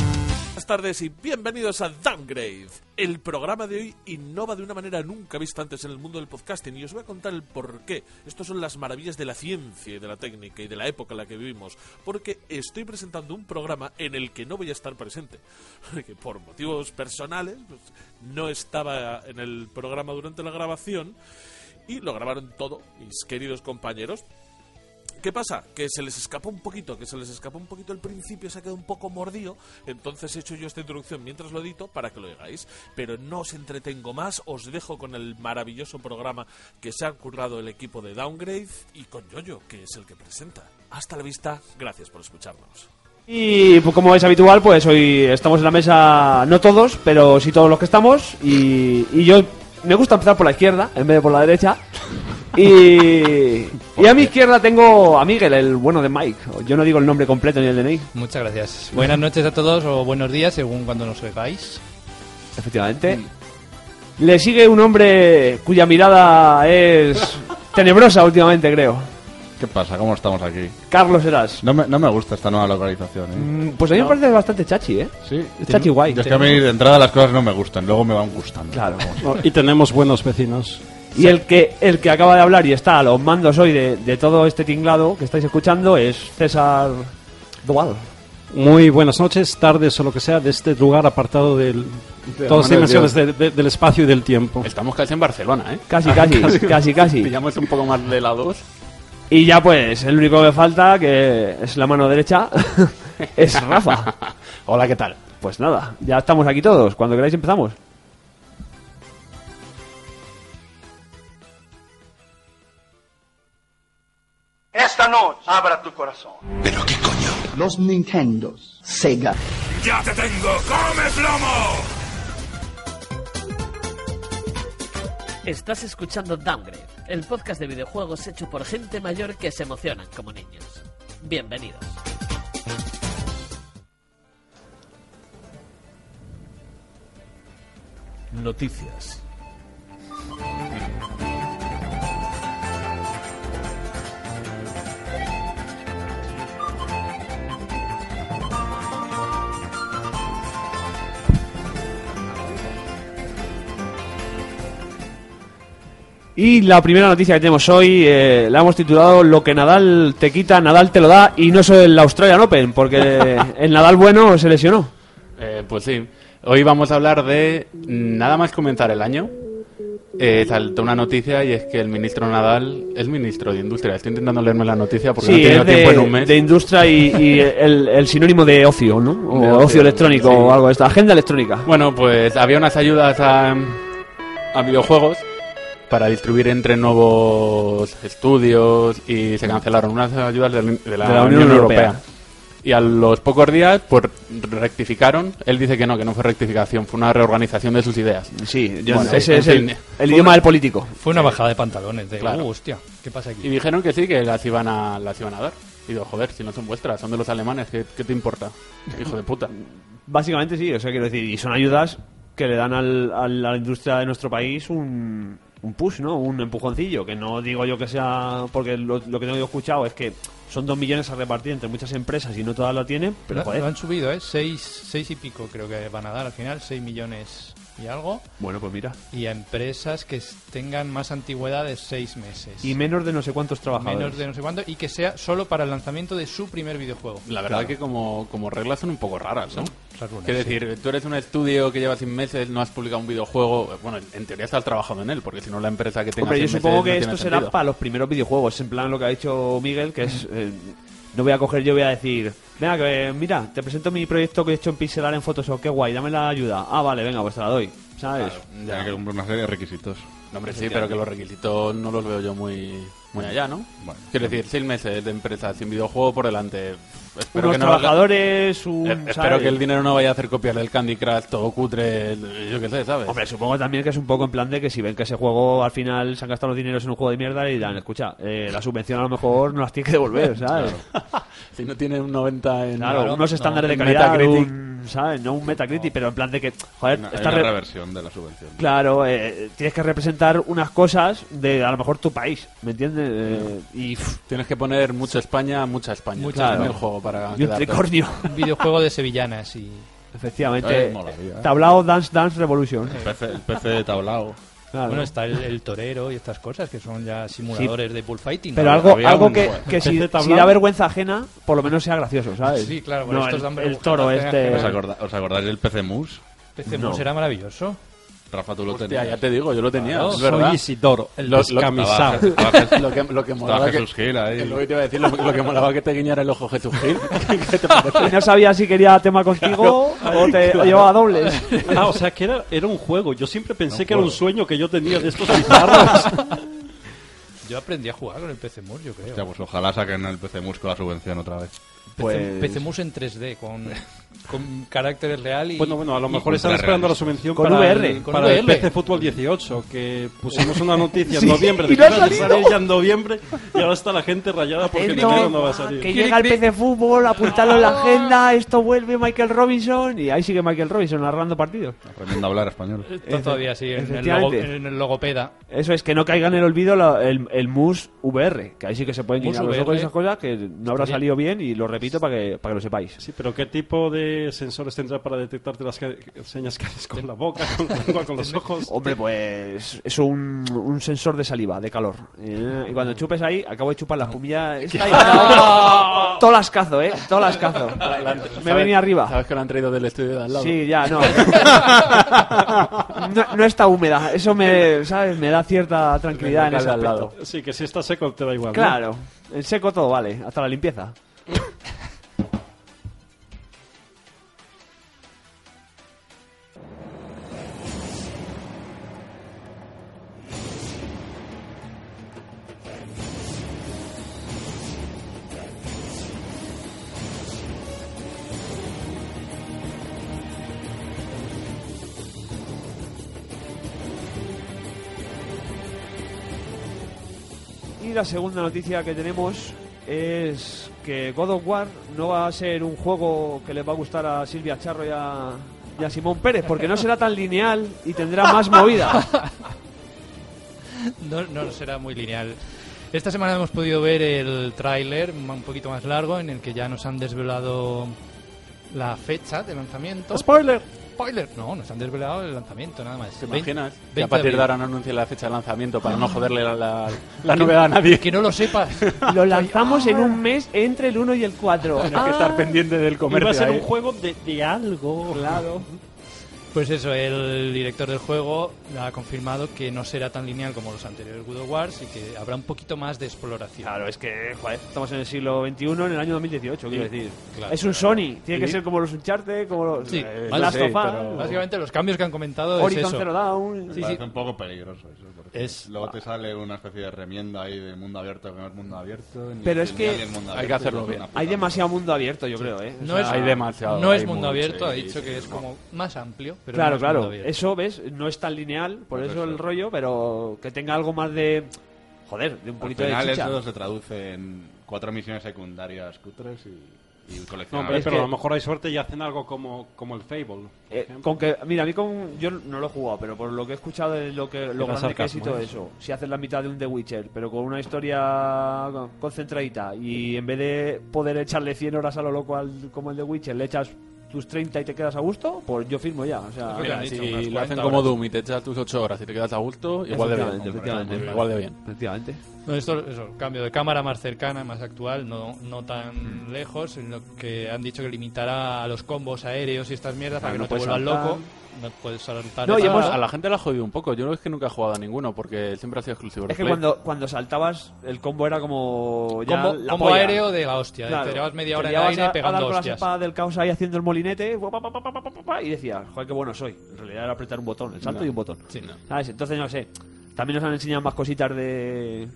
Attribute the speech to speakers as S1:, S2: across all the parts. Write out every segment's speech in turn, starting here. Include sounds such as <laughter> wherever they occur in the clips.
S1: buenas tardes y bienvenidos a Downgrade. El programa de hoy innova de una manera nunca vista antes en el mundo del podcasting y os voy a contar el porqué. Estas son las maravillas de la ciencia y de la técnica y de la época en la que vivimos, porque estoy presentando un programa en el que no voy a estar presente, <laughs> que por motivos personales pues, no estaba en el programa durante la grabación y lo grabaron todo mis queridos compañeros, ¿Qué pasa? Que se les escapó un poquito, que se les escapó un poquito el principio, se ha quedado un poco mordido. Entonces he hecho yo esta introducción mientras lo edito para que lo digáis. Pero no os entretengo más, os dejo con el maravilloso programa que se ha currado el equipo de Downgrade y con Yoyo, que es el que presenta. Hasta la vista, gracias por escucharnos.
S2: Y pues, como es habitual, pues hoy estamos en la mesa, no todos, pero sí todos los que estamos. Y, y yo me gusta empezar por la izquierda en vez de por la derecha. Y, y a mi izquierda tengo a Miguel, el bueno de Mike. Yo no digo el nombre completo ni el DNI.
S3: Muchas gracias. Buenas noches a todos o buenos días según cuando nos oigáis.
S2: Efectivamente. Le sigue un hombre cuya mirada es tenebrosa últimamente, creo.
S4: ¿Qué pasa? ¿Cómo estamos aquí?
S2: Carlos Eras.
S4: No me, no me gusta esta nueva localización, ¿eh?
S2: Mm, Pues a mí me parece bastante chachi, ¿eh?
S4: Sí.
S2: Es chachi guay.
S4: Yo es que a mí de entrada las cosas no me gustan, luego me van gustando.
S2: Claro.
S5: No, y tenemos buenos vecinos.
S2: Y el que, el que acaba de hablar y está a los mandos hoy de, de todo este tinglado que estáis escuchando es César Dual.
S5: Muy buenas noches, tardes o lo que sea, de este lugar apartado del, de todas las
S6: mano de
S5: dimensiones de- de- del espacio y del tiempo.
S6: Estamos casi en Barcelona, ¿eh? <laughs>
S2: Casi, casi, casi, casi.
S6: Pillamos un poco más de la 2.
S2: Y ya pues, el único que falta, que es la mano derecha, <laughs> es Rafa.
S6: <laughs> Hola, ¿qué tal?
S2: Pues nada, ya estamos aquí todos. Cuando queráis empezamos.
S7: Esta noche abra tu corazón.
S8: los Nintendos, Sega,
S9: Estás escuchando Downgrade, el podcast de videojuegos hecho por gente mayor que se emocionan como niños. Bienvenidos.
S1: Noticias.
S2: Y la primera noticia que tenemos hoy eh, la hemos titulado Lo que Nadal te quita, Nadal te lo da y no soy el Australian Open,
S6: <laughs>
S2: porque el Nadal bueno se lesionó.
S6: pues sí. Hoy vamos a hablar de. mm, Nada más comenzar el año. eh, saltó una noticia y es que el ministro Nadal es ministro de Industria. Estoy intentando leerme la noticia porque no he tenido
S2: es de,
S6: tiempo en un mes.
S2: de industria y, y el, el sinónimo de ocio, ¿no? O
S6: De
S2: ocio,
S6: ocio,
S2: electrónico
S6: sí.
S2: o algo de esto. Agenda electrónica.
S6: Bueno, pues había unas ayudas a, a videojuegos para distribuir entre nuevos estudios y se cancelaron unas ayudas del- de, la, Unión, Europea. Y a los pocos días, pues rectificaron. Él dice que no, que no fue rectificación, fue una reorganización de sus ideas.
S2: Sí, yo-
S6: Bueno,
S2: ese
S6: en
S2: es el,
S6: fin.
S2: el idioma del político.
S3: Fue una bajada de pantalones de,
S6: Claro.
S3: "Uh, hostia, ¿qué pasa
S6: Y
S3: aquí?
S6: dijeron que sí, que las iban a, las iban a dar. Y digo, joder, si no son vuestras, son de los alemanes, ¿qué, qué te <laughs> importa? Hijo de puta.
S2: Básicamente sí, o sea, quiero decir, y son ayudas que le dan al- a la industria de nuestro país un, un push, ¿no? Un empujoncillo, que no digo yo que sea, porque lo, lo que tengo yo escuchado es que son dos millones a repartir entre muchas empresas y no todas lo tienen, pero
S3: Lo-
S2: joder.
S3: Lo han subido, ¿eh? Seis, seis y pico creo que van a dar al final, seis millones y algo.
S2: Bueno, pues mira.
S3: Y a empresas que s- tengan más antigüedad de seis meses.
S2: Y menos de no sé cuántos trabajadores.
S3: menos de no sé cuánto. Y que sea solo para el lanzamiento de su primer videojuego.
S6: La verdad que como, como reglas son un poco raras, ¿no?
S3: Rarunas,
S6: Quiero
S3: sí.
S6: decir, tú eres un estudio que lleva 100 meses, no has publicado un videojuego. Bueno, en teoría estás trabajando en él, porque si no, la empresa que tenga
S2: Hombre, yo
S6: 100
S2: supongo que
S6: meses no
S2: esto
S6: tiene
S2: será
S6: sentido.
S2: para los primeros videojuegos, en plan lo que ha dicho Miguel, que es... eh, no voy a coger yo, voy a decir... Venga, que, eh, mira, te presento mi proyecto que he hecho en pixel art en Photoshop, qué guay, dame la ayuda. Ah, vale, venga, pues te la doy, ¿sabes?
S4: Tiene que cumplir una serie de requisitos.
S6: No, hombre, sí, pero que los requisitos no los veo yo muy, muy allá, ¿no?
S4: Bueno.
S6: Quiero decir, seis meses de empresa sin videojuego por delante. Espero,
S2: Unos
S6: que, no
S2: trabajadores, un...
S6: eh, espero
S2: ¿sabes?
S6: que el dinero no vaya a hacer copias del Candy Crush todo cutre, el- yo qué sé, ¿sabes?
S2: Hombre, supongo también que es un poco en plan de que si ven que ese juego al final se han gastado los dineros en un juego de mierda y dirán, escucha, eh, la subvención a lo mejor no las tiene que
S6: <laughs>
S2: devolver, ¿sabes?
S6: si no tiene un 90 en...
S2: Claro,
S3: Claro,
S2: unos
S3: no,
S2: estándares de
S6: un
S2: calidad,
S6: Metacritic.
S2: un- ¿sabes? No un Metacritic, pero en plan de que,
S6: Eh,
S2: joder,
S4: Una, hay
S2: esta
S4: una
S2: re-
S4: reversión de la subvención.
S2: Claro, eh, tienes que representar unas cosas de a lo mejor tu país, ¿me entiendes? Eh, y, pff,
S6: Tienes que poner mucho España, mucha España.
S3: Mucha
S6: Claro.
S3: España.
S6: en el juego para
S2: y un
S6: quedarte.
S2: tricornio.
S3: Un videojuego de sevillanas y...
S2: Efectivamente.
S4: Eh, molaría.
S2: Tablao Dance Dance Revolution.
S4: El PC, el PC de tablao.
S2: Claro.
S3: Bueno, está el, el torero y estas cosas que son ya simuladores de bullfighting.
S2: Pero
S3: ¿no?
S2: algo,
S4: había
S2: algo
S4: un-
S2: que,
S4: bueno,
S2: que si,
S5: PC tablao.
S2: si da vergüenza ajena, por lo menos sea gracioso, ¿sabes?
S3: Sí, claro, bueno,
S2: No,
S3: estos
S2: el-
S3: dan
S2: el
S3: vergüenza
S2: toro
S3: ajena
S2: este.
S3: que
S6: Eh.
S4: ¿Os, acorda- os acordáis del PC Mus?
S3: Este
S2: No.
S3: mus era maravilloso.
S4: Rafa, tú lo
S6: Hostia,
S4: tenías.
S6: ya te digo, yo lo tenía.
S3: Claro,
S6: es
S5: Soy
S6: verdad.
S5: Isidoro, el
S6: Lo- lo-
S5: descamisado.
S4: Estaba Jes- estaba Jes-
S6: <laughs> Lo que, lo que
S4: Estaba
S6: molaba que,
S4: Jesús Gil
S6: es lo
S4: ahí.
S6: que te iba a decir, lo, lo que molaba que te guiñara el ojo Jesús Gil. <laughs> ¿Qué te parece?
S2: Y no sabía si quería tema contigo o te llevaba dobles.
S5: <laughs> Ah, o sea que era, era un juego. Yo siempre pensé que era un sueño que yo tenía de estos guitarras.
S3: Yo aprendí a jugar con el PC Mus, yo creo.
S4: Hostia, pues ojalá saquen el PC Mus con la subvención otra vez.
S2: Pues-
S3: PC, PC Mus en 3D, con, con caracteres real y...
S5: bueno, bueno, a lo
S3: y-
S5: mejor están
S4: ultra
S5: esperando la
S4: realista.
S5: subvención
S2: Con
S5: para,
S2: VR.
S5: el,
S3: Con
S5: para el
S3: VR.
S5: PC Fútbol 18, que pusimos una noticia
S2: Sí,
S5: en noviembre,
S2: y no
S5: de que
S2: ha
S5: iba a salir
S2: salido.
S5: ya en noviembre, y ahora está la gente rayada porque
S2: Esto,
S5: no, no va a salir.
S2: que llega el PC Fútbol, apuntalo en la agenda, esto vuelve Michael Robinson y ahí sigue Michael Robinson narrando partidos.
S4: Aprendiendo a hablar español.
S3: Está todavía así en el, logo-
S2: Efectivamente.
S3: en el logopeda.
S2: Eso es, que no caiga en el olvido la- el, el MUS VR, que ahí sí que se pueden
S3: Mus
S2: quitar los
S3: VR.
S2: ojos y esas cosas que no habrá salido bien y lo repito para que, para que lo sepáis.
S5: Sí, pero ¿qué tipo de sensores tendrá para detectarte las ca- señas que haces con la boca, con la lengua, con los ojos?
S2: Hombre, pues es un, un sensor de saliva, de calor. Eh, Y cuando chupes ahí, acabo de chupar la
S6: <laughs>
S2: espumilla. esta y- Todas las cazo, ¿eh? Todas las cazo. Me
S6: ¿Sabes-
S2: venía arriba.
S6: Sabes que lo han traído del estudio de al lado.
S2: Sí, ya, no. no. no está húmeda. Eso me, ¿sabes? me da cierta tranquilidad en
S6: Local
S2: ese
S6: de al
S2: aspecto.
S6: lado.
S5: Sí, que si está seco te da igual. ¿no?
S2: Claro, en seco todo vale, hasta la limpieza. Y la segunda noticia que tenemos es que God of War no va a ser un juego que les va a gustar a Silvia Charro y a, y a Simón Pérez, porque no será tan lineal y tendrá más movida.
S3: No, no será muy lineal. Esta semana hemos podido ver el tráiler ma- un poquito más largo en el que ya nos han desvelado la fecha de lanzamiento.
S5: ¡Spoiler!
S3: Spoiler. No, nos han desvelado el lanzamiento nada más.
S6: ¿Te
S3: Vein-
S6: imaginas? Que
S3: 20
S6: a partir
S3: abril.
S6: de ahora no anuncie la fecha de lanzamiento para no joderle la, la- la novedad a nadie.
S3: Que no
S2: <laughs>
S3: lo sepas.
S2: Lo lanzamos en un mes entre el 1 y el 4.
S6: Tienes que estar pendiente del
S5: Y va
S6: comercio.
S5: a ser
S6: ahí.
S5: un juego de, de algo. Claro.
S3: Pues eso, el director del juego ha confirmado que no será tan lineal como los anteriores Good of Wars y que habrá un poquito más de exploración.
S2: Claro, es que joder, estamos en el siglo XXI, en el año 2018, quiero decir.
S3: claro.
S2: es un Sony, tiene que ser como los Uncharted, como los
S3: Sí,
S2: eh,
S3: vale,
S2: Last
S6: sí,
S2: of Us,
S6: pero-
S2: o
S3: Básicamente los cambios que han comentado es
S2: Horizon
S3: eso.
S2: Zero Dawn.
S4: Me parece un poco peligroso eso. porque
S3: Es-
S4: Luego te sale una especie de remienda ahí de mundo abierto que no es mundo abierto. ni
S2: Pero es que
S4: lineal ni mundo
S6: hay que
S4: abierto,
S6: hacerlo
S4: y es
S6: bien.
S4: una puta
S2: Hay demasiado mundo abierto, yo creo, ¿eh? O
S3: No
S2: sea,
S3: es,
S6: hay demasiado,
S3: no
S6: hay
S3: es mundo
S6: mucho,
S3: abierto, ha
S6: sí,
S3: dicho
S6: sí,
S3: que es
S6: no.
S3: como más amplio. Pero no
S2: Claro,
S3: es mundo
S2: claro.
S3: abierto.
S2: Eso, ¿ves? No es tan lineal, por
S4: Pues
S2: eso el
S4: eso.
S2: rollo, pero que tenga algo más de... Joder, de un
S4: Al
S2: poquito de
S4: final
S2: chicha.
S4: eso se traduce en cuatro misiones secundarias cutres y, y
S5: No,
S4: coleccionables.
S5: hombre,
S2: Es
S5: pero
S2: que-
S5: a lo mejor hay suerte y hacen algo como, como el Fable. por
S2: Eh,
S5: ejemplo.
S2: con que, mira, a mí con, yo no lo he jugado, pero por lo que he escuchado de lo que lo
S5: Era
S2: grande que es y
S5: sarcasmo,
S2: todo
S5: ¿eh?
S2: eso. Si haces la mitad de un The Witcher, pero con una historia concentradita y en vez de poder echarle 100 horas a lo loco al, como el The Witcher, le echas tus 30 y te quedas a gusto, pues yo firmo ya. O sea,
S3: Mira,
S6: Mira,
S3: han dicho, unas
S6: si lo
S3: 40
S6: hacen como
S3: horas.
S6: Doom y te echas tus 8 horas y te quedas a gusto, igual de bien.
S2: Efectivamente, efectivamente.
S6: Igual de bien.
S2: efectivamente.
S3: No, esto, eso, cambio de cámara más cercana, más actual, no, no
S2: Mm.
S3: tan lejos, en lo que han dicho que limitará a los combos aéreos y estas mierdas
S2: Claro,
S3: para que
S2: no
S3: no,
S2: puedes
S3: te vuelvas
S2: saltar.
S3: loco, no puedes saltar.
S2: No, y
S3: nada.
S2: hemos-
S6: pues, A la gente la ha jodido un poco. Yo es que nunca he jugado a ninguno porque siempre ha sido exclusivo. de
S2: Es que
S6: Play.
S2: cuando, cuando saltabas, el combo era como. Ya
S3: combo,
S2: la
S3: combo
S2: polla.
S3: aéreo de la hostia, ¿eh?
S2: Claro.
S3: te llevas
S2: Te
S3: media hora en el
S2: liabas
S3: aire
S2: a- a
S3: pegando
S2: dar con las
S3: hostias.
S2: espadas del caos ahí haciendo el molinete pa, pa, pa, pa, pa, pa, pa, pa, y decías, joder, qué bueno soy. En realidad era apretar un botón, el salto y un botón.
S3: Sí, no.
S2: ¿Sabes? Entonces, no sé. También nos han enseñado más cositas de.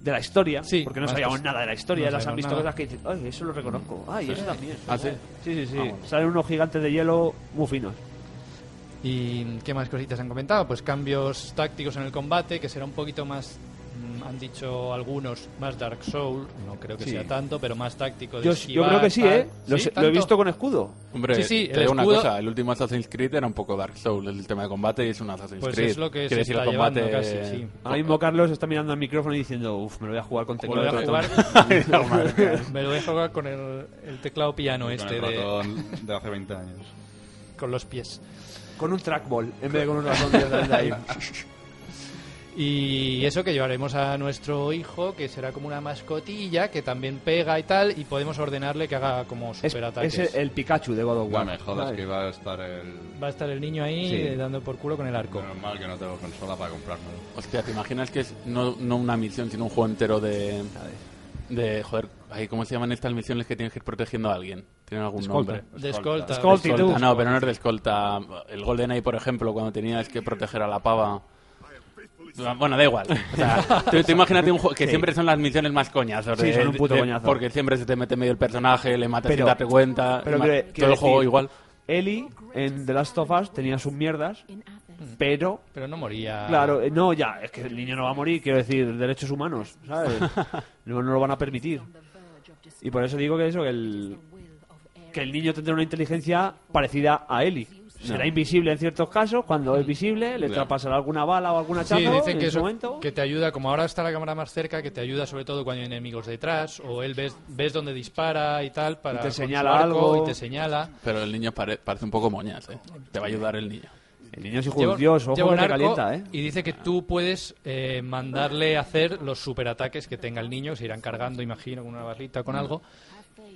S2: de la historia.
S3: Sí,
S2: porque no
S3: más
S2: sabíamos
S3: cos-
S2: nada de la historia.
S3: no
S2: las han
S3: sabíamos
S2: visto
S3: nada.
S2: cosas que dicen, ay, eso lo reconozco. Ay, eso también.
S6: Ah, sí.
S2: Sí, sí, sí. Salen unos gigantes de hielo muy finos.
S3: ¿Y qué más cositas han comentado? Pues cambios tácticos en el combate, que será un poquito más, mm, han dicho algunos, más Dark Soul, no creo que
S2: Sí.
S3: sea tanto, pero más táctico. de
S2: Yo, yo
S3: esquivar,
S2: creo que sí,
S3: tal.
S2: ¿eh? Lo,
S3: ¿Sí?
S2: sé- lo he
S3: ¿Tanto?
S2: visto con escudo.
S6: Hombre,
S3: Sí, sí,
S6: te
S3: el
S6: digo una
S3: escudo-
S6: cosa. El último Assassin's Creed era un poco Dark Souls, el tema de combate, y es un Assassin's
S3: Pues
S6: Creed.
S3: es lo que se
S6: Quiere decir,
S3: está
S6: el combate...
S3: llevando
S2: <laughs>
S3: casi, sí.
S2: Ahora mismo Carlos está mirando al micrófono y diciendo, uff, me lo voy a jugar con teclado.
S3: Volver
S2: de
S3: a
S2: ratón". <laughs>
S3: jugar. <laughs> Me lo voy a jugar con el, el teclado piano
S4: Con
S3: este
S4: el
S3: de.
S4: ratón de hace 20 años.
S3: con los pies.
S2: Con un trackball en vez de con un ratón <laughs> de de ahí.
S3: Y eso que llevaremos a nuestro hijo, que será como una mascotilla, que también pega y tal, y podemos ordenarle que haga como
S2: Es,
S3: superataques.
S2: es el, el Pikachu de God of
S4: No
S2: War.
S4: me jodas
S2: Vale.
S4: que iba a estar el...
S3: Va a estar el niño ahí
S4: Sí.
S3: eh, dando por culo con el arco.
S4: Menos mal que no tengo consola para comprármelo.
S6: Hostia, ¿te imaginas que es no, no una misión, sino un juego entero de. De, joder, ay, ¿cómo se llaman estas misiones que tienes que ir protegiendo a alguien? ¿Tienen algún
S5: Escolta.
S6: nombre?
S3: De pues escolta.
S5: Escolta.
S6: Escolta,
S5: Multitud.
S6: no, pero no es de escolta. El GoldenEye, por ejemplo, cuando tenías que proteger a la pava. Bueno, da igual. O sea, tú, tú imagínate un juego que siempre son las misiones más coñas.
S2: Sí, son un puto coñazo.
S6: Porque siempre se te mete en medio el personaje, le matas
S2: Pero-
S6: sin darte cuenta.
S2: pero
S6: ima-
S2: quiero-
S6: todo
S2: quiero
S6: el juego
S2: decir-
S6: igual.
S2: Eli en The Last of Us tenía sus mierdas, pero
S3: Pero no moría.
S2: Claro, eh, no, ya, es que el niño no va a morir, quiero decir, derechos humanos,
S3: <laughs>
S2: ¿sabes? No, no lo van a permitir. Y por eso digo que eso, que el, que el niño tendrá una inteligencia parecida a Eli. Será invisible en ciertos casos, cuando es visible le traspasará alguna bala o alguna chapa
S3: Sí, dicen que,
S2: en su
S3: eso-
S2: momento.
S3: que te ayuda, como ahora está la cámara más cerca, que te ayuda sobre todo cuando hay enemigos detrás, o él ves, ves dónde dispara y tal, para
S2: Y te
S3: con su
S2: señala
S3: arco,
S2: algo.
S3: Y te señala.
S6: Pero el niño pare- parece un poco moñas, ¿eh? Te va a ayudar el niño.
S2: El niño es hijo
S3: Lleva
S2: de
S3: un-
S2: Dios,
S3: lleva
S2: ojo
S3: un
S2: que te
S3: arco
S2: calienta, ¿eh?
S3: Y dice que tú puedes eh, mandarle a hacer los superataques que tenga el niño, que se irán cargando, imagino, con una barrita o
S2: Mm.
S3: con algo.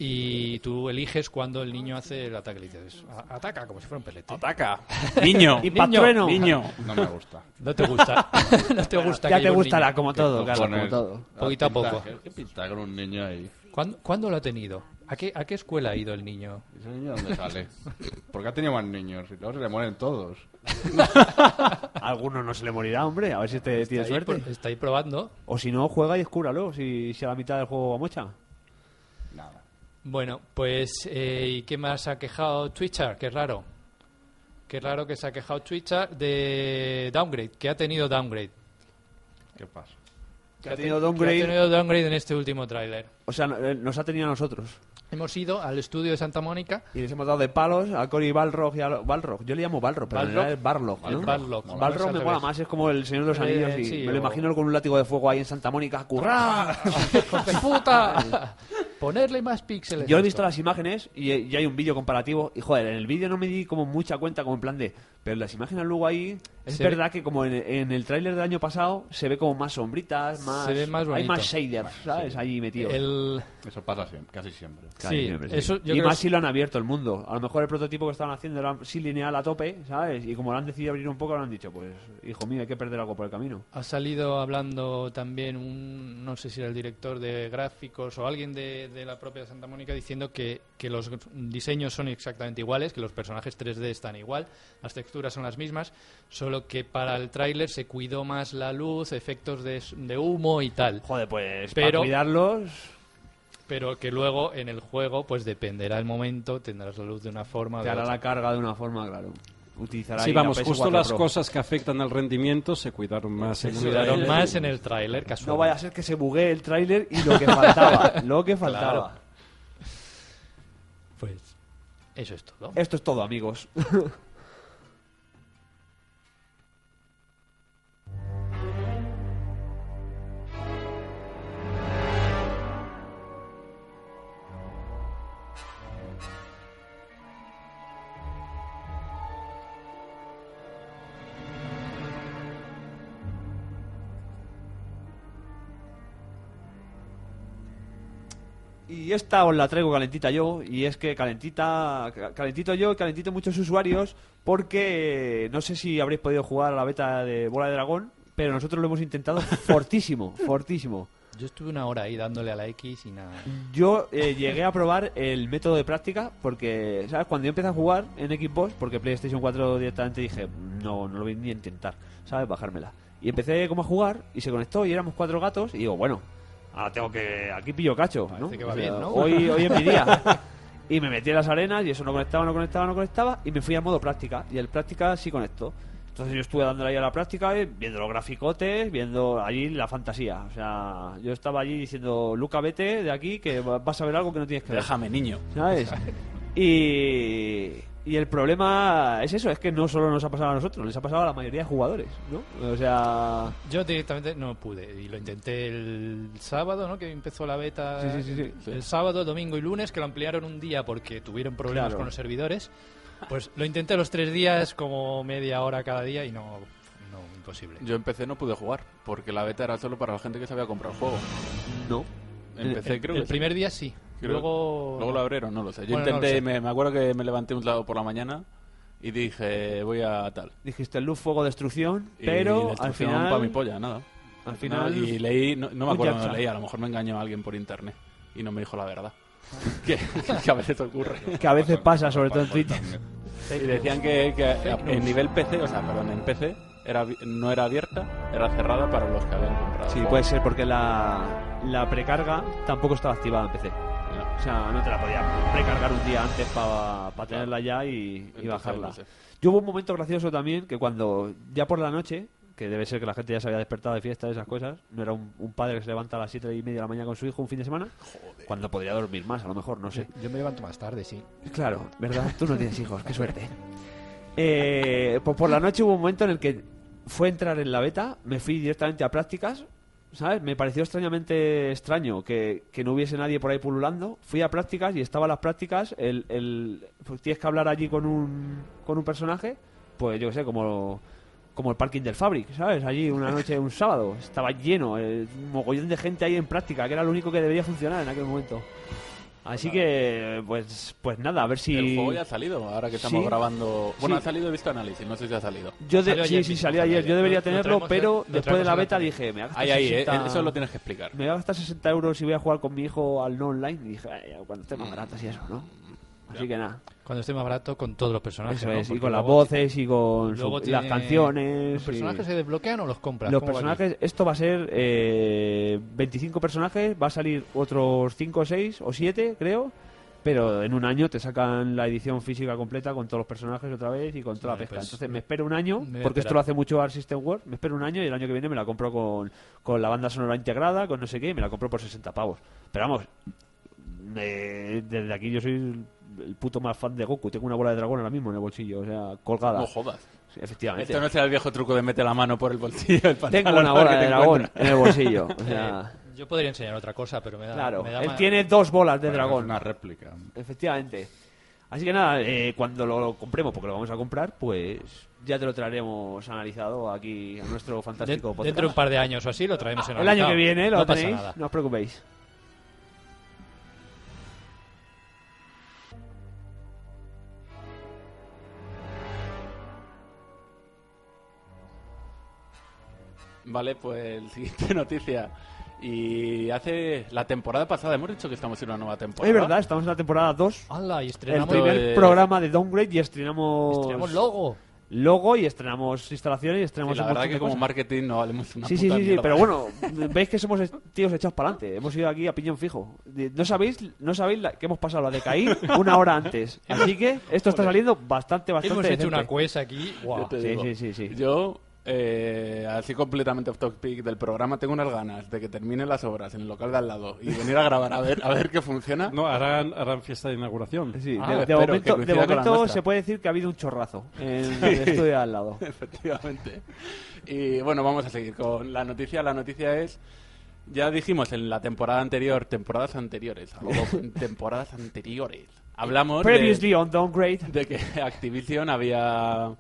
S3: Y tú eliges cuando el niño hace el ataque. Le dices, "A- ataca, como si fuera un pelete.
S6: ¡Ataca! <laughs> ¡Niño!
S2: Y patrueno.
S6: ¡Niño!
S4: No me gusta.
S3: No te gusta. <laughs> no te gusta.
S2: Ya
S3: que
S2: te
S3: lleve un
S2: gustará,
S3: niño.
S2: como todo,
S4: ¿Qué
S2: claro, como
S4: cojones?
S2: todo.
S4: Ah,
S3: Poquito a
S4: pinta-
S3: poco.
S4: ¿Qué, qué pinta con un niño ahí?
S3: ¿Cuándo, cuándo lo ha tenido? ¿A qué, ¿A qué escuela ha ido el niño?
S4: ¿Ese niño <laughs> dónde sale? ¿Por qué ha tenido más niños? Y luego se le mueren todos.
S2: A alguno no se le morirá, hombre, a ver si te tiene
S3: Está ahí,
S2: suerte.
S3: pro- está ahí probando.
S2: O si no, juega y descúbralo, si, si a la mitad del juego va mocha.
S4: Nada.
S3: Bueno, pues eh, ¿y qué más ha quejado Twitcher? Qué raro. Qué raro que se ha quejado Twitcher de downgrade, que ha tenido downgrade.
S4: ¿Qué pasa?
S2: Que ha tenido
S3: Que ha
S2: downgrade,
S3: tenido downgrade en este último tráiler.
S2: o sea, eh, nos ha tenido a nosotros.
S3: Hemos ido al estudio de
S2: <laughs>
S3: Santa Mónica,
S2: Y les hemos dado de palos a Cory Balrog y a Balrog. Yo le llamo Balrog, pero
S3: Balrog.
S2: en realidad es Barlog, ¿no?
S3: al Barlock.
S2: Balrog me mola más, es como el Señor de los
S3: Eh,
S2: Anillos y
S3: sí,
S2: me lo
S3: o-
S2: imagino con un látigo de fuego ahí en Santa Mónica, <laughs> ¡curra!
S3: puta! Ponerle más píxeles.
S2: Yo
S3: a
S2: he visto
S3: esto.
S2: las imágenes y, eh, y hay un vídeo comparativo y joder, en el vídeo no me di como mucha cuenta, como en plan de... Pero las imágenes luego ahí... Es
S3: Se
S2: verdad que como en, en el tráiler del año pasado se ve como más sombritas, más...
S3: Se ve más
S2: hay
S3: bonito.
S2: más shaders, ¿sabes? Ahí metidos.
S3: El-
S4: Eso pasa siempre, casi siempre.
S3: Sí, eso yo
S2: y
S3: creo
S2: más
S3: que-
S2: si lo han abierto el mundo. A lo mejor el prototipo que estaban haciendo era sí lineal a tope, ¿sabes? Y como lo han decidido abrir un poco, lo han dicho, pues, hijo mío, hay que perder algo por el camino.
S3: Ha salido hablando también un, no sé si era el director de gráficos o alguien de, de la propia Santa Mónica diciendo que, que los gr- diseños son exactamente iguales, que los personajes 3D están igual, las texturas son las mismas, solo que para el tráiler se cuidó más la luz, efectos de, s- de humo y tal.
S2: Joder, pues,
S3: Pero-
S2: para cuidarlos,
S3: Pero que luego en el juego pues dependerá el momento, tendrás la luz de una forma o
S2: te
S3: de
S2: hará
S3: otra.
S2: la carga de una forma, claro. Utilizará
S5: Sí,
S2: ahí
S5: vamos,
S2: la PS4
S5: justo las
S2: Pro.
S5: cosas que afectan al rendimiento se cuidaron más. en el-
S3: Cuidaron más en el tráiler, casual.
S2: No vaya a ser que se buguee el tráiler y lo que faltaba, lo que faltaba.
S3: Pues eso es todo.
S2: Esto es todo, amigos. Y esta os la traigo calentita yo, y es que calentita, ca- calentito yo y calentito muchos usuarios, porque eh, no sé si habréis podido jugar a la beta de Bola de Dragón, pero nosotros lo hemos intentado fortísimo, <laughs> fortísimo.
S3: Yo estuve una hora ahí dándole a la X y nada.
S2: Yo eh, llegué a probar el método de práctica porque, ¿sabes? Cuando yo empecé a jugar en Xbox, porque PlayStation 4 directamente dije, no, no lo voy ni a intentar, ¿sabes? Bajármela. Y empecé como a jugar y se conectó y éramos cuatro gatos y digo, bueno, ahora tengo que... Aquí pillo cacho, ¿no?
S3: Parece que va bien, ¿no?
S2: Hoy, hoy es mi
S3: <laughs>
S2: día. Y me metí en las arenas y eso no conectaba, no conectaba, no conectaba y me fui al modo práctica y el práctica sí conectó. Entonces yo estuve dándole ahí a la práctica, eh, viendo los graficotes, viendo allí la fantasía. O sea, yo estaba allí diciendo, Luca, vete de aquí que va- vas a ver algo que no tienes que ver.
S6: Déjame, niño.
S2: ¿Sabes? Y, y el problema es eso, es que no solo nos ha pasado a nosotros, les ha pasado a la mayoría de jugadores, ¿no? O sea...
S3: Yo directamente no pude y lo intenté el sábado, ¿no? Que empezó la beta.
S2: Sí, sí, sí, sí.
S3: El sábado, domingo y lunes, que lo ampliaron un día porque tuvieron problemas
S2: Claro.
S3: con los servidores. Pues lo intenté los tres días, como media hora cada día, y no, no, imposible.
S6: Yo empecé, no pude jugar, porque la beta era solo para la gente que se había comprado el juego.
S2: No.
S6: Empecé,
S3: el
S6: creo que
S3: el
S6: sí.
S3: primer día sí.
S6: Creo-
S3: Luego...
S6: Luego lo abrieron, no lo sé. Yo
S3: Bueno, no
S6: intenté,
S3: lo sé.
S6: Me, me acuerdo que me levanté un lado por la mañana y dije, voy a tal.
S2: Dijiste luz, fuego, destrucción,
S6: Y
S2: pero
S6: la
S2: al
S6: instrucción
S2: final...
S6: pa' mi polla, nada.
S2: Al final...
S6: Nada, y leí, no, no me
S2: un
S6: acuerdo dónde
S2: Yakuza.
S6: lo leí, a lo mejor me engañó alguien por internet y no me dijo la verdad. <laughs> que, que a veces ocurre.
S2: Que a
S6: <laughs>
S2: veces pasa, sobre todo en Twitter.
S6: Y decían que, que a- en nivel PC, o sea, perdón, en PC era, abi- no era abierta, era cerrada para los que habían comprado.
S2: Sí, pues. puede ser porque la, la precarga tampoco estaba activada en PC.
S6: No.
S2: O sea, no te la podía precargar un día antes para tenerla ya y, y
S6: Entonces,
S2: bajarla.
S6: no sé.
S2: Yo hubo un momento gracioso también que cuando ya por la noche, que debe ser que la gente ya se había despertado de fiesta y esas cosas, no era un, un padre que se levanta a las siete y media de la mañana con su hijo un fin de semana, cuando podría dormir más, a lo mejor, no sé.
S10: Yo me levanto más tarde, sí.
S2: Claro, ¿verdad? Tú no tienes hijos, qué suerte. Eh, pues por la noche hubo un momento en el que fue entrar en la beta, me fui directamente a prácticas, ¿sabes? Me pareció extrañamente extraño que, que no hubiese nadie por ahí pululando. Fui a prácticas y estaba las prácticas, el, el- pues tienes que hablar allí con un, con un personaje, pues yo qué sé, como, como el parking del Fabric, ¿sabes? Allí una noche, un sábado, estaba lleno, eh, un mogollón de gente ahí en práctica, que era lo único que debería funcionar en aquel momento. Así que, pues, pues nada, a ver si...
S6: El juego ya ha salido, ahora que estamos
S2: Sí.
S6: grabando. Bueno,
S2: Sí.
S6: ha salido, he visto análisis, no sé si ha salido.
S2: Yo de-
S3: Salió
S2: sí,
S3: ayer
S2: sí,
S3: mismo,
S2: salió
S3: salió
S2: ayer. Yo
S3: ayer.
S2: debería
S3: Lo- lo
S2: tenerlo,
S3: traemos
S2: pero
S3: a- lo
S2: después
S3: traemos
S2: de la
S3: a la
S2: beta
S3: tele.
S2: dije, me voy a gastar
S6: Ahí, ahí, eh,
S2: 60
S6: eso lo tienes que explicar.
S2: Me voy a gastar 60 euros y voy a jugar con mi hijo al no online. Y dije, "Ay, cuando esté más
S3: Mm.
S2: barato y eso, ¿no? Así que nada,
S3: Cuando esté más barato con todos los personajes.
S2: eso
S3: ¿no?
S2: es. Y
S3: Porque
S2: con las
S3: luego-
S2: voces y con su-
S3: luego
S2: las
S3: tiene-
S2: canciones.
S3: ¿Los personajes
S2: y-
S3: se desbloquean o los compras?
S2: Los
S3: ¿Cómo va aquí?
S2: personajes, esto va a ser eh, 25 personajes, va a salir otros 5, 6 o 7, creo. Pero en un año te sacan la edición física completa con todos los personajes otra vez y con toda
S3: Vale,
S2: la pesca.
S3: pues,
S2: Entonces me espero un año,
S3: me voy a
S2: porque esto
S3: esperar.
S2: lo hace mucho Art System World, me espero un año y el año que viene me la compro con, con la banda sonora integrada, con no sé qué, y me la compro por 60 pavos. Pero vamos, eh, desde aquí yo soy el- el puto más fan de Goku. Tengo una bola de dragón ahora mismo en el bolsillo, o sea, colgada.
S6: No jodas.
S2: Sí, Efectivamente.
S6: Esto no será el viejo truco de mete la mano por el bolsillo del pantalón.
S2: Tengo una
S6: a ver
S2: bola
S6: qué
S2: de
S6: te
S2: dragón
S6: encuentras.
S2: en el bolsillo.
S3: <laughs>
S2: O sea,
S3: Yo podría enseñar otra cosa, pero me da.
S2: claro,
S3: Eh, me da
S2: él
S3: más-
S2: tiene dos bolas de
S4: Bueno,
S2: dragón.
S4: Es una réplica.
S2: Efectivamente. Así que nada, eh, cuando lo compremos, porque lo vamos a comprar, pues ya te lo traeremos analizado aquí a nuestro
S3: de-
S2: fantástico podcast.
S3: dentro de un par de años o así lo traemos en
S2: el año que
S3: Navidad.
S2: viene lo
S3: no pasa
S2: tenéis,
S3: nada.
S2: no os preocupéis.
S6: Vale, pues <laughs> siguiente noticia. Y hace la temporada pasada, hemos dicho que estamos en una nueva temporada.
S2: Es verdad, estamos en la temporada 2.
S3: ¡Hala!
S2: El
S3: Y Ah, estrenamos,
S2: primer
S6: eh,
S2: programa de Downgrade y estrenamos,
S3: estrenamos logo.
S2: logo y estrenamos instalaciones y estrenamos
S6: Sí, la
S2: un
S6: verdad
S2: montón
S6: que
S2: de
S6: como
S2: cosas.
S6: marketing no valemos una
S2: Sí, sí,
S6: puta
S2: sí, sí,
S6: mierda.
S2: pero
S6: <laughs>
S2: bueno, veis que somos es- tíos echados para adelante. Hemos ido aquí a piñón fijo. De- No sabéis, no sabéis la- que hemos pasado la de caer una hora antes. Así que esto está saliendo bastante, bastante.
S3: Hemos hecho una
S2: decente.
S3: cuesta aquí. ¡guau!
S6: Yo te
S2: Sí,
S6: digo,
S2: sí, sí, sí.
S6: Yo, eh, así completamente off topic del programa, tengo unas ganas de que terminen las obras en el local de al lado y venir a grabar a ver, a ver
S2: <laughs>
S6: qué funciona.
S5: No, harán, harán fiesta de inauguración.
S2: Sí,
S6: Ah,
S2: de- de,
S6: espero que
S2: momento, de
S6: coincida con la
S2: momento
S6: nuestra.
S2: se puede decir que ha habido un chorrazo en el estudio de al lado.
S6: <laughs> Efectivamente. Y bueno, vamos a seguir con la noticia. La noticia es, ya dijimos en la temporada anterior, temporadas anteriores, a lo loco, en temporadas anteriores, hablamos
S2: Previously
S6: de,
S2: on Downgrade.
S6: de que Activision había,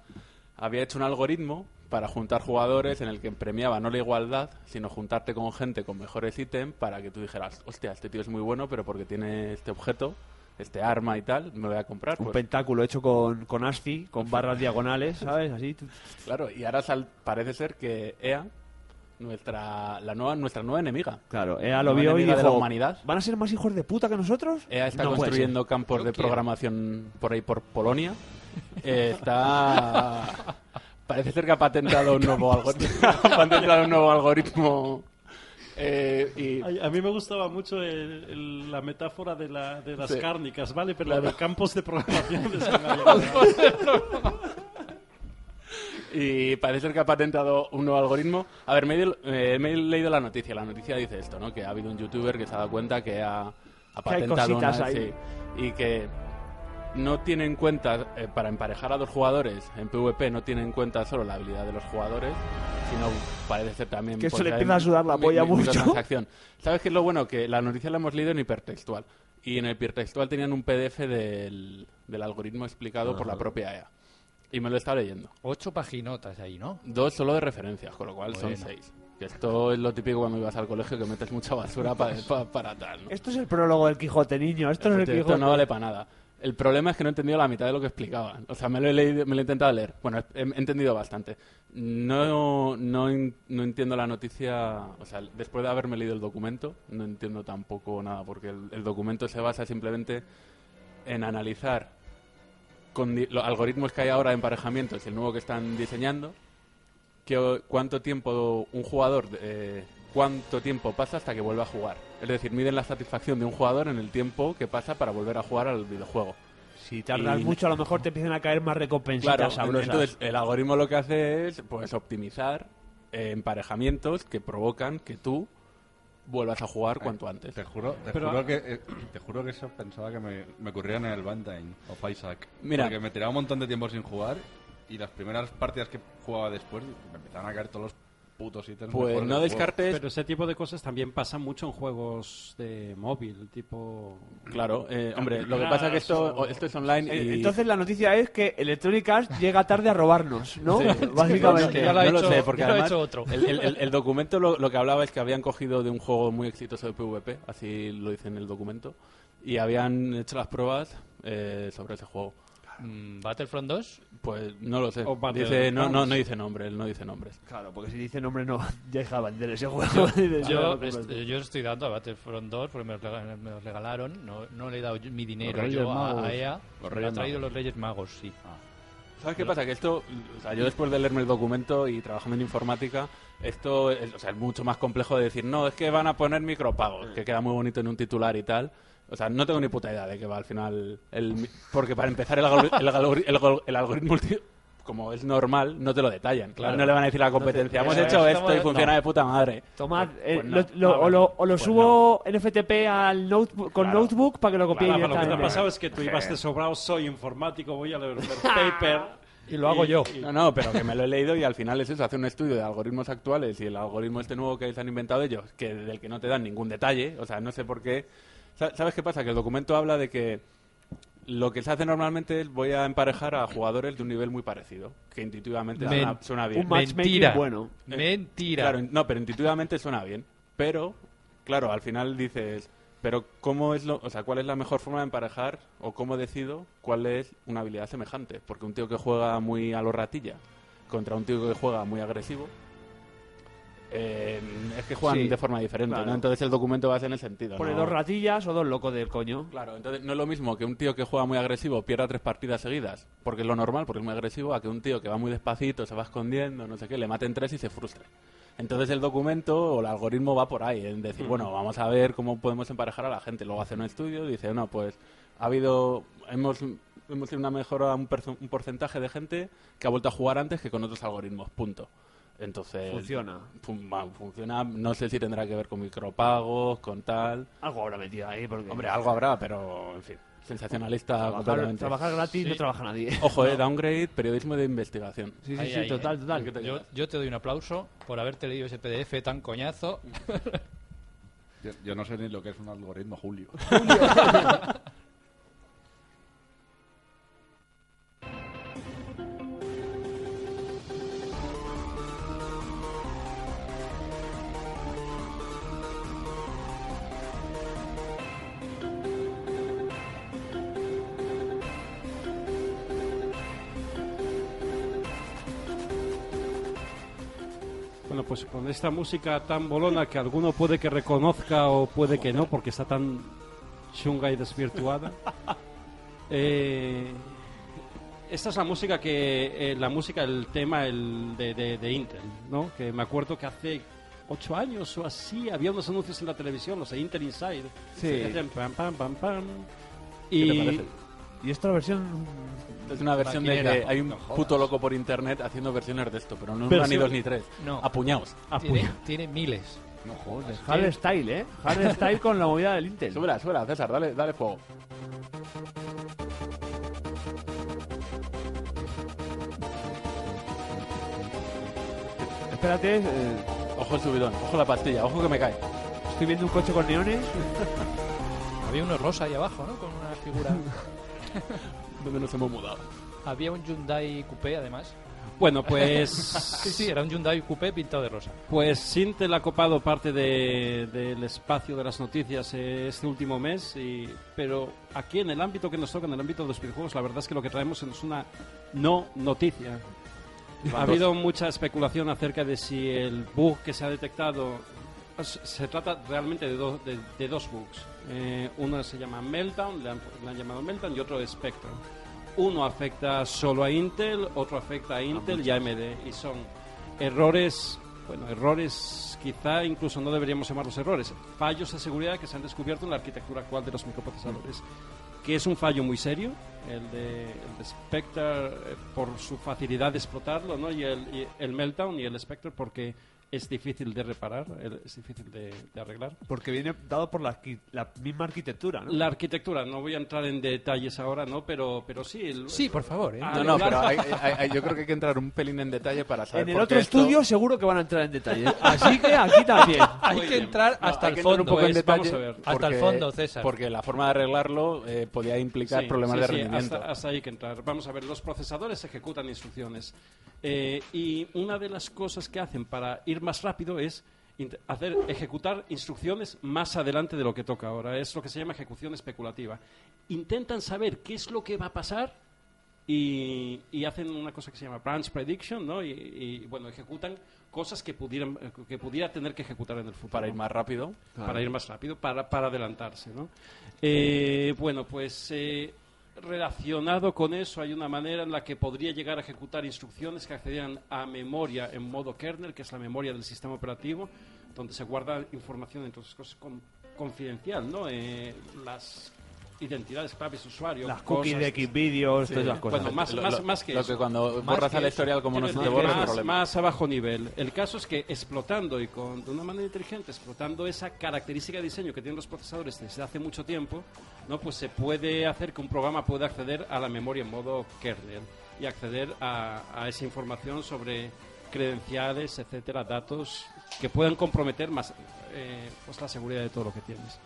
S6: había hecho un algoritmo para juntar jugadores en el que premiaba no la igualdad, sino juntarte con gente con mejores ítems para que tú dijeras, hostia, este tío es muy bueno, pero porque tiene este objeto, este arma y tal, me lo voy a comprar.
S2: Un
S6: pues,
S2: pentáculo hecho con, con ASCII, con barras diagonales, ¿sabes? Así. tu-
S6: Claro, y ahora sal- parece ser que EA, nuestra, la nueva, nuestra nueva enemiga,
S2: Claro, ella lo
S6: Una
S2: vio y
S6: enemiga
S2: dijo,
S6: de la humanidad.
S2: ¿van a ser más hijos de puta que nosotros?
S6: EA E está
S2: No puede ser.
S6: construyendo campos de programación por ahí, por Polonia. Eh, está. <laughs> Parece ser que ha patentado
S2: <laughs>
S6: un nuevo algoritmo. <laughs> ha patentado un nuevo algoritmo. eh, y
S5: Ay, a mí me gustaba mucho el- el- la metáfora de, la, de las
S6: Sí.
S5: cárnicas, ¿vale? Pero
S6: Claro.
S5: la de campos de programación.
S2: <laughs>
S5: es una-
S6: Y parece ser que ha patentado un nuevo algoritmo. A ver, me he, ido- eh, me he leído la noticia. La noticia dice esto, ¿no? Que ha habido un youtuber que se ha dado cuenta que ha, ha
S2: Que hay
S6: patentado una...
S2: cositas ahí.
S6: sí. y que no tiene en cuenta, eh, para emparejar a dos jugadores en PvP, no tiene en cuenta solo la habilidad de los jugadores, sino parece ser también...
S2: Que eso
S6: pues,
S2: le
S6: hay
S2: empieza a sudar la
S6: mi-
S2: polla
S6: mi-
S2: mucho.
S6: microtransacción. <laughs> ¿Sabes qué es lo bueno? Que la noticia la hemos leído en hipertextual. Y en el hipertextual tenían un PDF del, del algoritmo explicado por la propia EA. Y me lo está leyendo.
S3: Ocho paginotas ahí, ¿no?
S6: Dos solo de referencias, con lo cual son
S3: Bueno.
S6: seis. Que esto es lo típico cuando ibas al colegio, que metes mucha basura pa- pa- para tal. ¿no?
S2: Esto es el prólogo del Quijote, niño. Esto es el
S6: Esto
S2: Quijote.
S6: no vale para nada. El problema es que no he entendido la mitad de lo que explicaban. O sea, me lo he, leído- me lo he intentado leer. Bueno, he, he entendido bastante. No, no, en- no entiendo la noticia. O sea, después de haberme leído el documento, no entiendo tampoco nada, porque el, el documento se basa simplemente en analizar con di- los algoritmos que hay ahora de emparejamientos y el nuevo que están diseñando, que, o- cuánto tiempo un jugador, eh, cuánto tiempo pasa hasta que vuelva a jugar. Es decir, miden la satisfacción de un jugador en el tiempo que pasa para volver a jugar al videojuego.
S2: Si tardas
S6: Y-
S2: mucho, a lo mejor te empiezan a caer más recompensitas
S6: Claro,
S2: sabrosas.
S6: entonces el algoritmo lo que hace es pues optimizar eh, emparejamientos que provocan que tú vuelvas a jugar cuanto antes.
S4: Te juro, te
S5: Pero-
S4: juro que eh, te juro que eso pensaba que me, me ocurría en el Bandai of Isaac.
S6: Mira.
S4: Porque me tiraba un montón de tiempo sin jugar y las primeras partidas que jugaba después me empezaban a caer todos los putos ítems.
S6: Pues
S4: mejores
S6: no
S4: del
S6: descartes
S5: Pero ese tipo de cosas también pasa mucho en juegos de móvil, tipo...
S6: Claro, eh, hombre, lo que pasa es que esto,
S5: o-
S6: esto es online
S2: Eh,
S6: y...
S2: Entonces la noticia es que Electronic Arts llega tarde a robarnos, ¿no?
S6: Sí.
S2: <laughs> Básicamente.
S3: Ya lo ha
S6: no lo
S3: hecho-
S6: sé, porque
S3: ya lo ha
S6: además
S3: hecho otro.
S6: El,
S3: <laughs>
S6: el- el- el documento lo, lo que hablaba es que habían cogido de un juego muy exitoso de PvP, así lo dice en el documento, y habían hecho las pruebas eh, sobre ese juego.
S3: Mm, Battlefront 2,
S6: Pues no lo sé.
S5: O Battle
S6: Dice, no, no,
S5: Royale.
S6: no dice nombres, no dice nombres.
S2: Claro, porque si dice nombre no <laughs> deja vender ese juego. <laughs> Dices, no,
S3: yo,
S2: no, no, no.
S3: est- yo estoy dando a Battlefront 2 porque me los rega- me los regalaron. No, no le he dado yo- mi dinero
S4: Los Reyes
S3: yo a,
S4: Magos.
S3: a EA.
S4: Los
S3: Me lo
S4: Reyes
S3: han traído
S4: Magos.
S3: los Reyes Magos, sí.
S6: ¿Sabes qué pasa? Que esto, o sea, yo después de leerme el documento y trabajando en informática, esto es, o sea, es mucho más complejo de decir, no, es que van a poner micropagos, que queda muy bonito en un titular y tal. O sea, no tengo ni puta idea de qué va al final. El, mi- porque para empezar, el, algori- el algori- el algor- el algoritmo, ulti- como es normal, no te lo detallan. Claro. No le van a decir a la competencia, hemos
S2: eso
S6: hecho
S2: es,
S6: esto y
S2: no.
S6: funciona de puta madre.
S2: Tomad, eh,
S6: Pues no.
S2: lo- lo-
S6: Ah,
S2: o
S6: vale.
S2: lo, o lo
S6: Pues
S2: subo NFTP al notebook, con notebook para que lo copie
S5: Claro, pero lo que te ha
S2: directamente.
S5: pasado es que tú ibas de sobrado, soy informático, voy a
S3: <laughs>
S5: leer un paper...
S3: Y lo hago yo.
S6: No, no, pero que me lo he leído y al final es eso, hace un estudio de algoritmos actuales y el algoritmo este nuevo que se han inventado ellos, que del que no te dan ningún detalle, o sea, no sé por qué. Sa- ¿Sabes qué pasa? Que el documento habla de que lo que se hace normalmente es voy a emparejar a jugadores de un nivel muy parecido, que intuitivamente
S3: Men-
S6: suena, suena bien.
S2: Un matchmaking
S3: Mentira.
S2: bueno.
S6: Eh,
S3: Mentira.
S6: Claro, no, pero intuitivamente suena bien. Pero, claro, al final dices, pero ¿cómo es lo, o sea, cuál es la mejor forma de emparejar o cómo decido cuál es una habilidad semejante? Porque un tío que juega muy a lo ratilla contra un tío que juega muy agresivo, eh, es que juegan
S2: Sí,
S6: de forma diferente,
S2: claro.
S6: ¿no? Entonces el documento va a ser en ese sentido.
S2: Pone
S6: ¿no?
S2: dos ratillas o dos locos del coño.
S6: Claro, entonces no es lo mismo que un tío que juega muy agresivo pierda tres partidas seguidas, porque es lo normal, porque es muy agresivo, a que un tío que va muy despacito, se va escondiendo, no sé qué, le maten tres y se frustre. Entonces el documento o el algoritmo va por ahí, en decir, bueno, vamos a ver cómo podemos emparejar a la gente. Luego hace un estudio y dice, no, pues ha habido, hemos, hemos tenido una mejora, un, perso- un porcentaje de gente que ha vuelto a jugar antes que con otros algoritmos, punto.
S2: Eh,
S6: Entonces...
S2: Funciona.
S6: fun- va, funciona, no sé si tendrá que ver con micropagos, con tal...
S2: Algo habrá metido ahí porque...
S6: Hombre, algo habrá, pero, en fin, sensacionalista
S2: trabajar,
S6: completamente.
S2: trabajar gratis no trabaja nadie.
S6: Ojo, eh, downgrade, periodismo de investigación.
S2: Sí, sí,
S3: Ahí,
S2: sí,
S3: ahí,
S2: total,
S3: eh.
S2: total.
S6: ¿Qué te
S3: Yo, yo te doy un aplauso por haberte leído ese PDF tan coñazo.
S4: juego. Yo, yo no sé ni lo que es un algoritmo, Julio.
S5: Bueno, pues con esta música tan bolona que alguno puede que reconozca o puede que no, porque está tan chunga y desvirtuada. eh, esta es la música que eh, la música, el tema el de, de- de Intel, ¿no? Que me acuerdo que hace ocho años o así había unos anuncios en la televisión, los de Intel Inside.
S2: Sí.
S5: Que hacían pam pam pam pam. Y
S6: parece?
S2: Y esto la versión...
S6: Es una versión de que
S3: Maquinera.
S6: hay un puto loco por internet haciendo versiones de esto, pero no una,
S2: Versión-
S6: ni dos ni tres.
S3: No.
S6: Apuñados.
S3: Tiene, tiene miles.
S4: No joder.
S2: Hard Style, ¿eh? <laughs> Hard Style con la movida del Intel.
S6: Súbela, súbela, César, dale, dale fuego.
S2: Espérate, eh,
S6: Ojo el subidón, ojo la pastilla, ojo que me cae.
S2: estoy viendo un coche con neones.
S3: Había uno rosa ahí abajo, ¿no? Con una figura.
S6: donde nos hemos mudado.
S3: Había un Hyundai Coupé, además.
S5: Bueno, pues
S3: Sí, sí, era un Hyundai Coupé pintado de rosa.
S5: Pues Sintel ha copado parte de- del espacio de las noticias eh, este último mes, y- pero aquí en el ámbito que nos toca, en el ámbito de los videojuegos, la verdad es que lo que traemos es una no noticia. Ha habido mucha especulación acerca de si el bug que se ha detectado es- se trata realmente de, do- de- de dos bugs. Eh, uno se llama Meltdown, le han, le han llamado Meltdown, y otro Spectrum. Uno afecta solo a Intel, otro afecta a Intel y AMD. Y son errores, bueno, errores quizá incluso no deberíamos llamarlos errores, fallos de seguridad que se han descubierto en la arquitectura actual de los microprocesadores que es un fallo muy serio, el de, el de Spectre eh, por su facilidad de explotarlo, ¿no? Y el, y el Meltdown y el Spectre porque es difícil de reparar, el- es difícil de, de arreglar.
S2: Porque viene dado por la, arqui- la misma arquitectura, ¿no?
S5: La arquitectura, no voy a entrar en detalles ahora, ¿no? Pero, pero sí, el-
S3: Sí, por favor, ¿eh?
S5: Ah,
S6: No, no,
S5: claro.
S6: pero hay- hay- hay- yo creo que hay que entrar un pelín en detalle para saber.
S2: En el
S6: por
S2: otro
S6: qué esto-
S2: estudio seguro que van a entrar en
S5: <laughs>
S2: detalle. Así que aquí también.
S3: Hay que entrar
S6: No,
S3: hasta
S6: Ah,
S3: el
S6: hay que entrar
S3: fondo.
S6: un poco en
S3: ¿eh?
S6: detalle
S5: vamos a ver.
S3: Hasta el fondo, César.
S6: Porque la forma de arreglarlo eh, podía implicar
S5: Sí,
S6: problemas
S5: sí,
S6: de
S5: sí,
S6: rendimiento.
S5: hasta, hasta ahí que entrar. Vamos a ver, los procesadores ejecutan instrucciones. Eh, y una de las cosas que hacen para ir más rápido es int- hacer ejecutar instrucciones más adelante de lo que toca ahora. Es lo que se llama ejecución especulativa. Intentan saber qué es lo que va a pasar y, y hacen una cosa que se llama branch prediction, ¿no? Y, y, bueno, ejecutan cosas que pudieran que pudiera tener que ejecutar en el futuro
S6: Para ir más rápido.
S5: para ir más rápido, para, para adelantarse. ¿no? Eh, bueno, pues eh, relacionado con eso hay una manera en la que podría llegar a ejecutar instrucciones que accedieran a memoria en modo kernel, que es la memoria del sistema operativo, donde se guarda información, entonces cosas con- confidencial, ¿no? Eh, las identidades claves de usuario,
S2: Las cookies
S5: cosas-
S2: de Xvideos, todas esas cosas.
S5: Bueno, más,
S6: Lo-
S5: más,
S6: lo-
S5: más que
S6: lo
S5: eso.
S6: que cuando
S5: Más
S6: borras
S5: que
S6: al
S5: eso.
S6: historial como no
S5: Quiero
S6: se te
S5: decir,
S6: borra es un
S5: más,
S6: problema.
S5: Más a bajo nivel. El caso es que explotando y con, de una manera inteligente, explotando esa característica de diseño que tienen los procesadores desde hace mucho tiempo, no pues se puede hacer que un programa pueda acceder a la memoria en modo kernel y acceder a, a esa información sobre credenciales, etcétera, datos que puedan comprometer más eh, pues la seguridad de todo lo que tienes.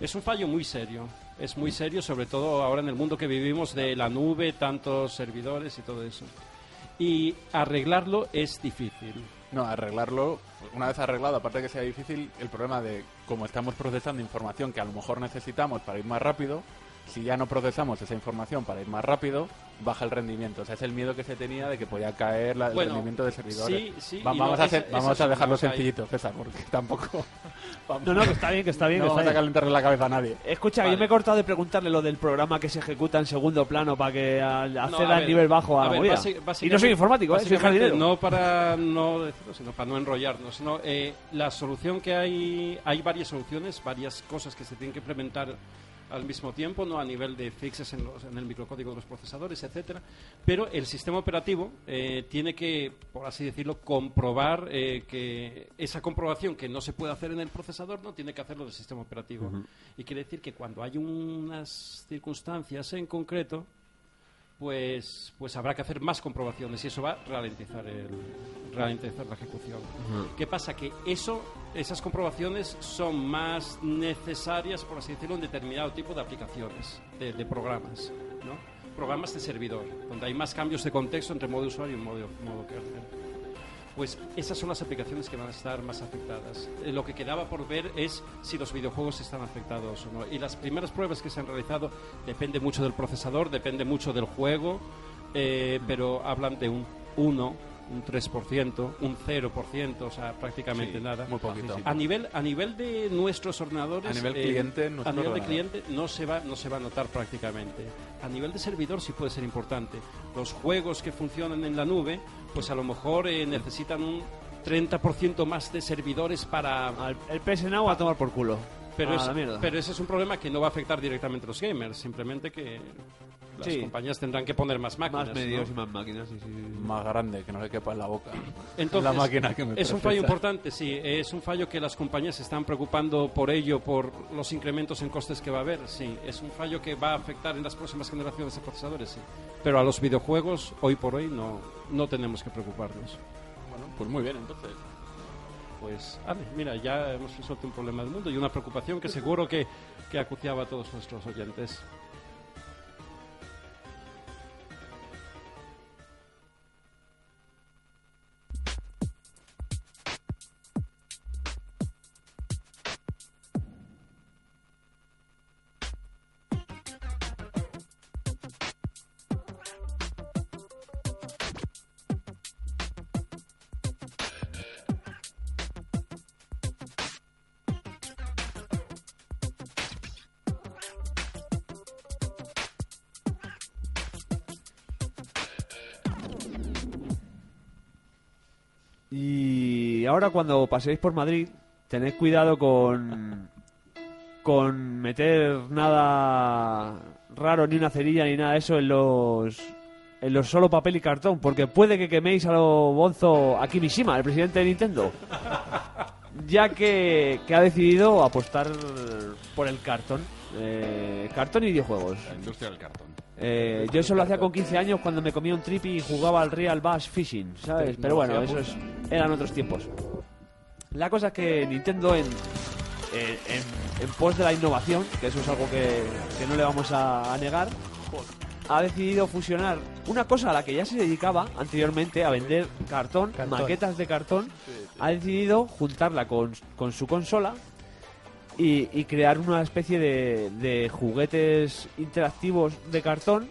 S5: Es un fallo muy serio, es muy serio, sobre todo ahora en el mundo que vivimos de la nube, tantos servidores y todo eso. Y arreglarlo es difícil.
S6: No, arreglarlo, una vez arreglado, aparte de que sea difícil, el problema de cómo estamos procesando información que a lo mejor necesitamos para ir más rápido, si ya no procesamos esa información para ir más rápido, baja el rendimiento. O sea, es el miedo que se tenía de que podía caer la- el
S5: Bueno,
S6: rendimiento de servidores.
S5: sí, sí,
S6: Va-
S5: y
S6: vamos
S5: no,
S6: a, hacer-
S5: esa-
S6: vamos
S5: esa
S6: a dejarlo
S5: es una cosa ahí.
S6: sencillito, César, porque <laughs> tampoco
S5: Pues
S6: vamos,
S2: No, no, que está bien, que está bien.
S6: no
S2: que
S6: vamos
S2: está
S6: a
S2: bien.
S6: calentarle la cabeza a <laughs> nadie.
S2: Escucha,
S5: Vale.
S2: yo me he cortado de preguntarle lo del programa que se ejecuta en segundo plano para que al- acceda
S5: a
S2: al
S5: ver,
S2: nivel bajo a, la
S5: ver,
S2: movida.
S5: basi-
S2: Y no soy informático, ¿eh? soy
S5: básicamente,
S2: jardinero.
S5: No para no decirlo, sino para no enrollarnos. ¿no? Eh, la solución que hay, hay varias soluciones, varias cosas que se tienen que implementar al mismo tiempo, no a nivel de fixes en, los- en el microcódigo de los procesadores, etcétera. Pero el sistema operativo eh, tiene que, por así decirlo, comprobar eh, que esa comprobación que no se puede hacer en el procesador no tiene que hacerlo del sistema operativo. Y quiere decir que cuando hay unas circunstancias en concreto, pues, pues habrá que hacer más comprobaciones y eso va a ralentizar, el, ralentizar la ejecución. ¿Qué pasa? Que eso, esas comprobaciones son más necesarias, por así decirlo, en determinado tipo de aplicaciones, de, de programas, ¿no? Programas de servidor, donde hay más cambios de contexto entre modo usuario y modo, modo kernel pues esas son las aplicaciones que van a estar más afectadas. Eh, lo que quedaba por ver es si los videojuegos están afectados o no. Y las primeras pruebas que se han realizado depende mucho del procesador, depende mucho del juego, eh, pero hablan de un 1, un 3%, un 0%, o sea, prácticamente nada.
S6: Muy poquito.
S5: A nivel, a nivel de nuestros ordenadores, eh,
S6: A nivel cliente, nuestro
S5: a nivel de
S6: ordenador.
S5: cliente no se va, no se va a notar prácticamente. A nivel de servidor sí puede ser importante. Los juegos que funcionan en la nube, pues a lo mejor eh, necesitan un 30% más de servidores para
S2: Al- el PS Now a tomar por culo.
S5: pero,
S2: a
S5: es-
S2: la mierda.
S5: pero ese es un problema que no va a afectar directamente a los gamers, simplemente que las
S2: Sí.
S5: compañías tendrán que poner más máquinas.
S2: más medios
S5: ¿no?
S2: y más máquinas. sí, sí, sí.
S6: Más grande, que no le quepa en la boca.
S5: Entonces,
S6: la máquina que me
S5: es un
S6: procesa.
S5: fallo importante, sí. Es un fallo que las compañías se están preocupando por ello, por los incrementos en costes que va a haber, sí. Es un fallo que va a afectar en las próximas generaciones de procesadores, sí. Pero a los videojuegos, hoy por hoy, no, no tenemos que preocuparnos.
S6: Bueno, pues muy bien, entonces.
S5: Pues, Ale, mira, ya hemos resuelto un problema del mundo y una preocupación que seguro que, que acuciaba a todos nuestros oyentes.
S2: Y ahora cuando paséis por Madrid, tened cuidado con con meter nada raro ni una cerilla ni nada de eso en los en los solo papel y cartón, porque puede que queméis a lo bonzo a Kimishima, el presidente de Nintendo. Ya que, que ha decidido apostar por el cartón. Eh, cartón y videojuegos.
S4: La industria del cartón.
S2: Eh, yo eso lo hacía con 15 años cuando me comía un tripi y jugaba al Real Bass Fishing, ¿sabes? Pero bueno, eso es- eran otros tiempos. La cosa es que Nintendo en, en, en- en pos de la innovación, que eso es algo que, que no le vamos a, a negar, ha decidido fusionar una cosa a la que ya se dedicaba anteriormente, a vender cartón, maquetas de cartón, ha decidido juntarla con, con su consola y, y crear una especie de, de juguetes interactivos de cartón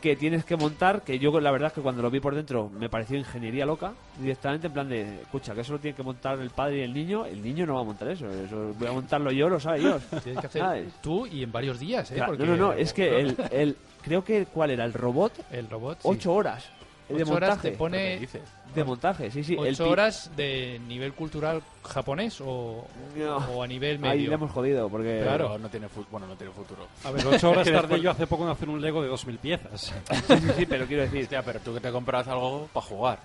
S2: que tienes que montar, que yo la verdad es que cuando lo vi por dentro me pareció ingeniería loca, directamente en plan de, escucha, que eso lo tiene que montar el padre y el niño, el niño no va a montar eso, eso voy a montarlo yo, lo sabe Dios.
S3: Tienes que hacer
S2: ¿Sabes?
S3: tú y en varios días, ¿eh?
S2: Claro,
S3: Porque
S2: no, no, no, es que el, el- creo que cuál era el robot,
S3: el robot... sí.
S2: ocho horas eh, de
S3: Ocho horas
S2: montaje.
S3: te pone
S2: De montaje, sí, sí. el
S3: ocho
S2: pi-
S3: horas de nivel cultural japonés o,
S2: No.
S3: o a nivel
S2: Ahí le
S3: medio.
S2: hemos jodido, porque...
S3: Claro.
S6: Pero no tiene, fu- bueno, no tiene futuro.
S5: A ver, ocho horas tardé yo hace poco en hacer un Lego de 2.000 piezas.
S2: Sí, sí, sí, pero quiero decir,
S6: Hostia, pero tú que te compras algo para jugar.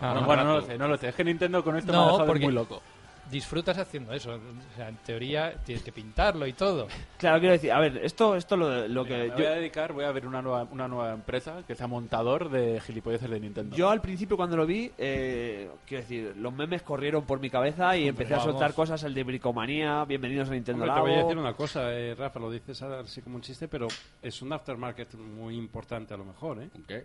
S3: Ah,
S6: bueno, bueno, no lo sé, no lo sé. Es que Nintendo con esto
S3: No,
S6: me ha dejado
S3: porque-
S6: muy loco.
S3: Disfrutas haciendo eso. O sea, en teoría tienes que pintarlo y todo.
S2: claro, quiero decir, a ver, esto esto lo, lo
S6: Mira,
S2: que...
S6: me
S2: yo-
S6: voy a dedicar, voy a ver una nueva, una nueva empresa que sea montador de gilipolleces de Nintendo. <laughs>
S2: Yo al principio cuando lo vi, eh, quiero decir, los memes corrieron por mi cabeza y empecé a soltar cosas, el de bricomanía, bienvenidos a Nintendo
S5: Hombre, te voy a
S2: Labo.
S5: decir una cosa, eh, Rafa, lo dices así como un chiste, pero es un aftermarket muy importante a lo mejor, ¿eh?
S4: ¿Qué?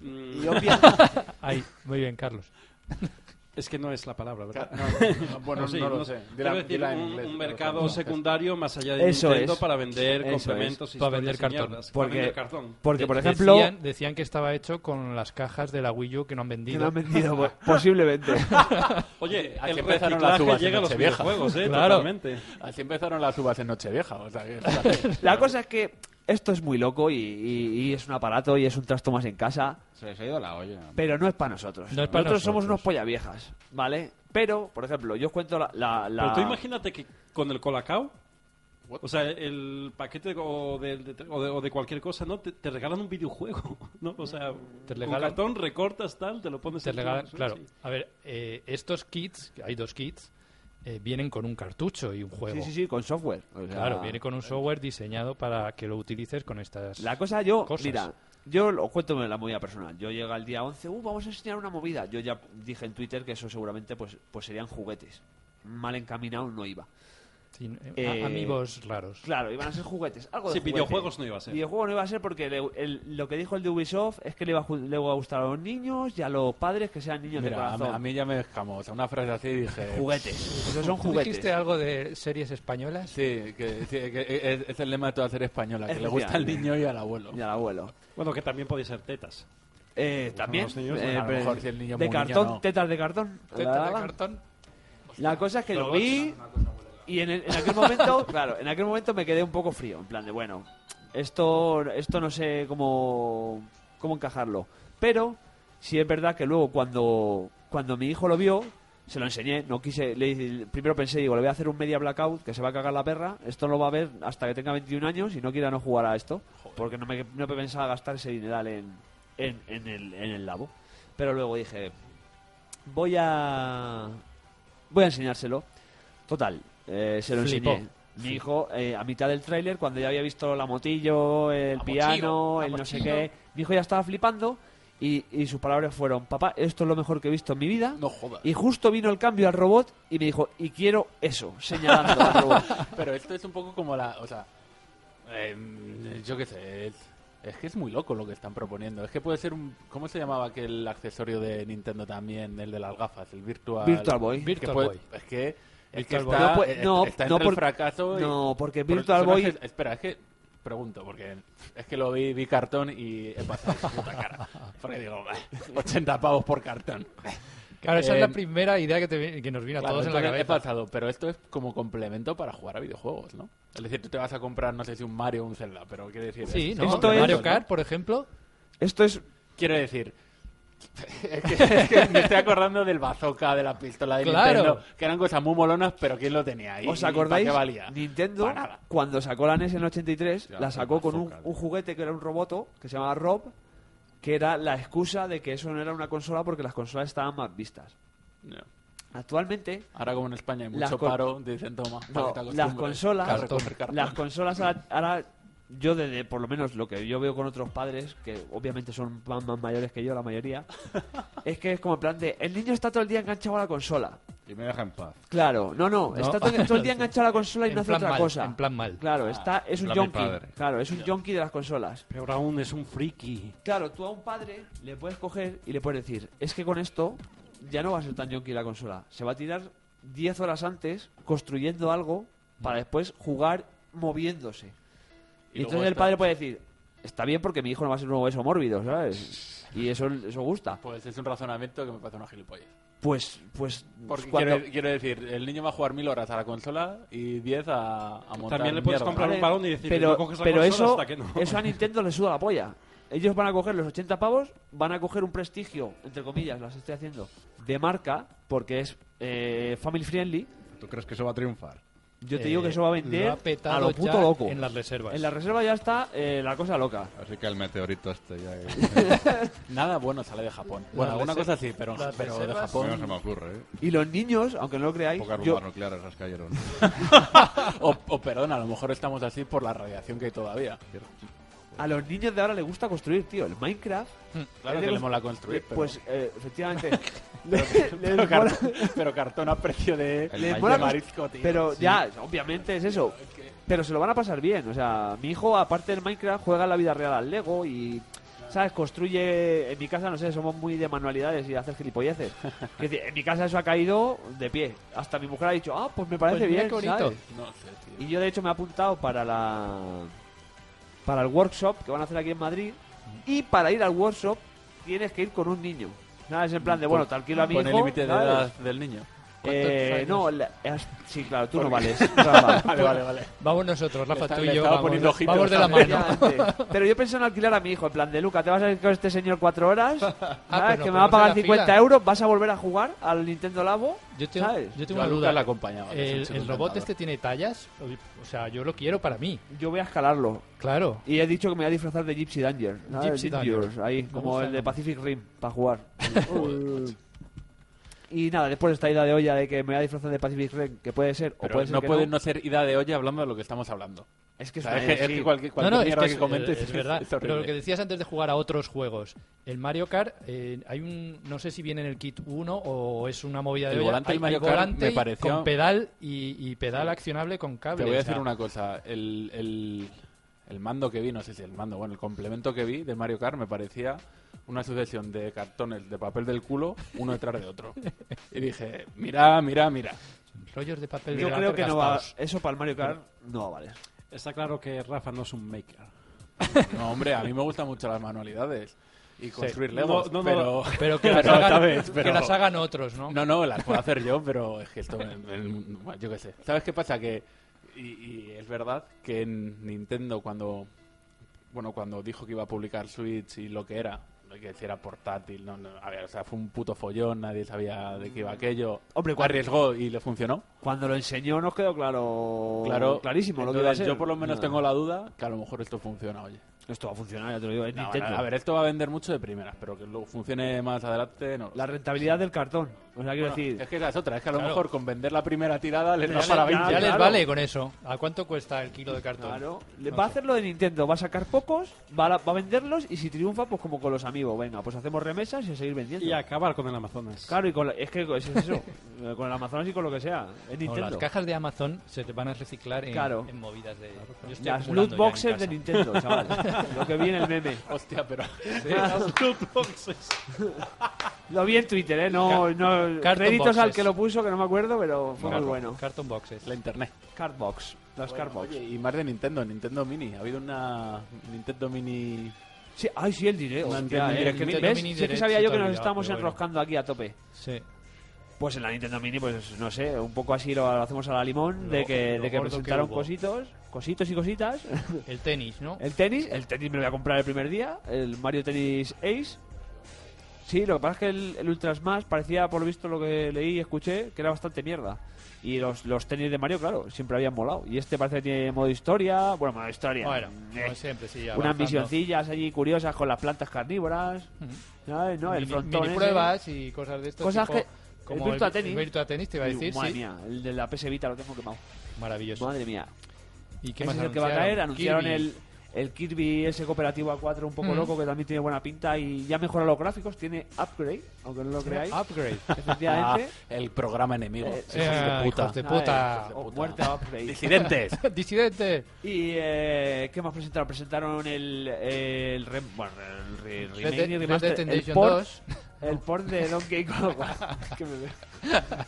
S5: Mm,
S2: Yo pienso-
S3: Ahí, muy bien, Carlos.
S5: <laughs> es que no es la palabra, ¿verdad? <laughs>
S6: <laughs> bueno,
S5: Sí,
S6: no lo
S5: no-
S6: sé.
S5: quiero
S6: Dila-
S5: decir,
S6: dila en
S5: un,
S6: inglés,
S5: un
S6: no lo sé.
S5: mercado
S6: No.
S5: secundario más allá de
S2: Eso
S5: Nintendo
S2: es.
S5: para vender
S2: Eso
S5: complementos y
S3: Para vender cartón.
S2: Porque-
S5: cartón.
S2: Porque, por
S3: De-
S2: ejemplo,
S3: Decían, decían que estaba hecho con las cajas de la Wii U que no han
S2: que
S3: vendido.
S2: me han vendido,
S5: <laughs>
S2: pues, posiblemente.
S5: Oye,
S6: Aquí
S5: el
S6: empezaron las
S5: reciclaje
S6: uvas en
S5: llega a los
S6: Nochevieja.
S5: videojuegos, ¿eh?
S3: Claro.
S5: Totalmente.
S6: Así empezaron las uvas en Nochevieja. O sea, <laughs> que, fíjate.
S2: La cosa es que esto es muy loco y, y- y es un aparato y es un trasto más en casa,
S4: Se les ha ido la olla.
S2: pero no es para nosotros.
S3: No es pa'
S2: nosotros somos
S3: nosotros.
S2: unos polla viejas, ¿vale? Pero, por ejemplo, yo os cuento la... la- la-
S5: Pero tú imagínate que con el colacao, o sea, el paquete o de, de- o de- o de cualquier cosa, ¿no? Te, te regalan un videojuego, <laughs> ¿no? O sea,
S3: Te
S5: te
S3: regalan-
S5: cartón, recortas, tal, te lo pones
S3: Te
S5: en tu
S3: regalan-
S5: Switch
S3: claro.
S5: y-
S3: A ver, eh, estos kits, que hay dos kits, eh, vienen con un cartucho y un juego.
S2: Sí, sí, Ah, sí, con software. o sea-
S3: Claro, viene con un software diseñado para que lo utilices con estas.
S2: La cosa yo,
S3: cosas.
S2: mira, yo lo cuento la movida personal. Yo llega el día 11, uh, vamos a enseñar una movida. Yo ya dije en Twitter que eso seguramente pues, pues serían juguetes. Mal encaminado no iba.
S3: Sin- eh,
S2: eh,
S3: a- amigos raros.
S2: Claro, iban a ser juguetes. Algo de
S5: Sí,
S2: juguete.
S5: videojuegos no iba a ser.
S2: Videojuego no iba a ser porque le- el- lo que dijo el de Ubisoft es que le iba, a, ju- le iba a gustar a los niños y a los padres que sean niños de
S6: Mira, a, mí-
S2: corazón.
S6: a mí ya me escamó. O sea, una frase así y dije...
S2: Juguetes. Esos son
S3: <laughs> ¿Tú
S2: juguetes.
S3: dijiste algo de series españolas?
S6: Sí, que, sí, que es, es el lema de toda serie española, que le gusta al
S2: Efectivamente.
S6: niño y al abuelo.
S2: Y al abuelo.
S5: Bueno, que también puede ser tetas.
S2: Eh, también.
S5: los niños,
S2: eh,
S6: bueno, a lo
S2: pero-
S6: mejor si el niño
S2: de
S6: es muy niño,
S2: cartón,
S6: no.
S2: tetas de cartón.
S3: Tetas de
S2: La-
S3: cartón.
S2: La cosa es que lo vi y en, el- en <laughs> aquel momento, claro, en aquel momento me quedé un poco frío, en plan de bueno, esto, esto no sé cómo, cómo encajarlo. Pero sí es verdad que luego cuando, cuando mi hijo lo vio, se lo enseñé, no quise, le- primero pensé, digo, le voy a hacer un media blackout que se va a cagar la perra, esto lo va a ver hasta que tenga 21 años y no quiera no jugar a esto, porque no me, no me pensaba gastar ese dineral en, en, en el, en el labo. Pero luego dije, voy a voy a enseñárselo total eh, se lo
S3: Flipó.
S2: enseñé mi hijo eh, a mitad del tráiler cuando ya había visto la motillo el piano el no sé qué mi hijo ya estaba flipando y, y sus palabras fueron papá esto es lo mejor que he visto en mi vida
S6: No jodas.
S2: y justo vino el cambio al robot y me dijo y quiero eso señalando al robot
S6: Pero esto es un poco como la... O sea, em, yo qué sé, es, es que es muy loco lo que están proponiendo. Es que puede ser un... ¿Cómo se llamaba aquel accesorio de Nintendo también, el de las gafas? El Virtual...
S2: Virtual Boy
S6: Que
S3: Virtual
S6: puede-
S3: Boy.
S6: Es que... Es que
S3: Virtual Boy.
S6: está,
S2: No, pues,
S6: eh,
S2: no,
S6: está
S2: no
S6: entre
S2: por-
S6: el fracaso y-
S2: no, porque
S6: Pero
S2: Virtual
S6: eso no
S2: Boy-
S6: es- espera, es que... Pregunto, porque es que lo vi, vi cartón y he pasado de
S3: <laughs>
S6: puta cara. Porque digo, 80 pavos por cartón.
S3: Claro, esa es
S6: Eh,
S3: la primera idea que, te vi- que nos vino a
S6: Claro,
S3: todos en la
S6: entonces He
S3: cabeza.
S6: pasado, pero esto es como complemento para jugar a videojuegos, ¿no? Es decir, tú te vas a comprar, no sé si un Mario o un Zelda, pero quiere decir...
S3: Sí, ¿no?
S2: Esto
S3: Mario
S2: es-
S3: Kart, por ejemplo.
S2: esto es
S6: Quiero decir, <laughs> Es que, es que me estoy acordando del bazooka, de la pistola de
S3: Claro.
S6: Nintendo, que eran cosas muy molonas, pero ¿quién lo tenía ahí?
S2: ¿Os
S6: ¿Y pa'
S2: acordáis?
S6: qué valía?
S2: Nintendo,
S6: Pa' nada.
S2: cuando sacó la NES en 83,
S4: Ya,
S2: la sacó con un,
S4: bazooka, tío.
S2: un juguete que era un roboto que se llamaba Rob, que era la excusa de que eso no era una consola porque las consolas estaban más vistas.
S6: Ya.
S2: Actualmente,
S6: Ahora como en España hay
S2: Las
S6: mucho
S2: con-
S6: paro, dicen, toma, para
S2: no,
S6: que te
S2: las
S6: acostumbres.
S2: consolas,
S6: Cartón, cartón.
S2: las consolas ahora, ahora yo desde por lo menos lo que yo veo con otros padres que obviamente son más, más mayores que yo la
S6: <laughs>
S2: mayoría, es que es como en plan de el niño está todo el día enganchado a la consola.
S4: Y me deja en paz.
S2: Claro, no, no,
S3: No.
S2: está todo, todo el día enganchado a la consola y
S3: En
S2: no hace
S3: plan
S2: otra
S3: mal,
S2: cosa.
S3: en plan mal.
S2: Claro, está, es
S4: en
S2: un
S4: plan mi
S2: yonki.
S4: padre.
S2: Claro, es un yonki de las consolas.
S5: Peor aún, es un friki.
S2: Claro, tú a un padre le puedes coger y le puedes decir, es que con esto ya no va a ser tan yonki la consola. Se va a tirar 10 horas antes construyendo algo para después jugar moviéndose.
S6: Y
S2: Y,
S6: luego
S2: entonces el
S6: está-
S2: padre puede decir, está bien porque mi hijo no va a ser un obeso mórbido, ¿sabes? Y eso, eso gusta.
S6: Pues es un razonamiento que me parece una gilipollez.
S2: Pues, pues,
S6: Porque
S2: cuando-
S6: quiero, quiero decir, el niño va a jugar mil horas a la consola y diez a, a montar
S5: También le puedes
S6: mierda.
S5: comprar un balón y decir,
S2: pero,
S5: no coges la
S2: pero
S5: consola
S2: eso,
S5: hasta que no.
S2: <laughs> eso a Nintendo le suda la polla. Ellos van a coger los 80 pavos, van a coger un prestigio, entre comillas, las estoy haciendo, de marca, porque es eh, family friendly.
S4: ¿Tú crees que eso va a triunfar?
S2: Yo te
S3: Eh,
S2: digo que eso va a vender
S3: lo ha petado
S2: a lo
S3: ya
S2: puto loco.
S3: en las reservas.
S2: En la reserva ya está eh, la cosa loca.
S4: Así que el meteorito este ya...
S6: <laughs> Nada bueno sale de Japón. Bueno,
S3: Las
S6: alguna
S3: reser-
S6: cosa sí, pero,
S3: las
S6: pero de
S3: reservas-
S4: no se
S6: Japón.
S4: me ocurre, ¿eh?
S2: Y los niños, aunque no lo creáis,
S4: Pocas
S2: yo,
S4: bombas nucleares las cayeron.
S6: <laughs> O, o perdón, a lo mejor estamos así por la radiación que hay todavía.
S2: a los niños de ahora les gusta construir, tío. El Minecraft,
S6: Claro
S2: Eh,
S6: que
S2: digo,
S6: le mola construir, pero,
S2: pues eh,
S3: <laughs>
S2: efectivamente... les
S6: <laughs> pero,
S2: mola-
S6: cartón, <laughs> pero cartón a precio de,
S4: El
S6: de
S2: Les mola
S6: marisco, tío.
S2: Pero
S6: Sí.
S2: ya, obviamente es eso. Pero se lo van a pasar bien. O sea, mi hijo, aparte del Minecraft, juega en la vida real al Lego y, ¿sabes? Construye. En mi casa, no sé, somos muy de manualidades y de hacer gilipolleces. Es decir, en mi casa eso ha caído de pie. Hasta mi mujer ha dicho, ah, pues me parece
S3: Pues mira
S2: bien.
S3: qué bonito.
S2: ¿sabes?
S6: No sé, tío.
S2: Y yo, de hecho, me he apuntado para la. Para el workshop que van a hacer aquí en Madrid. Y para ir al workshop, tienes que ir con un niño. ¿Sabes? En plan de, bueno, te alquilo a mi
S6: Con el
S2: hijo,
S6: límite de
S2: ¿sabes?
S6: edad del niño.
S3: ¿Cuántos
S2: Eh,
S3: años?
S2: no, la- as- sí, claro, tú no vales.
S3: <laughs>
S2: Rafa.
S6: Vale, vale, vale.
S3: Vamos nosotros, Rafa,
S6: Está-
S3: tú
S6: le
S3: y yo.
S6: estaba
S3: Vamos,
S6: poniendo ojitos,
S3: vamos de
S2: <laughs>
S3: la
S6: ¿sabes?
S3: mano.
S2: Efectivamente. Pero yo pensé en alquilar a mi hijo, en plan de Luca, te vas a ir con este señor cuatro
S3: <laughs>
S2: horas, ¿sabes?
S3: Ah, pero
S2: que
S3: nos
S2: me va a
S3: ponemos
S2: pagar
S3: en la
S2: 50
S3: fila.
S2: euros, vas a volver a jugar al Nintendo Labo,
S3: Yo tengo,
S2: ¿sabes?
S3: yo
S6: Yo
S3: tengo
S6: a
S3: una
S6: Lucas
S3: duda.
S6: la acompañaba, que es un
S3: El,
S6: chico
S3: el robot
S6: encantador.
S3: este tiene tallas. O sea, yo lo quiero para mí.
S2: Yo voy a escalarlo.
S3: Claro.
S2: Y he dicho que me voy a disfrazar de Gypsy Danger. ¿sabes?
S3: Gypsy Danger.
S2: Ahí,
S3: Me
S2: como
S3: gusta
S2: el de
S3: el nombre.
S2: Pacific Rim, para jugar. y nada, después de esta ida de olla de que me voy a disfrazar de Pacific Rim, que puede ser o
S6: Pero
S2: puede ser
S6: no
S2: que
S6: puede
S2: no.
S6: no ser ida de olla hablando de lo que estamos hablando.
S2: Es que
S6: O
S2: es
S6: sea,
S2: una-
S6: es que, es
S2: sí.
S6: que cualquier, cualquier
S3: no, no, es
S6: mierda
S3: que,
S6: que,
S3: es-
S6: comentes
S3: es, verdad.
S6: <laughs> es horrible.
S3: Pero lo que decías antes de jugar a otros juegos, el Mario Kart, eh, hay un, no sé si viene en el kit 1 o es una movida de
S6: El
S3: olla.
S6: volante
S3: hay,
S6: del Mario
S3: hay
S6: Kart
S3: volante
S6: me
S3: y-
S6: pareció-
S3: con pedal y, y pedal accionable con cable.
S6: Te voy
S3: o
S6: a
S3: sea,
S6: decir una cosa. El, el- el mando que vi, no sé si el mando, bueno, el complemento que vi de Mario Kart me parecía una sucesión de cartones de papel del culo, uno detrás de otro. Y dije, mira, mira, mira.
S3: rollos de papel
S2: Yo
S3: de
S2: creo
S3: gato
S2: que no va,
S3: gastados.
S2: eso para el Mario Kart no va a valer.
S5: Está claro que Rafa no es un maker.
S6: No, hombre, a mí me gustan mucho las manualidades y construir
S5: No,
S6: Legos,
S5: no, no.
S6: pero... <laughs>
S3: Pero que las,
S6: Pero,
S3: hagan,
S6: ¿sabes? Pero-
S3: que las hagan otros, ¿no?
S6: No, no, las puedo hacer yo, pero es que esto... me- me- bueno, yo qué sé. ¿Sabes qué pasa? Que... Y, y es verdad que en Nintendo cuando... Bueno, cuando dijo que iba a publicar Switch y lo que era, lo que era portátil, no, no, a ver, o sea, fue un puto follón, nadie sabía de qué iba aquello.
S2: Hombre, cuando-
S6: arriesgó y le funcionó.
S2: Cuando lo enseñó nos quedó claro,
S6: Claro,
S2: Oh, clarísimo lo que
S6: entonces
S2: iba a ser.
S6: Yo por lo menos
S2: No.
S6: tengo la duda que a lo mejor esto funciona, oye.
S2: Esto va a funcionar, ya te lo digo, es
S6: No,
S2: Nintendo.
S6: a ver, esto va a vender mucho de primeras, pero que luego funcione más adelante, no. lo
S2: La rentabilidad del cartón. O sea, quiero
S6: Bueno,
S2: decir,
S6: Es que esa es otra, es que a lo
S3: Claro.
S6: mejor con vender la primera tirada les da
S2: Ya
S6: para
S2: le- ya
S6: 20.
S3: Ya les
S2: claro.
S3: vale con eso. ¿A cuánto cuesta el kilo de cartón?
S2: claro, le- va a hacer lo de Nintendo, va a sacar pocos, va a, la- va a venderlos y si triunfa, pues como con los amigos, venga, pues hacemos remesas y a seguir vendiendo.
S5: Y acabar con el Amazonas.
S2: Claro, y con la- es que es eso, <laughs> eh, con el Amazonas y con lo que sea, es
S3: O las
S2: Nintendo.
S3: cajas de Amazon se van a reciclar en,
S2: Claro.
S3: en movidas de. Yo estoy
S2: Las
S3: acumulando
S2: loot
S3: ya en
S2: boxes de
S3: casa.
S2: Nintendo, chaval.
S6: <laughs>
S2: lo que vi en el meme.
S6: Hostia, pero.
S2: Lo vi en Twitter, ¿eh? No, no,
S3: carton
S2: créditos al
S3: boxes.
S2: que lo puso, que no me acuerdo, pero fue muy bueno.
S3: Carton boxes.
S6: La internet.
S2: Cardbox, las Cardbox.
S6: Oye, y más de Nintendo, Nintendo Mini. Ha habido una Nintendo Mini.
S2: Sí, ay, sí, el direct.
S6: No
S2: hostia,
S6: entiendo
S2: eh.
S6: directo.
S2: ¿Ves?
S3: Nintendo
S2: Si
S3: Mini
S2: es que
S3: Direct
S2: sabía
S3: se
S2: yo que
S3: te ha
S2: nos
S3: olvidado,
S2: estábamos
S3: pero bueno.
S2: enroscando aquí a tope.
S3: Sí.
S2: Pues en la Nintendo Mini, pues no sé, un poco así lo hacemos a la limón,
S3: Lo-
S2: de que,
S3: lo
S2: de que
S3: gordo que
S2: presentaron
S3: hubo.
S2: cositos, cositos y cositas.
S3: El tenis, ¿no?
S2: el tenis, el tenis me lo voy a comprar el primer día, el Mario Tennis Ace. Sí, lo que pasa es que el, el Ultra Smash parecía, por lo visto, lo que leí y escuché, que era bastante mierda. Y los, los tenis de Mario, claro, siempre habían molado. Y este parece que tiene modo historia, bueno, modo historia.
S3: Bueno,
S2: eh,
S3: como siempre, sí.
S2: unas
S3: avanzando.
S2: misioncillas allí curiosas con las plantas carnívoras. ¿Sabes? No, el
S3: Mini-
S2: frontón.
S3: mini
S2: ese.
S3: pruebas y cosas de estas.
S2: Cosas
S3: tipo-
S2: que-
S3: Como
S2: el Virtua Tennis.
S3: el Virtua Tennis te iba a
S2: Digo,
S3: decir,
S2: madre
S3: sí.
S2: mía, el de la PS Vita lo tengo quemado.
S3: Maravilloso.
S2: Madre mía.
S3: ¿Y qué
S2: Ese
S3: más
S2: es el que va a caer. Anunciaron
S3: Kirby.
S2: el, el Kirby ese cooperativo A4 un poco
S3: Mm.
S2: loco que también tiene buena pinta y ya mejora los gráficos. Tiene upgrade, aunque no lo creáis.
S3: Upgrade. <laughs>
S6: Ah,
S2: Efectivamente.
S6: el programa enemigo.
S2: Eh,
S6: hijos de
S3: eh,
S6: puta.
S3: hijos de puta.
S2: Ah, eh, o muerte a upgrade.
S6: Disidentes.
S3: Disidente.
S2: Y eh, ¿qué más presentaron? Presentaron el, el, re- bueno, el re- remake
S3: Red Dead-
S2: y
S3: Red
S2: remaster,
S3: Dead
S2: el
S3: Redemption
S2: port,
S3: 2.
S2: el port
S3: <laughs>
S2: de Donkey Kong, <laughs> que me veo.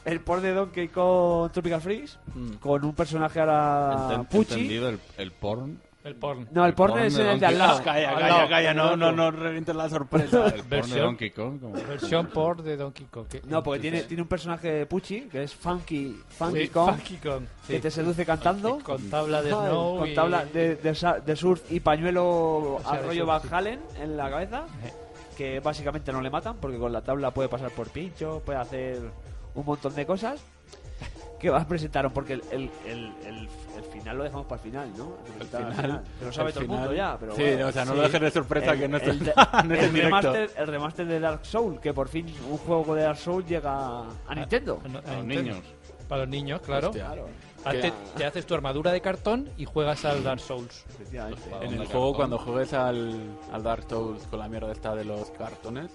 S2: el port de Donkey Kong Tropical Freeze
S3: Mm.
S2: con un personaje ahora
S4: Enten-
S2: Pucci.
S4: entendido el, el porn.
S3: El porn.
S2: No, el port
S4: porn
S2: es
S4: de
S2: el de
S4: Donkey
S2: al lado.
S6: Calla,
S2: Al
S6: calla,
S2: lado.
S6: calla,
S2: <laughs>
S6: no, no, no revientes la sorpresa.
S4: El porn de
S3: Versión.
S4: Donkey Kong.
S2: <laughs>
S4: como-
S3: Versión porn de Donkey Kong. que-
S2: No, porque tiene, tiene un personaje de Pucci que es Funky, funky
S3: Sí,
S2: Kong
S3: Funky Kong,
S2: que
S3: sí.
S2: te seduce cantando.
S3: Con tabla de
S2: Ay,
S3: snow.
S2: con
S3: y-
S2: tabla de, de sa- de surf y pañuelo
S3: sea,
S2: al
S3: de
S2: rollo
S3: surf,
S2: Van
S3: sí.
S2: Halen en la cabeza.
S6: Eh.
S2: Que básicamente no le matan porque con la tabla puede pasar por pincho, puede hacer un montón de
S6: <laughs>
S2: cosas. Que vas presentaron porque el, el, el- el- el final lo dejamos para el final, ¿no? Lo presentaron al
S6: final,
S2: Que Lo sabe
S6: al
S2: todo el mundo
S6: final.
S2: ya, pero
S6: Sí,
S2: bueno.
S6: o sea, no lo dejes de sorpresa que <laughs> no
S2: el,
S6: estés
S2: de-
S6: en el
S2: el
S6: directo.
S2: remaster, el remaster de Dark Souls, que por fin un juego de Dark Souls llega a Nintendo.
S3: A- a
S4: Los
S3: Nintendo.
S4: niños.
S3: Para los niños, claro.
S6: Hostia.
S3: Hazte- te haces tu armadura de cartón y juegas al Dark Souls.
S2: Efectivamente.
S6: En el juego, cuando juegues al, al Dark Souls con la mierda esta de los cartones,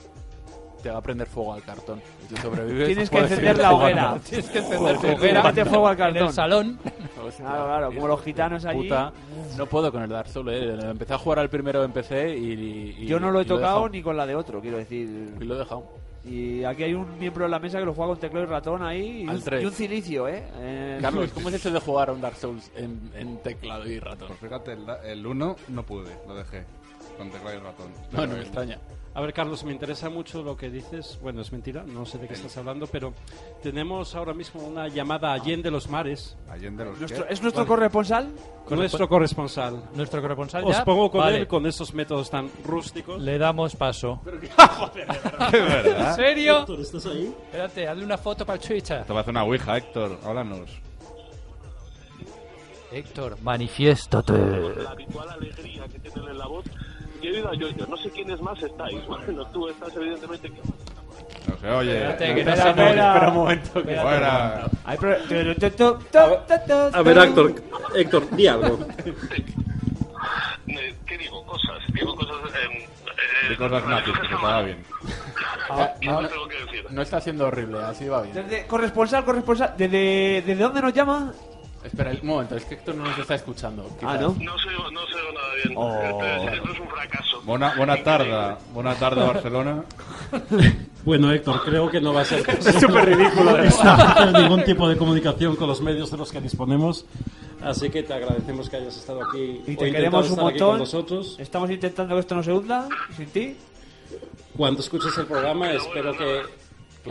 S6: te va a prender fuego al cartón. Y si sobrevives,
S2: Tienes que
S6: puedes
S2: encender
S6: seguir
S2: la
S6: jugando.
S2: hoguera.
S3: Tienes que encender tu
S2: Hoguera, mete fuego al
S3: en el
S2: cartón.
S3: salón.
S6: <laughs> Hostia,
S2: Claro, Ah, claro, como los gitanos allí.
S6: Puta, no puedo con el Dark Souls, eh. Empecé a jugar al primero en PC y. y-
S2: Yo no lo he
S6: y
S2: tocado
S6: dejado.
S2: ni con la de otro, quiero decir.
S6: Y lo he dejado.
S2: Y aquí hay un miembro de la mesa que lo juega con teclado y ratón ahí. Y,
S6: Al
S2: un,
S6: tres.
S2: y un cilicio, ¿eh? Eh,
S6: Carlos, ¿cómo es eso de jugar a un Dark Souls en, en teclado y ratón?
S4: Pues fíjate, el da- el 1 no pude, lo dejé. Con teclado y ratón.
S6: No, no
S4: Pero
S6: me
S4: el-
S6: extraña.
S5: A ver, Carlos, me interesa mucho lo que dices. Bueno, es mentira, no sé de qué estás hablando, pero tenemos ahora mismo una llamada a Allende los Mares,
S4: Allende los
S2: nuestro-
S4: que-
S2: ¿Es nuestro corresponsal?
S5: con nuestro corresponsal.
S3: Nuestro corresponsal
S5: Os
S3: ya.
S5: pongo con
S3: Vale.
S5: él con esos métodos tan rústicos.
S3: Le damos paso. ¿En
S4: ¿Verdad?
S3: serio? ¿estás ahí? Espérate, hazle una foto para el Twitter.
S4: Te va a hacer una ouija, Héctor. Háblanos.
S3: Héctor, manifiéstate.
S10: la habitual alegría que tienen en la voz. Y he oído a Yoyo, no sé quiénes más estáis. Bueno, tú estás evidentemente...
S4: No se oye.
S3: Espérate, que no
S2: Espera,
S3: se mueve.
S2: espera.
S6: Espera un momento que.
S4: Fuera.
S2: Hay pro- tu- tu- tu- tu-
S10: A
S2: tu-
S10: ver, Héctor,
S5: Héctor, di algo.
S10: Eh, ¿Qué digo? Cosas. Digo cosas... Eh, eh,
S4: De cosas nazis, que se estaba bien.
S6: Ah,
S10: No
S6: no,
S10: tengo que decir.
S6: no está siendo horrible, así va bien.
S2: Desde, corresponsal, corresponsal. ¿Desde, ¿Desde dónde nos llama?
S6: Espera, un momento, es que Héctor no nos está escuchando.
S2: Ah,
S6: quizás.
S2: ¿no?
S10: No se oigo- no se oigo nada bien. Esto, es, esto es un fracaso.
S4: Buena, buena tarde. Buena tarde, Barcelona.
S5: Bueno, Héctor, creo que no va a <laughs> ser
S6: Es súper ridículo. de verdad.
S5: hacer ningún tipo de comunicación con los medios de los que disponemos. Así que te agradecemos que hayas estado aquí
S2: Y
S5: o
S2: te
S5: intentado
S2: queremos un
S5: estar aquí
S2: montón.
S5: con nosotros.
S2: Estamos intentando que esto no se hunda sin ti.
S5: Cuando escuches el programa, espero que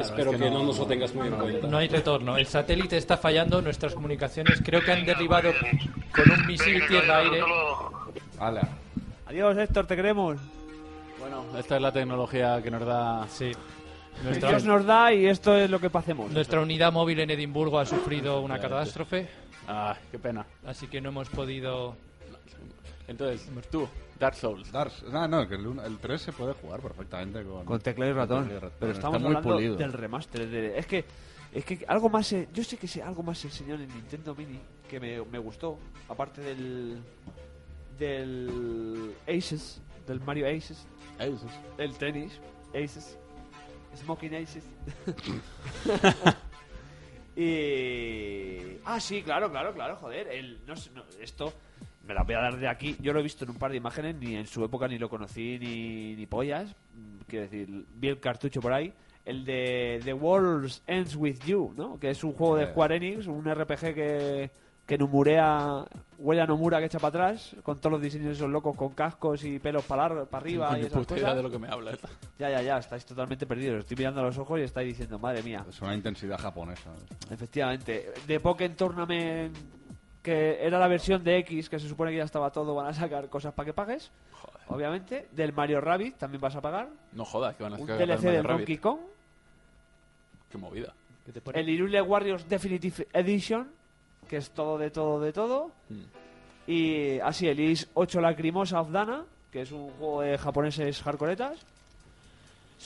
S5: espero
S6: es que
S5: que
S6: no-
S5: no nos lo tengas muy en cuenta.
S3: No hay retorno. El satélite está fallando. Nuestras comunicaciones creo que han derribado con un misil
S10: Venga,
S3: tierra-aire.
S10: hasta luego.
S4: Ala.
S2: Adiós, Héctor, te queremos.
S6: Bueno, esta es la tecnología que nos da.
S3: Sí. Nuestra,
S2: Dios nos da y esto es lo que pasemos.
S3: nuestra unidad móvil en Edimburgo ha sufrido una catástrofe,
S6: Ah, qué pena.
S3: así que no hemos podido.
S6: Entonces, tú, Dark Souls.
S4: Dars. No, no, que el, 3 se puede jugar perfectamente con,
S2: Con teclado y ratón.
S4: teclado y ratón.
S2: Pero
S4: Está
S2: estamos
S4: muy
S2: hablando
S4: pulido.
S2: del remaster. de- es que es que algo más se- yo sé que sé algo más se enseñó en el Nintendo Mini que me, me gustó, aparte del del Aces, del Mario Aces,
S6: eh,
S2: el tenis, Aces, Smoking <laughs> Aces. y ah, sí, claro, claro, claro, joder, el no, sé, no, esto me la voy a dar de aquí. Yo lo he visto en un par de imágenes, ni en su época ni lo conocí ni, ni pollas. Mm, Quiero decir, vi el cartucho por ahí. El de The World Ends With You, ¿no? Que es un juego de
S4: Sí.
S2: Square Enix, un RPG que, que numurea, huella Nomura que echa para atrás, con todos los diseños esos locos, con cascos y pelos para, para arriba y
S6: Ni
S2: esas
S6: puta idea
S2: cosas.
S6: de lo que me hablas.
S2: Ya, ya, ya, estáis totalmente perdidos. Estoy mirando a los ojos y estáis diciendo, madre mía.
S4: Es una intensidad japonesa.
S2: Efectivamente. De Pokémon Tournament, que era la versión de X, que se supone que ya estaba todo, van a sacar cosas para que pagues. obviamente. Del Mario Rabbit también vas a pagar.
S6: No jodas, que van a
S2: Un
S6: sacar para el
S2: DLC del
S6: Mario Rabbit.
S2: Donkey Kong.
S6: Qué movida.
S2: El Irule Warriors Definitive Edition, que es todo de todo de todo. Y así, el Is 8 Lacrimosa of Dana, que es un juego de japoneses hardcoretas.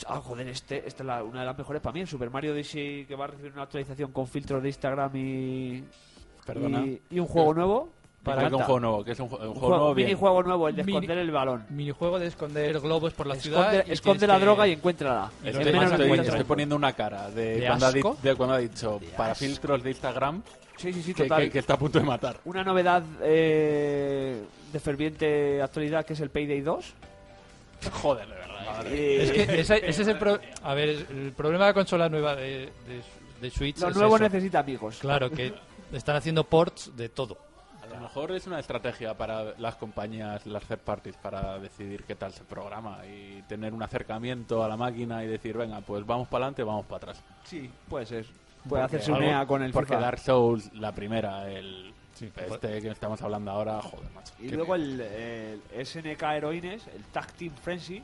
S2: Ah, joder, este, esta es la- una de las mejores para mí. El Super Mario Odyssey, que va a recibir una actualización con filtros de Instagram y.
S6: Perdona.
S2: Y, y un juego nuevo.
S6: Para
S2: Me
S6: que es un
S2: encanta.
S6: juego nuevo, que es un, ju- un juego,
S2: juego-
S6: nuevo bien.
S2: minijuego nuevo, el de
S3: Mini-
S2: esconder el balón.
S3: Minijuego de esconder globos por la
S2: Esconde,
S3: ciudad. y
S2: esconde
S3: tienes
S2: la
S3: que-
S2: droga y encuéntrala.
S3: Y
S6: Estoy, este
S3: lo demás
S6: estoy-
S3: encuentra-
S6: estoy poniendo una cara de,
S3: ¿De
S6: cuando, ha di-
S3: asco?
S6: de cuando ha dicho para
S2: asco.
S6: filtros de Instagram
S2: Sí, sí, sí,
S6: que,
S2: total.
S6: que- que está a punto de matar.
S2: Una novedad eh, de ferviente actualidad que es el Payday Eh, 2.
S6: Joder, de verdad.
S3: Es que esa- ese es el, pro- a ver, es- el problema de la consola nueva de, de, de Switch.
S2: Lo
S3: es
S2: nuevo
S3: eso.
S2: necesita amigos.
S3: Claro, que están haciendo ports de todo.
S6: A lo mejor es una estrategia para las compañías, las third parties, para decidir qué tal se programa y tener un acercamiento a la máquina y decir, venga, pues vamos para adelante, vamos para atrás.
S2: Sí, puede ser.
S6: Porque
S2: Puede hacerse un
S6: algo-
S2: EA con el
S6: Porque
S2: FIFA.
S6: Dark Souls, la primera, el
S3: pues-
S6: este que estamos hablando ahora, joder, macho.
S2: Y
S6: qué
S2: luego el, el SNK Heroines, el Tag Team Frenzy,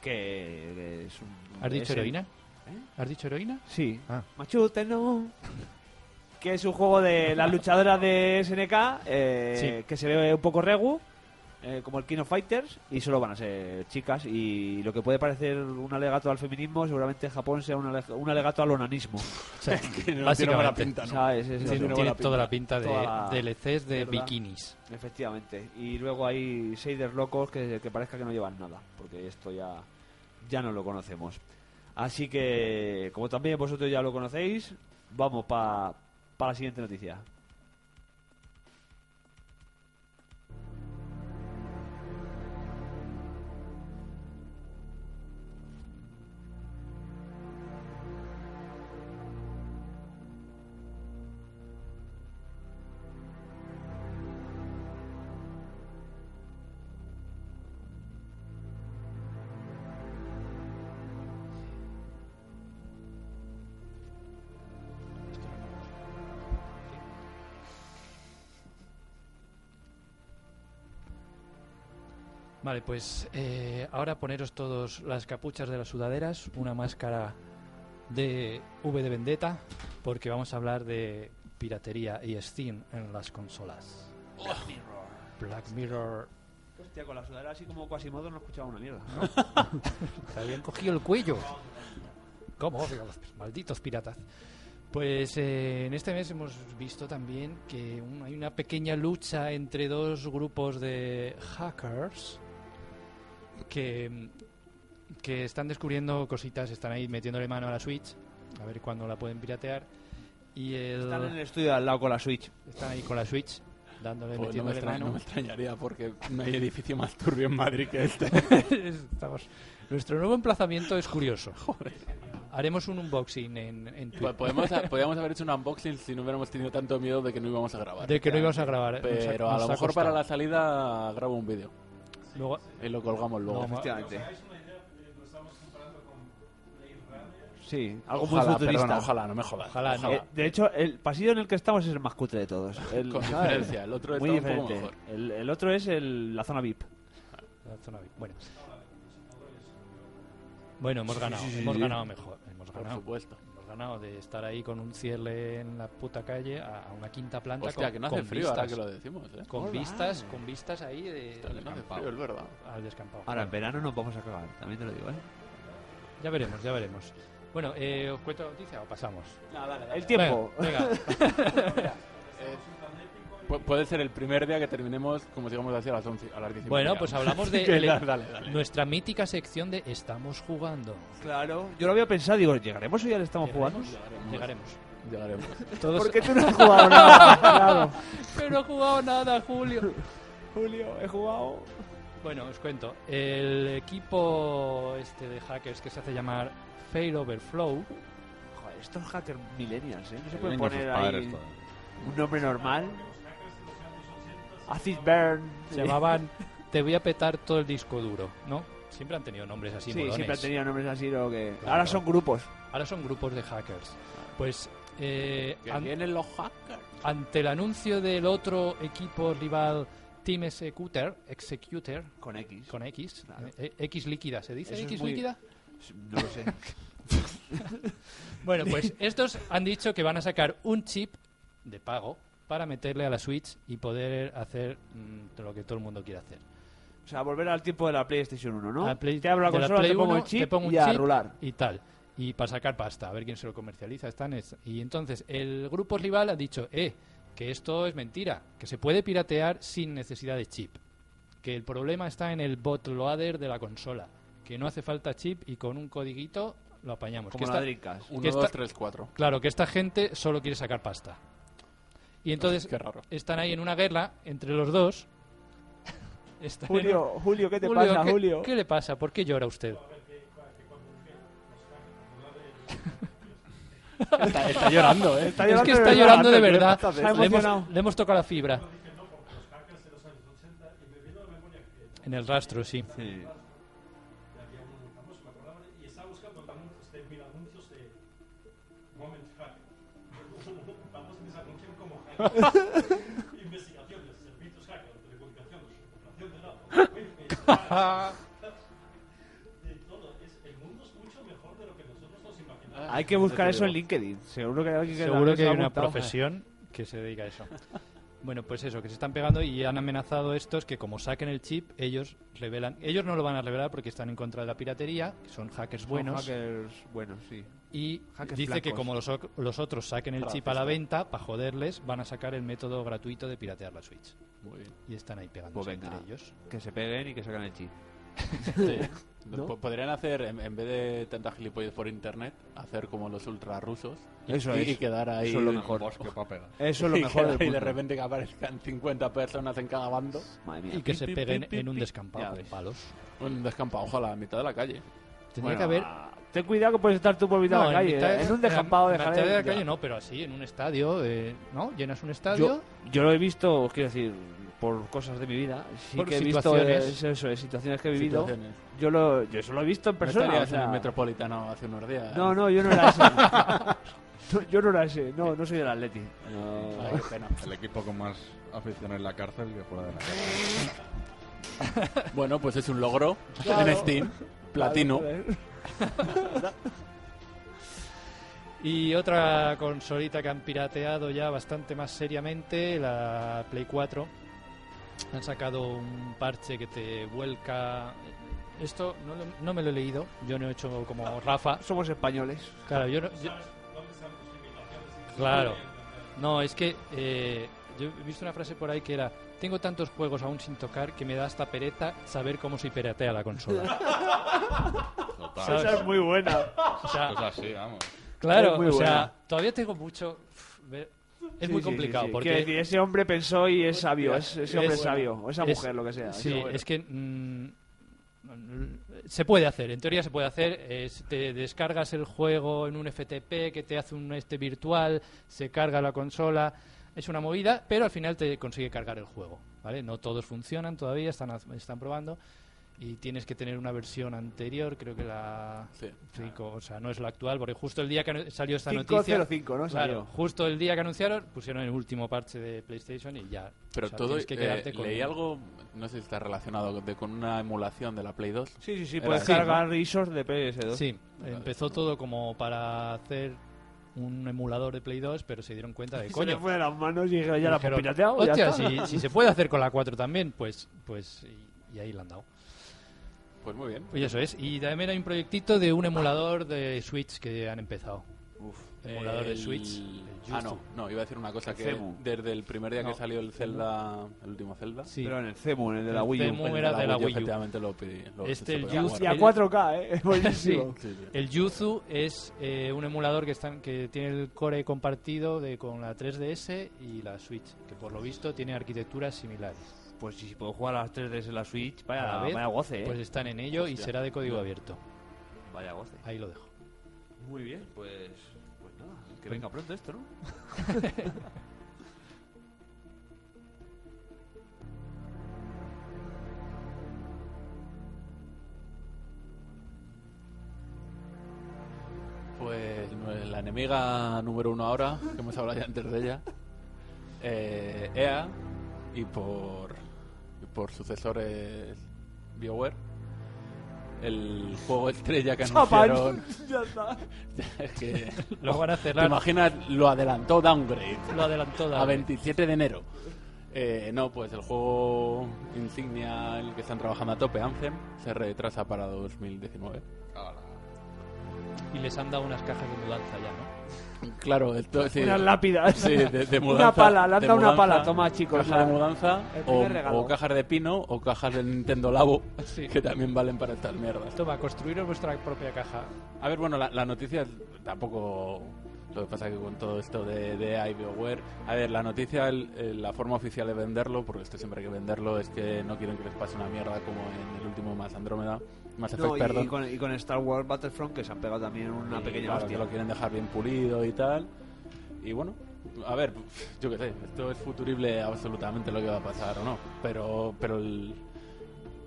S2: que es un...
S3: ¿Has dicho
S2: es el-
S3: heroína? ¿Has dicho heroína?
S2: Sí.
S3: Ah.
S2: Machute, no. Que es un juego de las luchadoras de SNK, eh,
S3: Sí.
S2: que se ve un poco regu, eh, como el King of Fighters, y solo van a ser chicas. Y lo que puede parecer un alegato al feminismo, seguramente en Japón sea un, ale- un alegato al onanismo.
S3: O sea,
S6: Que no tiene buena
S3: básicamente.
S6: pinta, ¿no?
S2: ¿Sabes? Es- es-
S3: Tiene,
S6: buena
S3: tiene
S6: pinta.
S3: toda la pinta de
S2: Toda la-
S3: DLCs de
S2: ¿verdad?
S3: bikinis.
S2: Efectivamente. Y luego hay shaders locos que, que parezca que no llevan nada, porque esto ya, ya no lo conocemos. Así que, como también vosotros ya lo conocéis, vamos para la siguiente noticia.
S3: Vale, pues eh, ahora poneros todos las capuchas de las sudaderas, una máscara de V de Vendetta, porque vamos a hablar de piratería y Steam en las consolas. Black Mirror.
S2: Hostia, con la sudadera así como Quasimodo no escuchaba una mierda.
S3: Te habían cogido el cuello. ¿Cómo? Malditos piratas. Pues eh, en este mes hemos visto también que un- hay una pequeña lucha entre dos grupos de hackers que, que están descubriendo cositas, están ahí metiéndole mano a la Switch, a ver cuándo la pueden piratear. Y el-
S2: Están en el estudio de al lado con la Switch.
S3: están ahí con la Switch, dándole,
S6: Pues no, me
S3: metiéndole
S6: extraña- no
S3: mano. <laughs>
S6: me extrañaría porque no hay edificio más turbio en Madrid
S2: <laughs>
S6: que este.
S3: Estamos- Nuestro nuevo emplazamiento es
S2: <laughs>
S3: curioso. Haremos un unboxing en, en Twitter.
S6: Po- Podemos, podríamos haber hecho un unboxing si no hubiéramos tenido tanto miedo de que no íbamos a grabar.
S3: De que no íbamos a grabar. eh, Nos ha-
S6: Pero a
S3: nos
S6: lo
S3: ha
S6: mejor para la
S3: costado.
S6: salida grabo un vídeo
S3: Luego-
S6: y lo colgamos luego.
S3: No, ma-
S2: Efectivamente. Sí, algo muy
S6: ojalá,
S2: futurista.
S6: perdona, ojalá, no me jodas.
S3: Ojalá, no.
S2: Eh, de hecho, el pasillo en el que estamos es el más cutre de todos. El,
S6: Con
S2: ¿sabes?
S6: diferencia, el otro
S2: Muy
S6: está un poco
S2: diferente.
S6: mejor.
S2: El, el otro es el- la zona VIP.
S3: eh, la zona B. Bueno. Bueno, hemos ganado. hemos ganado mejor. Hemos
S6: Por
S3: ganado.
S6: supuesto.
S3: Hemos ganado de estar ahí con un cierre en la puta calle a, a una quinta planta
S6: Hostia,
S3: con,
S6: que no hace
S3: con
S6: frío
S3: vistas.
S6: ahora que lo decimos, ¿eh?
S3: con vistas, con vistas ahí de,
S6: Hostia, que
S3: del
S6: no hace
S3: campao,
S6: frío, es verdad.
S3: al descampado.
S2: Ahora, en verano nos vamos a cagar, también te lo digo, ¿eh?
S3: Ya veremos, ya veremos. Bueno, eh, ¿os cuento la noticia o pasamos?
S2: El tiempo.
S3: Venga,
S2: <laughs>
S3: venga.
S6: Pu- puede ser el primer día que terminemos, como digamos así, a las 11, a las 10.
S3: bueno, pues hablamos de
S6: Que
S3: ele-
S6: dale, <laughs> dale, dale.
S3: nuestra mítica sección de Estamos jugando.
S2: Claro, yo lo había pensado, digo, ¿llegaremos o ya le estamos jugando?
S3: Llegaremos. Llegaremos.
S6: Llegaremos.
S3: Todos-
S2: Porque tú <laughs> no has jugado nada, claro.
S3: Pero no he jugado nada, Julio. <laughs>
S2: Julio, he jugado.
S3: Bueno, os cuento. El equipo este de hackers que se hace llamar Fail Overflow,
S2: Joder, estos hackers millennials, ¿eh? No se pueden
S4: Vienen con sus
S2: poner
S4: padres
S2: ahí
S4: todavía.
S2: un nombre normal. Acid Burn.
S3: se
S2: <laughs>
S3: llamaban Te voy a petar todo el disco duro, ¿no? Siempre han tenido nombres así
S2: Sí,
S3: molones.
S2: siempre han tenido nombres así, lo que...
S3: Claro.
S2: Ahora son grupos.
S3: Ahora son grupos de hackers.
S2: Ah.
S3: Pues eh,
S6: Que
S3: an-
S6: vienen los hackers.
S3: ante el anuncio del otro equipo rival Team Executor, Executor
S11: Con X.
S3: con X,
S11: Claro.
S3: eh, X líquida, ¿se dice
S11: Eso es
S3: X
S11: muy-
S3: líquida?
S11: No lo sé.
S3: <laughs> Bueno, pues estos han dicho que van a sacar un chip de pago para meterle a la Switch y poder hacer mm, lo que todo el mundo quiere hacer.
S2: O sea, volver al tiempo de la PlayStation 1, ¿no?
S3: A Play-
S2: te abro la
S3: de
S2: consola,
S3: Play
S2: te pongo el
S3: 1,
S2: chip
S3: te pongo un
S2: y a
S3: chip
S2: rular.
S3: Y tal. Y para sacar pasta, a ver quién se lo comercializa. Están es- Y entonces el grupo rival ha dicho, eh, que esto es mentira, que se puede piratear sin necesidad de chip. Que el problema está en el bootloader de la consola, que no hace falta chip y con un codiguito lo apañamos.
S6: Como
S3: que
S6: la
S3: esta-
S6: Dreamcast.
S3: que
S6: Uno, dos,
S3: esta-
S6: tres, cuatro.
S3: Claro, que esta gente solo quiere sacar pasta. Y entonces están ahí en una guerra entre los dos. <laughs> Están en
S2: Julio,
S3: un-
S2: Julio, ¿qué te pasa,
S3: ¿qué-
S2: Julio?
S3: ¿Qué le pasa? ¿Por qué llora usted?
S6: Está- está llorando, ¿eh? Está
S3: es
S6: llorando
S3: que
S6: de
S3: está
S6: verdad,
S3: llorando de
S6: Antonio,
S3: verdad.
S6: está
S3: Le
S6: emocionado.
S3: hemos, le hemos tocado la fibra. En el rastro, sí.
S12: y estaba buscando también este, mil anuncios de Moment Hack. Vamos a empezar con quién como hacker. Investigaciones, servicios hacker, telecomunicaciones, recuperación de datos, wifi, de todo. Es, el mundo es mucho mejor de lo que nosotros nos imaginamos.
S2: Hay que buscar eso en LinkedIn. Seguro que hay alguien que
S3: Seguro
S2: lo
S3: que hay
S2: ha
S3: una
S2: apuntado.
S3: profesión que se dedica a eso. Bueno, pues eso, que se están pegando y han amenazado estos que como saquen el chip, ellos revelan. Ellos no lo van a revelar porque están en contra de la piratería, que son hackers
S2: Son
S3: buenos.
S2: hackers buenos, sí.
S3: Y
S2: Hackers
S3: dice que
S2: blancos.
S3: como los, oc- los otros saquen el chip a la venta, para joderles, van a sacar el método gratuito de piratear la Switch.
S2: Muy bien.
S3: Y están ahí pegando
S2: Pues venga,
S3: entre ellos.
S2: que se peguen y que saquen el chip.
S6: Sí.
S2: ¿No?
S6: Po- Podrían hacer, en, en vez de tantas gilipollas por internet, hacer como los ultra rusos
S2: Eso
S6: y,
S2: es.
S6: y quedar ahí.
S2: Eso es lo mejor. Eso es lo
S6: <laughs> Y
S2: mejor
S6: <laughs> quedar
S2: del
S6: ahí de
S2: mundo.
S6: repente que aparezcan 50 personas en cada bando
S3: Y que se peguen en un descampado de palos.
S6: Un descampado, ojalá, a mitad de la calle.
S3: Tendría que haber-
S2: Ten cuidado que puedes estar tú por mitad de
S3: No,
S2: la calle.
S3: mitad
S2: ¿eh? En un descampado de
S3: en mitad de la
S2: jaleo.
S3: calle no, pero así, en un estadio, eh, ¿no? Llenas un estadio.
S2: Yo, yo lo he visto, os quiero decir, por cosas de mi vida. Sí
S3: Por
S2: que he visto
S3: situaciones.
S2: eh, eso, eh, situaciones que he vivido.
S6: Situaciones.
S2: Yo, lo, yo eso lo he visto en
S6: No
S2: persona.
S6: estarías
S2: o sea-
S6: en el Metropolitano hace unos días.
S2: No, no, yo no era ese.
S3: <laughs>
S2: No, yo no era ese. No, no soy del Atleti.
S4: Ay, El equipo con más afición en la cárcel que fuera de la cárcel.
S6: bueno, pues es un
S2: <laughs>
S6: logro
S4: Claro.
S6: en Steam, platino.
S4: Claro,
S3: Y otra consolita que han pirateado ya bastante más seriamente, la Play 4. Han sacado un parche que te vuelca. Esto no, lo- no me lo he leído, yo no he hecho como Rafa.
S2: Somos españoles.
S3: Claro, yo no. yo- Claro. No, es que eh, yo he visto una frase por ahí que era: Tengo tantos juegos aún sin tocar que me da hasta pereza saber cómo se piratea la consola. ¿Sabes?
S2: Esa es muy buena.
S3: O sea,
S4: Pues así, vamos.
S3: Claro,
S2: Es muy
S3: o sea,
S2: buena.
S3: todavía tengo mucho. pf, ver- Es
S2: Sí,
S3: muy
S2: sí, sí,
S3: complicado
S2: sí.
S3: porque
S2: Quiero decir, ese hombre pensó y es sabio.
S3: Mira,
S2: es- ese hombre es,
S3: es-
S2: sabio. O esa
S3: es-
S2: mujer, lo que sea.
S3: Sí,
S2: Eso, bueno.
S3: es que mm, se puede hacer, en teoría se puede hacer. es- te descargas el juego en un FTP que te hace un este virtual, se carga la consola. Es una movida, pero al final te consigue cargar el juego. ¿vale? No todos funcionan todavía, están, haz- están probando. Y tienes que tener una versión anterior, creo que la. cinco, o sea, no es la actual, porque justo el día que anu- salió esta noticia.
S2: 505, ¿no?
S3: Claro,
S2: Salió.
S3: justo el día que anunciaron, pusieron el último parche de PlayStation y ya.
S6: Pero
S3: O sea,
S6: todo,
S3: tienes que
S6: eh,
S3: quedarte con
S6: leí
S3: uno.
S6: algo, no sé si está relacionado de- con una emulación de la Play 2.
S2: Sí, sí, sí,
S6: Era
S2: puedes
S6: así, ¿no?
S2: cargar ISOs de PS2.
S3: Sí, empezó todo como para hacer un emulador de Play 2, pero se dieron cuenta
S2: <laughs>
S3: de
S2: Se
S3: coño.
S2: le fue de las manos y dijeron, ya la hemos
S3: Dijeron,
S2: pirateado, ya
S3: "Hostia,
S2: está".
S3: si, si se puede hacer con la 4 también, pues, pues y, y ahí la han dado.
S6: Pues muy bien.
S3: Pues eso es. Y también hay un proyectito de un emulador de Switch que han empezado. emulador de
S6: El-
S3: Switch.
S6: Ah, no, no, iba a decir una cosa
S3: El
S6: que
S3: Cemu.
S6: desde el primer día
S3: No,
S6: que salió el
S3: Cemu.
S6: Zelda, el último Zelda.
S3: Sí.
S2: Pero en el Cemu, en el de la Wii U.
S3: Cemu
S6: El de
S3: era
S6: la
S3: de la
S6: Wii U,
S3: Wii U. <laughs>
S6: efectivamente, lo pedí- lo-
S3: este,
S6: se
S3: el
S6: podía
S3: Yuzu-
S2: Y a 4K, <laughs> ¿eh? Buenísimo.
S3: Sí. El Yuzu es eh, un emulador que, está, en- que tiene el core compartido de, con la 3DS y la Switch, que por lo visto tiene arquitecturas similares.
S2: Pues si puedo jugar a las 3DS en la Switch, vaya,
S3: A la vez,
S2: vaya goce, ¿eh?
S3: Pues están en ello y
S2: Hostia.
S3: será de código abierto.
S2: Vaya goce.
S3: Ahí lo dejo.
S2: Muy bien, pues, pues nada, que venga pronto esto, ¿no?
S6: Pues no, la enemiga número uno ahora, que hemos hablado ya antes de ella, eh, EA, y E por por sucesores BioWare. El juego estrella que
S2: Chapan.
S6: anunciaron.
S3: <laughs>
S2: ya está.
S6: <laughs> es que.
S3: Lo van a cerrar.
S6: ¿Te imaginas? Lo adelantó Downgrade.
S3: Lo adelantó
S6: A
S3: Downgrade.
S6: 27 de enero. Eh, no, pues el juego insignia, el que están trabajando a tope, Anthem, se retrasa para 2019.
S3: Y les han dado unas cajas de mudanza ya, ¿no?
S6: Claro, esto sí.
S2: Unas lápidas.
S6: Sí, de,
S2: <laughs>
S6: de
S2: Una
S6: mudanza.
S2: pala, le han
S6: de
S2: dado una
S6: mudanza,
S2: pala. Toma, chicos,
S6: Caja de
S2: la-
S6: mudanza.
S2: el primer regalo.
S6: O, o cajas de pino o cajas de Nintendo Labo. Que también valen para estas mierdas.
S3: Toma, construiros vuestra propia caja.
S6: A ver, bueno, la, la noticia es- tampoco. Lo que pasa que con todo esto de, de BioWare. A ver, la noticia, el- el- la forma oficial de venderlo, porque esto siempre hay que venderlo, es que no quieren que les pase una mierda como en el último Mass Andrómeda. Mass Effect,
S2: No, y,
S6: Pues perdón.
S2: y con, y con Star Wars Battlefront que se han pegado también una
S6: Y
S2: pequeña
S6: claro,
S2: hostia.
S6: que lo quieren dejar bien pulido y tal. Y bueno, a ver, <laughs> yo qué sé, esto es futurible absolutamente lo que va a pasar o no. Pero, pero el-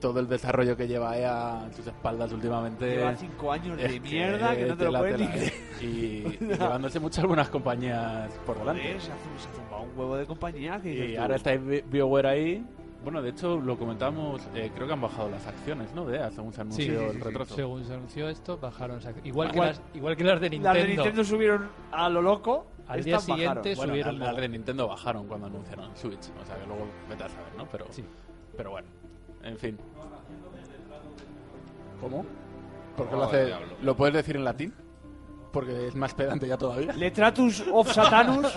S6: todo el desarrollo que lleva EA en sus espaldas últimamente.
S2: Lleva cinco años de
S6: es
S2: mierda que no te lo
S6: tela,
S2: puedes ni
S6: tela,
S2: creer.
S6: ¿eh?
S2: <laughs>
S6: Y, y llevándose muchas buenas compañías por delante.
S2: Joder, se ha fu- se ha zumbado un huevo de compañía que dices
S6: Y
S2: tú,
S6: ahora está Bi- BioWare ahí. Bueno, de hecho, lo comentamos, eh, creo que han bajado las acciones, ¿no? De EA, según se anunció el retraso.
S3: Según se anunció esto, bajaron. esa- Igual, que
S6: Igual-
S3: las, igual que las de Nintendo.
S2: Ah, Las de Nintendo subieron a lo loco.
S3: Al
S2: estas bajaron.
S3: día siguiente
S6: Bueno,
S3: subieron.
S6: al- al de Nintendo bajaron cuando anunciaron el Switch. O sea, que luego vete a saber, ¿no? Pero, pero bueno, en fin. ¿Cómo? ¿Por qué lo,
S4: Oh,
S6: hace-
S4: diablo.
S6: ¿Lo puedes decir en latín? Porque es más pedante ya todavía.
S2: Letratus of Satanus.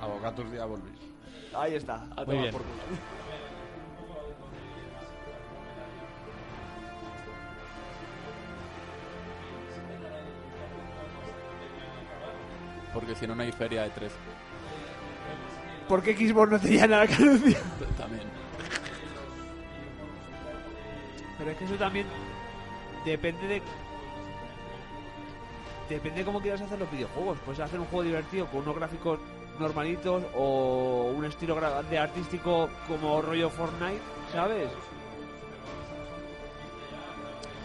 S4: Abogatus Diabolis.
S2: Ahí está.
S6: A
S3: Muy
S6: tomar
S3: bien.
S6: por culo. Porque si no, no hay feria de tres.
S2: ¿Por qué Xbox no tenía nada que anunciar?
S6: También.
S2: Pero es que eso también depende de. Depende de cómo quieras hacer los videojuegos. Puedes hacer un juego divertido con unos gráficos normalitos o un estilo gra- de artístico como rollo Fortnite, ¿sabes?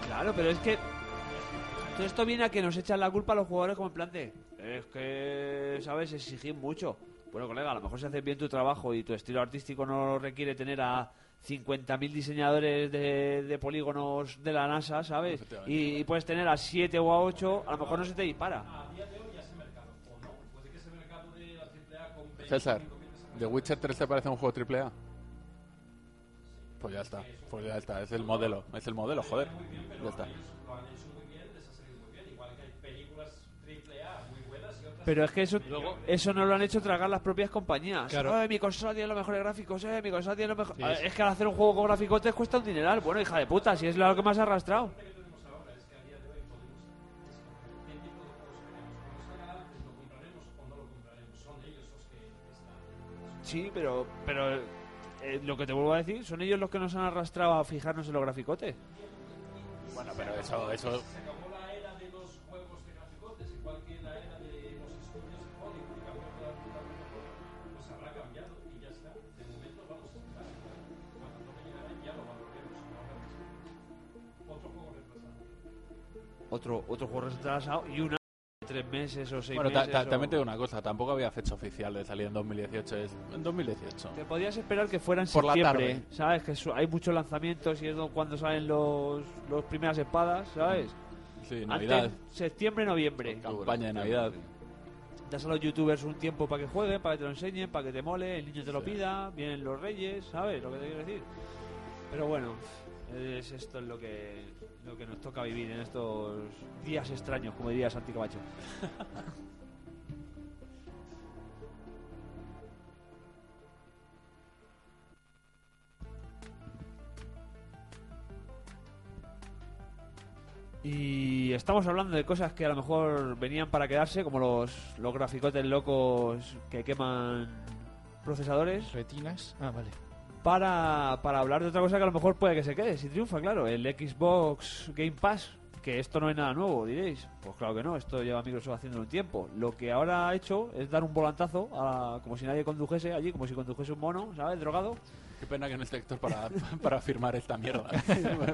S2: Claro, pero es que. Todo esto viene a que nos echan la culpa a los jugadores como en plan de. Es que, ¿sabes? Exigir mucho. Bueno, colega, a lo mejor si haces bien tu trabajo y tu estilo artístico no requiere tener a 50.000 diseñadores de, de polígonos de la NASA, ¿sabes? Y, y puedes tener a 7 o a 8, a lo mejor no se te dispara.
S12: A día de hoy ya ese mercado, o no, puede que ese mercado de la AAA con
S6: César, ¿The Witcher 3 te parece un juego triple A? Pues ya está, pues ya está, es el modelo, es el modelo, joder. Ya está.
S12: lo han hecho muy bien, les ha salido muy bien, igual que hay películas AAA muy buenas y otras
S2: Pero es que eso,
S12: Luego-
S2: eso no lo han hecho tragar las propias compañías.
S3: Claro.
S2: "Ay, mi consola tiene los mejores gráficos, eh, mi consola tiene los mejores...
S3: Sí,
S2: A ver,
S3: sí.
S2: Es que al hacer un juego con graficotes cuesta un dineral. Bueno, hija de puta, si es lo que más ha arrastrado. Sí, pero, pero eh, lo que te vuelvo a decir, son ellos los que nos han arrastrado a fijarnos en los graficotes.
S6: Bueno, pero eso, eso,
S2: Pues Otro, otro juego retrasado y una de tres meses o seis
S6: bueno, ta-
S2: meses.
S6: ta-
S2: o-
S6: también te digo una cosa, tampoco había fecha oficial de salir en 2018, es en 2018.
S2: Te podías esperar que fuera en
S6: Por la
S2: septiembre,
S6: tarde. ¿eh?
S2: ¿sabes? Que su- hay muchos lanzamientos y es do- cuando salen los, los primeras espadas, ¿sabes?
S6: Sí,
S2: Antes,
S6: Navidad,
S2: septiembre, noviembre.
S6: campaña de Navidad.
S2: Das a los youtubers un tiempo para que jueguen, para que te lo enseñen, para que te mole, el niño te lo pida, vienen los reyes, ¿sabes? Lo que te quiero decir. Pero bueno, es esto es lo que, lo que nos toca vivir en estos días extraños, como diría Santi Camacho. <laughs> Y estamos hablando de cosas que a lo mejor venían para quedarse, como los, los graficotes locos que queman procesadores.
S3: Retinas. Ah, vale.
S2: para, para hablar de otra cosa que a lo mejor puede que se quede, si triunfa, claro, el Xbox Game Pass, que esto no es nada nuevo, diréis. Pues claro que no, esto lleva Microsoft haciendo un tiempo. Lo que ahora ha hecho es dar un volantazo, a- como si nadie condujese allí, como si condujese un mono, ¿sabes? Drogado.
S6: Qué pena que no esté Héctor para, <laughs> para firmar esta <laughs> mierda.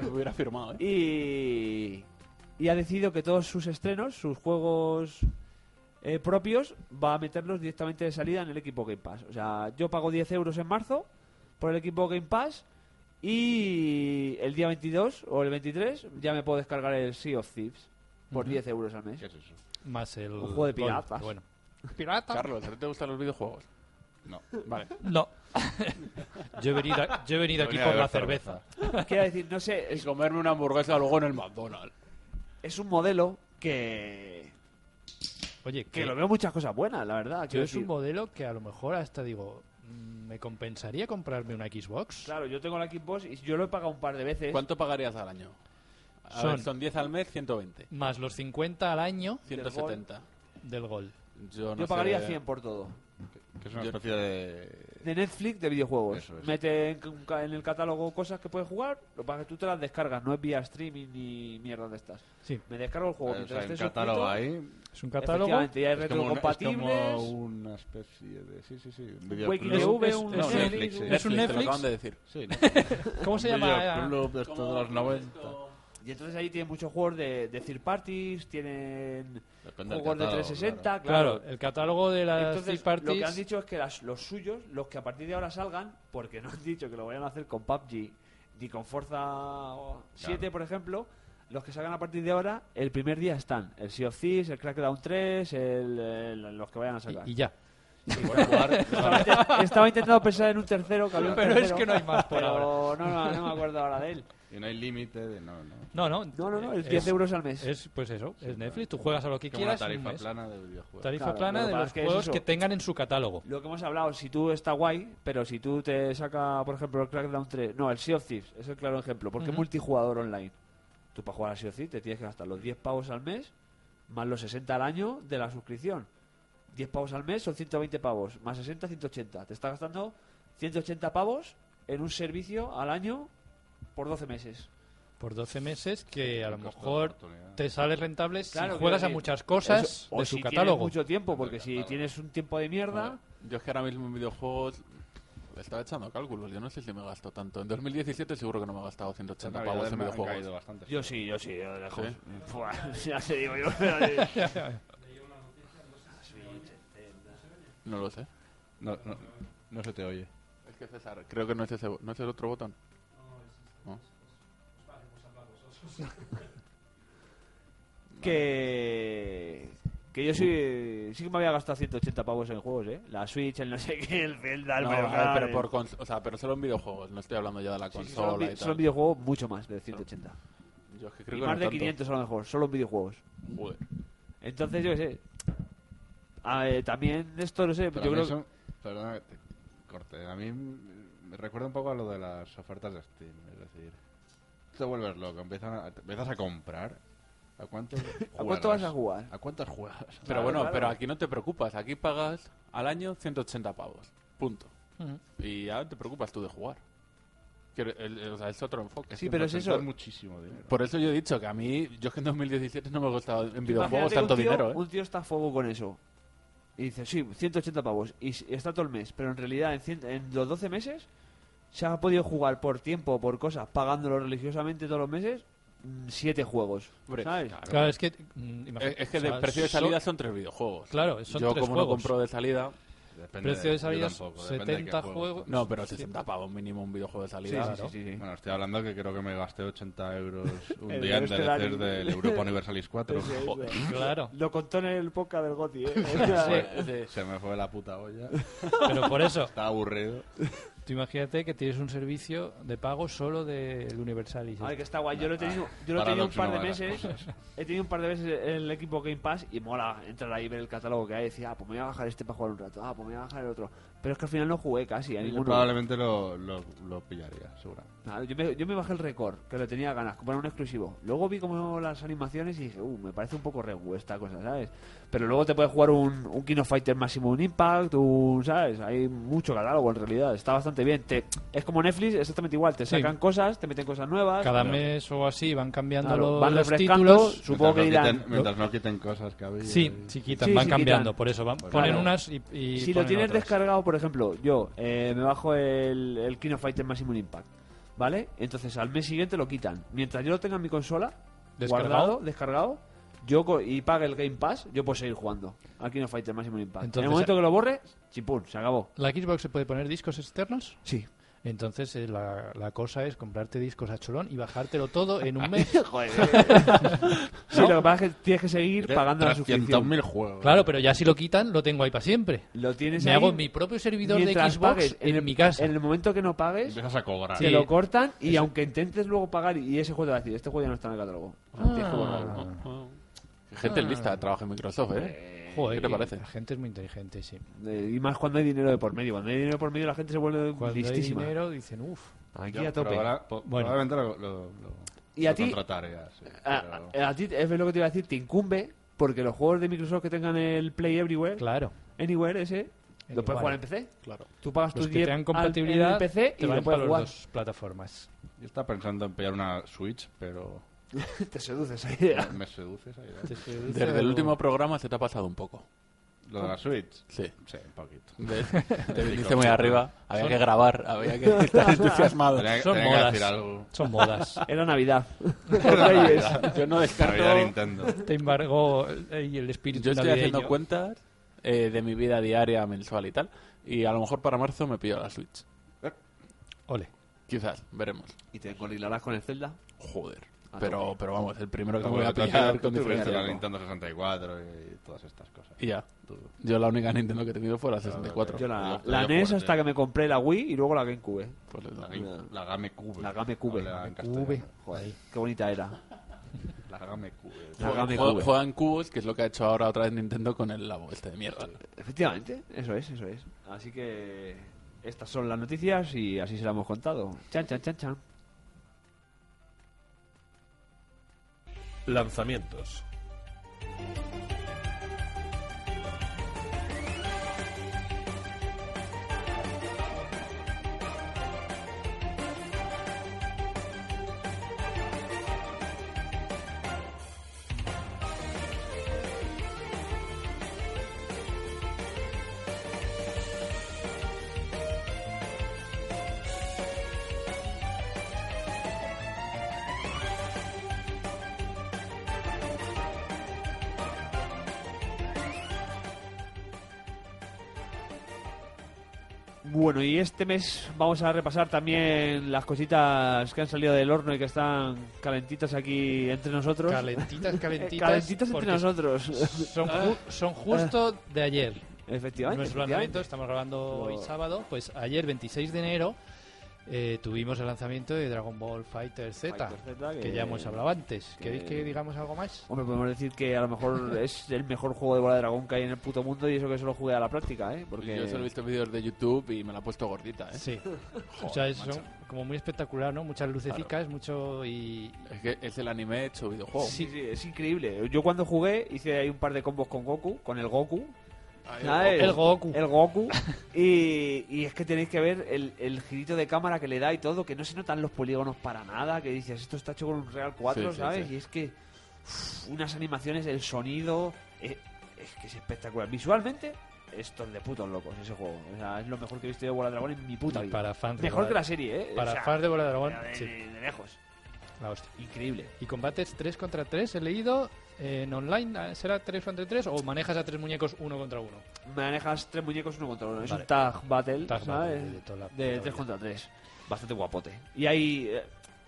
S6: Me hubiera firmado, ¿eh?
S2: Y, y ha decidido que todos sus estrenos, sus juegos eh, propios, va a meterlos directamente de salida en el equipo Game Pass. O sea, yo pago 10 euros en marzo por el equipo Game Pass Y el día 22 o el 23 ya me puedo descargar el Sea of Thieves por
S3: Ujú.
S2: 10 euros al mes.
S3: Más el.
S2: Un juego de
S3: Gold,
S2: piratas.
S3: bueno. ¿Pirata?
S6: Carlos, ¿a ti te gustan los videojuegos? No. Vale.
S3: No. <laughs> Yo he venido, yo he venido aquí por la cerveza.
S2: Quiero decir, no sé.
S6: Es comerme una hamburguesa luego en el McDonald's.
S2: Es un modelo que.
S3: Oye,
S2: Que lo veo muchas cosas buenas, la verdad.
S3: Yo
S2: quiero
S3: es un
S2: decir.
S3: modelo que a lo mejor hasta digo, mm, ¿me compensaría comprarme una Xbox?
S2: Claro, yo tengo la Xbox y yo lo he pagado un par de veces.
S6: ¿Cuánto pagarías al año? A
S3: Son-
S6: ver, son 10 al mes, 120.
S3: Más los 50 al año
S6: 170.
S3: del gol.
S6: Yo, no
S2: Yo
S6: sé- eh.
S2: pagaría 100 por todo.
S4: Que es una
S6: Yo-
S4: especie de...
S2: De Netflix, de videojuegos.
S4: Eso es.
S2: Mete en, en el catálogo cosas que puedes jugar, lo que pasa es que tú te las descargas, no es vía streaming ni mierda de estas.
S3: Sí.
S2: Oh, Me este descargo el juego.
S4: O sea,
S2: mientras
S4: hay un
S2: esté
S4: catálogo
S2: suscrito,
S4: ahí.
S3: Es un catálogo.
S2: Efectivamente, ya hay
S4: Es como un-
S2: retrocompatibles.
S4: Es como una especie de... Sí, sí, sí. un videoclub.
S2: Waking TV,
S3: es-
S2: un
S4: No,
S2: Netflix,
S4: Netflix, sí.
S3: un- es un
S6: Netflix, te lo
S3: Netflix.
S6: acaban de decir.
S4: Sí, Netflix.
S2: <laughs>
S3: ¿Cómo se
S4: Un
S3: llama?
S4: videoclub de estos de los 90.
S2: Y entonces ahí tienen muchos juegos de, de third parties, tienen
S4: Depende del
S2: juegos de
S4: catálogo,
S2: 360, claro.
S3: Claro, el catálogo de las
S2: Entonces,
S3: third parties.
S2: lo que han dicho es que las- los suyos, los que a partir de ahora salgan, porque no <laughs> han dicho que lo vayan a hacer con PUBG ni con Forza 7, por ejemplo, los que salgan a partir de ahora, el primer día están el Sea of Thieves, el Crackdown 3, el- el- los que vayan a sacar.
S3: y, y ya.
S2: Estaba, intent- estaba intentando pensar en un tercero, que había un
S3: Pero es
S2: tercero,
S3: que no hay más por
S2: pero
S3: ahora.
S2: No, no, no me acuerdo ahora de
S3: <laughs>
S2: él.
S4: Y no hay límite de... No, no.
S3: No, no.
S2: No, no, no, el
S3: es-
S2: 10 euros al mes.
S3: Es, pues eso, es Netflix. Tú juegas a lo que
S4: Como una
S3: quieras. un
S4: tarifa
S3: mes.
S4: plana de videojuegos.
S3: Tarifa
S2: Claro,
S3: plana
S2: lo que
S3: de
S2: pasa
S3: los
S2: es que es
S3: juegos
S2: eso.
S3: que tengan en su catálogo.
S2: Lo que hemos hablado, si tú está guay, pero si tú te saca, por ejemplo, el Crackdown 3, no, el Sea of Thieves, es el claro ejemplo, porque es
S3: Ujú.
S2: multijugador online. Tú para jugar al Sea of Thieves te tienes que gastar los 10 pavos al mes, más los 60 al año de la suscripción. 10 pavos al mes son 120 pavos, más 60, 180. Te estás gastando 180 pavos en un servicio al año por 12 meses.
S3: Por 12 meses que a lo
S4: Un costo de
S3: mejor
S4: oportunidad.
S3: te sales rentable
S2: Claro,
S3: si juegas
S2: quiero
S3: a
S2: decir,
S3: muchas cosas
S2: eso, o
S3: de
S2: si
S3: su
S2: tienes
S3: catálogo.
S2: mucho tiempo, porque
S4: Del
S2: si
S4: catálogo.
S2: tienes un tiempo de mierda...
S6: Yo es que ahora mismo en videojuegos le estaba echando cálculos. Yo no sé si me gasto tanto. En 2017 seguro que no me he gastado 180
S4: Navidades
S6: pavos en
S4: me han caído
S6: videojuegos.
S4: bastante.
S2: Yo sí, yo sí, yo de lejos. <laughs>
S6: ¿Sí?
S2: Buah, ya te digo yo. pero- eh,
S6: No lo sé.
S4: No, no, no se te oye.
S6: Es que César, creo que no es ese, bo- ¿no es el otro botón. No.
S2: que que yo sí sí que me había gastado 180 pavos en juegos, ¿eh? La Switch, el no sé qué, el Zelda, el
S6: No,
S2: Mario
S6: a ver,
S2: Kart,
S6: pero
S2: el-
S6: por cons- o sea, pero solo en videojuegos. No estoy hablando ya de la
S2: Sí, sí, solo, en
S6: consola
S2: vi-
S6: y
S2: solo en
S6: tal.
S2: videojuegos mucho más de 180.
S6: Yo es que
S2: Y
S6: creo que
S2: más
S6: no
S2: de
S6: tanto.
S2: 500 a lo mejor, solo en videojuegos.
S6: Joder.
S2: Entonces yo qué sé. Ah, eh, también esto no sé,
S4: Pero
S2: yo
S4: a mí
S2: creo
S4: eso- perdona que te corte. A mí mm, me recuerda un poco a lo de las ofertas de Steam. Es decir, te vuelves loco, empiezan a- te empiezas a comprar. ¿A cuánto,
S2: <laughs> ¿A cuánto vas a jugar?
S4: ¿A cuántas juegas?
S6: Pero bueno, pero aquí no te preocupas. Aquí pagas al año 180 pavos. Punto.
S3: Ujú.
S6: Y ya te preocupas tú de jugar. Quiero- el- el- o sea, es otro enfoque.
S2: Sí, pero es eso.
S4: muchísimo dinero.
S2: Pues-
S6: Por eso yo he dicho que a mí, yo es que en 2017 no me ha costado en videojuegos
S2: Imagínate
S6: tanto
S2: un tío-
S6: dinero, ¿eh?
S2: Un tío está a fuego con eso. Y dice, sí, 180 pavos. Y s- está todo el mes. Pero en realidad, en, cien- en los 12 meses, se ha podido jugar por tiempo, por cosas, pagándolo religiosamente todos los meses, 7 juegos.
S6: Hombre,
S2: ¿Sabes?
S3: Claro, es que. mm,
S6: Es,
S3: imagínate,
S6: es que
S3: o sea,
S6: de precio de
S3: so-
S6: salida son tres videojuegos.
S3: Claro, son
S6: Yo
S3: tres
S6: como no
S3: juegos.
S6: compro de salida...
S4: Depende
S3: Precio de
S4: yo
S3: salida
S4: tampoco, depende de qué
S3: 70
S4: juego.
S3: juegos.
S6: No, pero 60 pavos mínimo un videojuego de
S2: Sí,
S6: salida.
S2: sí,
S6: ¿no?
S2: sí, sí, sí.
S4: Bueno, estoy hablando que creo que me gasté 80
S2: <laughs>
S4: euros un
S2: El
S4: día en
S2: este de la-
S4: DLCs del Europa
S2: <laughs>
S4: Universalis 4. Joder,
S3: Claro.
S2: Lo contó en el podcast del Goti, ¿eh?
S4: se me fue la puta olla.
S3: Pero por eso,
S4: Estaba aburrido.
S3: tú imagínate que tienes un servicio de pago solo del Universalis.
S2: A ver, que está guay. Yo lo he tenido, yo lo he tenido un
S4: Paradox
S2: par
S4: no
S2: de
S4: va de las
S2: meses.
S4: cosas.
S2: He tenido un par de veces el equipo Game Pass y mola entrar ahí ver el catálogo que hay. Decía, ah, pues me voy a bajar este para jugar un rato. Ah, pues me voy a bajar el otro. Pero es que al final no jugué casi a ninguno.
S4: Probablemente lo, lo, lo pillaría, seguramente.
S2: Nada, yo, me, yo me bajé el récord, que lo tenía ganas, comprar un exclusivo. Luego vi como las animaciones y dije, uh, me parece un poco regu esta cosa, ¿sabes? Pero luego te puedes jugar un, un King of Fighter Máximo un Impact, un, ¿sabes? Hay mucho catálogo en realidad, está bastante bien. Te, es como Netflix, exactamente igual, te
S3: Sí.
S2: sacan cosas, te meten cosas nuevas.
S3: Cada
S2: pero-
S3: mes o así van cambiando
S2: Claro,
S3: los,
S2: van
S3: los
S2: refrescando,
S3: títulos.
S2: supongo que
S4: mientras, no
S2: dirán.
S4: quiten, mientras no quiten cosas que había.
S3: Sí,
S4: y-
S3: sí quitan,
S2: Sí,
S3: van
S2: sí
S3: cambiando,
S2: quitan.
S3: por eso van,
S4: Pues
S3: ponen
S2: claro.
S3: unas y, y
S2: si lo
S3: ponen
S2: tienes
S3: otras.
S2: descargado, por ejemplo, yo eh, me bajo el, el King of Fighter Maximum Impact, ¿vale? Entonces al mes siguiente lo quitan. Mientras yo lo tenga en mi consola,
S3: Descargado.
S2: guardado, descargado, yo co- y pague el Game Pass, yo puedo seguir jugando al King of Fighter Maximum Impact. en
S3: Entonces,
S2: el momento
S3: eh,
S2: que lo borre, chipum, se acabó.
S3: ¿La Xbox se puede poner discos externos?
S2: Sí.
S3: Entonces eh, la, la cosa es comprarte discos a cholón y bajártelo todo en
S2: <laughs>
S3: un mes.
S2: Joder. Sí, lo que pasa es que tienes que seguir
S4: Eh,
S3: De
S2: pagando la suscripción.
S3: 300.000 juegos. Claro, pero ya si lo quitan, lo tengo ahí para siempre.
S2: Lo tienes
S3: Me
S2: ahí
S3: hago mi propio servidor de
S2: mientras
S3: Xbox
S2: pagues.
S3: en, mi casa.
S2: En el momento que no pagues,
S4: Empiezas a cobrar.
S2: te
S3: Sí.
S2: lo cortan y
S3: Eso.
S2: aunque intentes luego pagar y ese juego te va a decir, este juego ya no está en el catálogo.
S3: Ah.
S2: Tienes que borrarlo.
S6: Qué Ah. Gente lista trabaja en Microsoft, ¿eh?
S3: Joder,
S6: ¿Qué te
S3: que
S6: parece?
S3: La gente es muy inteligente, sí.
S2: Eh, Y más cuando hay dinero de por medio. Cuando hay dinero por medio la gente se vuelve
S3: Cuando
S2: listísima.
S3: hay dinero dicen, uff.
S2: Aquí
S4: Ya,
S2: a tope.
S4: pero ahora, po-
S2: Bueno.
S4: Probablemente lo, lo- lo-
S2: Y
S4: lo
S2: a ti- Ah, eh.
S4: contrataría, sí,
S2: A,
S4: pero-
S2: a- a ti es lo que te iba a decir, te incumbe porque los juegos de Microsoft que tengan el Play Everywhere,
S3: claro.
S2: Anywhere ese, lo puedes
S3: Anywhere.
S2: jugar en PC.
S3: Claro.
S2: Tú pagas
S3: Los
S2: tus
S3: que
S2: 10
S3: tengan
S2: al-
S3: compatibilidad
S2: en el PC
S3: te
S2: y
S3: van
S2: lo
S3: para
S2: puedes
S3: las
S2: jugar.
S3: dos plataformas.
S4: Yo estaba pensando en pillar una Switch, pero...
S2: <laughs> te seduces esa idea.
S4: Me seduce esa idea.
S3: Te seduce
S6: Desde el último programa se te ha pasado un poco.
S4: ¿Lo de la Switch?
S6: Sí.
S4: Sí, un poquito.
S3: <laughs>
S6: De- te viniste muy arriba, había que grabar, había que estar entusiasmado.
S4: Tenía- tenía que decir algo.
S2: <laughs> Era
S3: <laughs>
S2: Navidad.
S6: Era
S2: Reyes.
S6: Navidad. Yo no descarto.
S4: Navidad Nintendo.
S3: Te embargo el, el espíritu
S6: Yo estoy
S3: navideño.
S6: haciendo cuentas eh, de mi vida diaria, mensual y tal. Y a lo mejor para marzo me pillo la Switch.
S3: Ole.
S6: Quizás, veremos.
S2: ¿Y te encorrilarás con el Zelda?
S6: Joder.
S2: A
S6: Pero,
S2: tope.
S6: pero vamos, el primero que me voy
S4: Bueno,
S6: a
S4: tú has
S6: pillar
S4: tenido- tú tuviste
S6: condiciones.
S4: la Nintendo 64 y todas estas cosas.
S6: Y ya.
S4: Tú-
S6: Yo la única Nintendo que he tenido fue la 64.
S2: Yo la,
S4: Yo-
S2: la
S4: yo
S2: NES
S4: fuerte.
S2: hasta que me compré la Wii y luego la GameCube.
S6: Pues
S4: La,
S2: Una-
S4: la Game Cube.
S2: La GameCube.
S4: Habla en
S3: Cube.
S4: castellano.
S2: Joder, qué bonita era.
S4: La Game Cube.
S2: La Game
S6: Juega-
S2: Cube.
S6: Juegan cubos, que es lo que ha hecho ahora otra vez Nintendo con el labo este de mierda.
S2: Efectivamente, eso es, eso es. Así que estas son las noticias y así se las hemos contado. Chan, chan, chan, chan.
S1: Lanzamientos.
S2: Bueno, y este mes vamos a repasar también las cositas que han salido del horno y que están calentitas aquí entre nosotros. <laughs>
S3: Calentitas, calentitas.
S2: Eh, Calentitas entre
S3: porque
S2: nosotros. Ah.
S3: Son, ju- son justo de ayer.
S2: <laughs> Efectivamente.
S3: Nuestro
S2: efectivamente.
S3: lanzamiento, estamos grabando hoy
S2: este Lo-
S3: sábado, pues ayer 26 de enero eh, tuvimos el lanzamiento de Dragon Ball Fighter Z,
S2: Fighter Z,
S3: que,
S2: pues, que-
S3: ya hemos hablado antes.
S2: que-
S3: ¿Queréis que digamos algo más?
S2: Hombre, podemos decir que a lo mejor es el mejor juego de bola de dragón que hay en el puto mundo y eso que solo jugué a la práctica, ¿eh? Porque...
S6: Yo solo he visto vídeos de YouTube y me la he puesto gordita,
S2: <laughs>
S6: ¿eh?
S3: Sí. o sea,
S6: Joder,
S3: es
S6: macho.
S3: son como muy espectacular, ¿no? Muchas lucecitas, mucho y...
S6: Es que es el anime hecho videojuego.
S2: Sí, sí, es increíble. Yo cuando jugué hice ahí un par de combos con Goku, con el Goku. ¿sabes?
S6: el
S3: Goku. Ah, El Goku.
S2: El Goku. y, y es que tenéis que ver el, el girito de cámara que le da y todo, que no se notan los polígonos para nada, que dices, esto está hecho con un Real 4,
S6: Sí, sí,
S2: ¿sabes?
S6: sí.
S2: Y es que uff, unas animaciones, el sonido, eh, es, que es espectacular. Visualmente, estos de putos locos ese juego. O sea, es lo mejor que he visto de Bola Dragón en mi puta
S3: Y
S2: vida.
S3: para fans de
S2: mejor
S3: Bola-
S2: que la serie, ¿eh?
S3: Para
S2: O sea,
S3: fans de Bola de Dragón,
S2: de-
S3: sí.
S2: de lejos.
S3: La hostia.
S2: Increíble.
S3: Y combates 3 contra 3, he leído eh, en online, eh, ¿será 3 contra 3 o manejas a tres muñecos uno contra uno?
S2: Manejas tres muñecos uno contra uno. Es
S3: Vale.
S2: un tag battle,
S3: Tag
S2: ¿sabes?
S3: battle de toda la
S2: de
S3: puta
S2: 3
S3: vida.
S2: contra 3. Bastante guapote. Y hay. eh,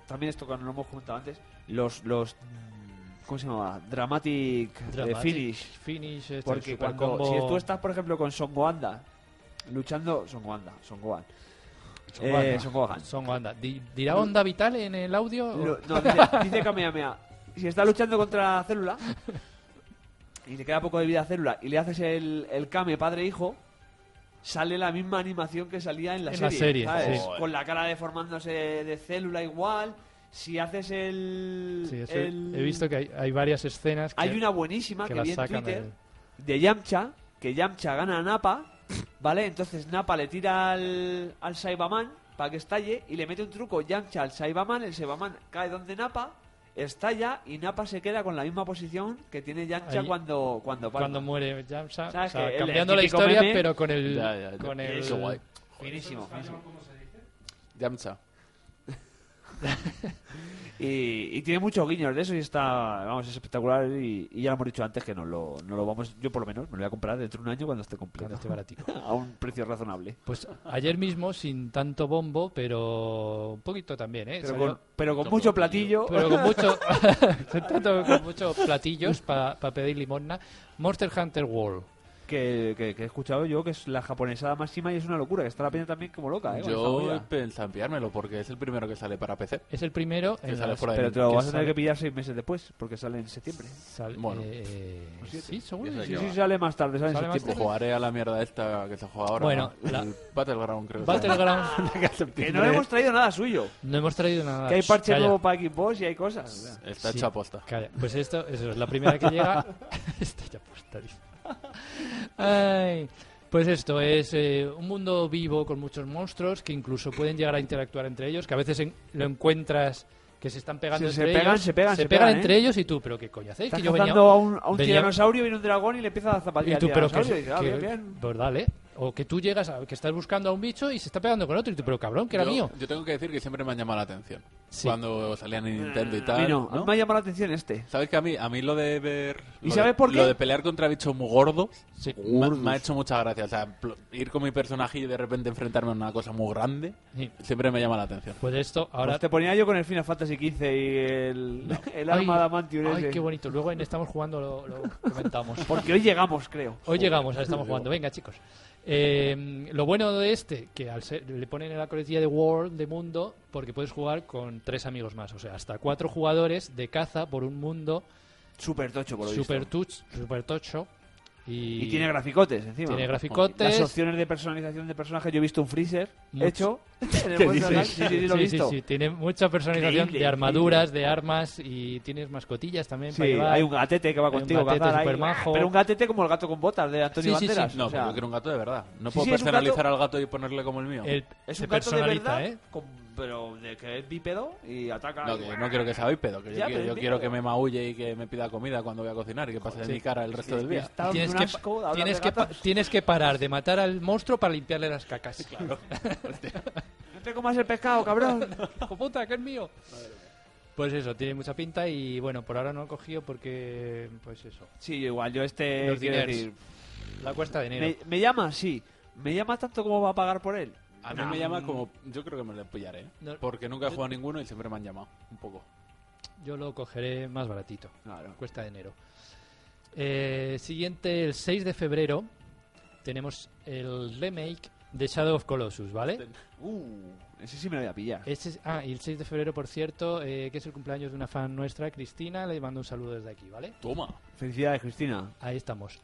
S2: también esto que no lo hemos comentado antes. Los. los mm, ¿Cómo se llamaba? Dramatic, eh,
S3: Dramatic
S2: Finish.
S3: Finish, este
S2: Porque
S3: super
S2: cuando.
S3: combo.
S2: Si tú estás, por ejemplo, con Son Goanda. Luchando. Son Goanda. Son Gohan.
S3: Son
S2: Eh,
S3: Gohan.
S2: Son Gohan.
S3: Son Wanda. Di- ¿Dirá onda vital en el audio? o-
S2: Lo- no,
S3: <laughs>
S2: dice, dice Kamehameha. Si está luchando contra Célula y le queda poco de vida a Célula y le haces el, el Kame padre-hijo, sale la misma animación que salía en la
S3: En la
S2: serie.
S3: serie,
S2: ¿sabes?
S3: sí.
S2: Con la cara deformándose de Célula igual. Si haces el.
S3: Sí, eso
S2: el-
S3: He visto que hay, hay varias escenas. que-
S2: Hay una buenísima
S3: que
S2: que,
S3: la
S2: vi en
S3: sacan
S2: Twitter de Yamcha, que Yamcha gana a Napa, ¿vale? Entonces Napa le tira al, al Saibaman para que estalle y le mete un truco Yamcha al Saibaman, el Saibaman cae donde Napa, estalla y Napa se queda con la misma posición que tiene Yamcha
S3: Ahí-
S2: cuando cuando palma.
S3: cuando muere Jamsa.
S2: ¿Sabes que el-
S3: cambiando
S2: el
S3: la
S2: típico
S3: historia,
S2: meme?
S3: pero con el.
S6: Ya, ya, ya.
S3: Con el
S6: Qué guay.
S2: Finísimo, finísimo.
S6: Yamcha.
S2: <laughs> Y, y tiene muchos guiños de eso y está, vamos, es espectacular y, y ya lo hemos dicho antes que no lo, no lo vamos, yo por lo menos me lo voy a comprar dentro de un año cuando esté completo.
S3: Cuando esté este
S2: <laughs>
S3: baratico.
S2: a un precio razonable.
S3: Pues ayer mismo, sin tanto bombo, pero un poquito también, ¿eh?
S2: Pero
S3: Salió-
S2: con- pero con mucho platillo.
S3: Pero con mucho, <laughs> con tanto- con muchos platillos para pedir limosna. Monster Hunter World.
S2: <laughs> Que, que- que he escuchado yo que es la japonesada máxima y es una locura, que está la peña también como loca, ¿eh? Con esa
S6: Yo he
S2: movida.
S6: pensado enviármelo porque es el primero que sale para PC.
S3: Es el primero.
S6: Que
S3: en
S6: sale
S3: las-
S6: fuera de
S2: Pero te lo
S6: que
S2: vas a tener
S6: sale-
S2: que pillar seis meses después, porque sale en septiembre.
S3: Sal-
S6: Bueno.
S3: eh, sí, seguro.
S2: Sí,
S3: que
S2: sí, sale más tarde, sale en
S3: Sale más
S2: septiembre.
S3: tarde.
S6: Jugaré a la mierda esta que se juega ahora.
S3: Bueno,
S6: ¿no?
S3: la-
S6: el Battleground creo. que se llama.
S3: Battleground.
S6: De acá a septiembre.
S2: Que no hemos traído nada suyo.
S3: No hemos traído nada.
S2: Que hay parche
S3: Calla.
S2: nuevo para Xbox y hay cosas. o sea.
S6: Está
S3: Ah, Sí,
S6: hecho aposta.
S3: calla. Pues esto, eso es la primera que llega. <laughs> Está hecha aposta, dice. Ay, Pues esto es eh, un mundo vivo con muchos monstruos que incluso pueden llegar a interactuar entre ellos, que a veces en- lo encuentras que se están pegando
S2: Se- se
S3: entre
S2: pegan,
S3: ellos.
S2: se pegan, se
S3: pegan
S2: pegan,
S3: entre
S2: ¿eh?
S3: ellos y tú, pero qué coño hacéis
S2: Estás
S3: que yo venía
S2: cazando a un, a un
S3: venía-
S2: tiranosaurio, viene un dragón y le empieza a
S3: y
S2: zapatillar
S3: tú,
S2: al
S3: pero que,
S2: tiranosaurio. Y dices, ah,
S3: que-
S2: bien, bien.
S3: pues dale. O que tú llegas a que estás buscando a un bicho y se está pegando con otro y tú, pero cabrón, que era
S6: yo,
S3: mío.
S6: yo tengo que decir que siempre me han llamado la atención.
S3: Sí.
S6: Cuando salían en Nintendo y
S2: A mí
S6: tal.
S2: no, a mí me ha llamado la atención este.
S6: ¿Sabes que a mí, a mí lo de ver.
S2: ¿Y
S6: lo
S2: sabes
S6: de,
S2: por qué?
S6: Lo de pelear contra bichos muy gordos
S3: Sí.
S6: me, me ha hecho mucha gracia. O sea, pl- ir con mi personaje y de repente enfrentarme a una cosa muy grande
S3: Sí.
S6: siempre me llama la atención.
S3: Pues esto, ahora
S2: Pues te ponía yo con el Final Fantasy XV y el, <laughs> el
S3: Ay,
S2: arma de Adamantium
S3: Ay,
S2: ese.
S3: qué bonito. Luego en Estamos Jugando lo, lo
S2: <laughs>
S3: comentamos.
S2: Porque hoy llegamos, creo.
S3: Hoy llegamos a Estamos Jugando. Venga, chicos. Eh, lo bueno de este, que al ser- le ponen en la coletilla de World, de mundo, porque puedes jugar con tres amigos más. O sea, hasta cuatro jugadores de caza por un mundo
S2: Super tocho, por lo
S3: super,
S2: visto.
S3: tuch, super tocho. Y,
S2: Y tiene graficotes encima.
S3: Tiene graficotes.
S2: Las opciones de personalización de personaje. Yo he visto un freezer
S3: Mucho.
S2: hecho. <laughs> en el
S6: ¿Qué
S2: Monster Hunter.
S6: dices?
S2: Sí, sí, sí, lo he
S3: Sí, sí,
S2: visto.
S3: sí, tiene mucha personalización
S2: Increíble,
S3: de armaduras, de armas y tienes mascotillas también.
S2: Sí,
S3: para llevar.
S2: hay un gatete que va
S3: Hay un
S2: contigo.
S3: gatete
S2: cazar ahí.
S3: supermajo.
S2: Pero un gatete como el gato con botas de Antonio
S3: Sí, sí, sí.
S2: Banderas.
S6: No,
S2: o sea,
S6: pero yo quiero un gato de verdad. No
S2: Sí,
S6: puedo
S2: sí, es un
S6: personalizar
S2: gato-
S6: al gato y ponerle como el mío.
S3: El-
S2: es
S3: se
S2: un gato de
S3: personaliza,
S2: verdad,
S3: ¿eh?
S2: con- pero de que es bípedo y ataca.
S6: No, que no quiero que sea pero que yo,
S2: Ya,
S6: quiero,
S2: pero
S6: yo
S2: es
S6: quiero
S2: mío.
S6: que me maulle y que me pida comida cuando voy a cocinar y que pase de mi cara el resto del día.
S2: Está
S3: Tienes
S2: un
S3: que,
S2: asco de hablar
S3: tienes,
S2: de
S3: que pa-
S2: gatos.
S3: tienes que parar de matar al monstruo para limpiarle las cacas.
S2: <laughs>
S3: Claro.
S2: No te comas el pescado, cabrón.
S3: Hijo puta, que es mío. Pues eso, tiene mucha pinta y bueno, por ahora no he cogido porque, pues eso,
S2: <laughs> Sí, yo igual, yo este.
S3: Los
S2: quiero
S3: diners.
S2: decir,
S3: la cuesta de
S2: ¿me,
S3: enero.
S2: me llama? Sí. ¿Me llama tanto como va a pagar por él?
S6: A mí me llama como... Yo creo que me lo pillaré. ¿eh?
S3: No.
S6: Porque nunca he jugado a ninguno y siempre me han llamado. Un poco.
S3: Yo lo cogeré más baratito,
S2: Claro.
S3: cuesta de enero. Eh, siguiente, el 6 de febrero, tenemos el remake de Shadow of Colossus, ¿vale?
S2: Uh, ese sí me lo voy a pillar.
S6: Eh.
S3: Este es- ah, y el 6 de febrero, por cierto, eh, que es el cumpleaños de una fan nuestra, Cristina, le mando un saludo desde aquí, ¿vale?
S6: Toma.
S2: Felicidades, Cristina.
S3: Ahí estamos.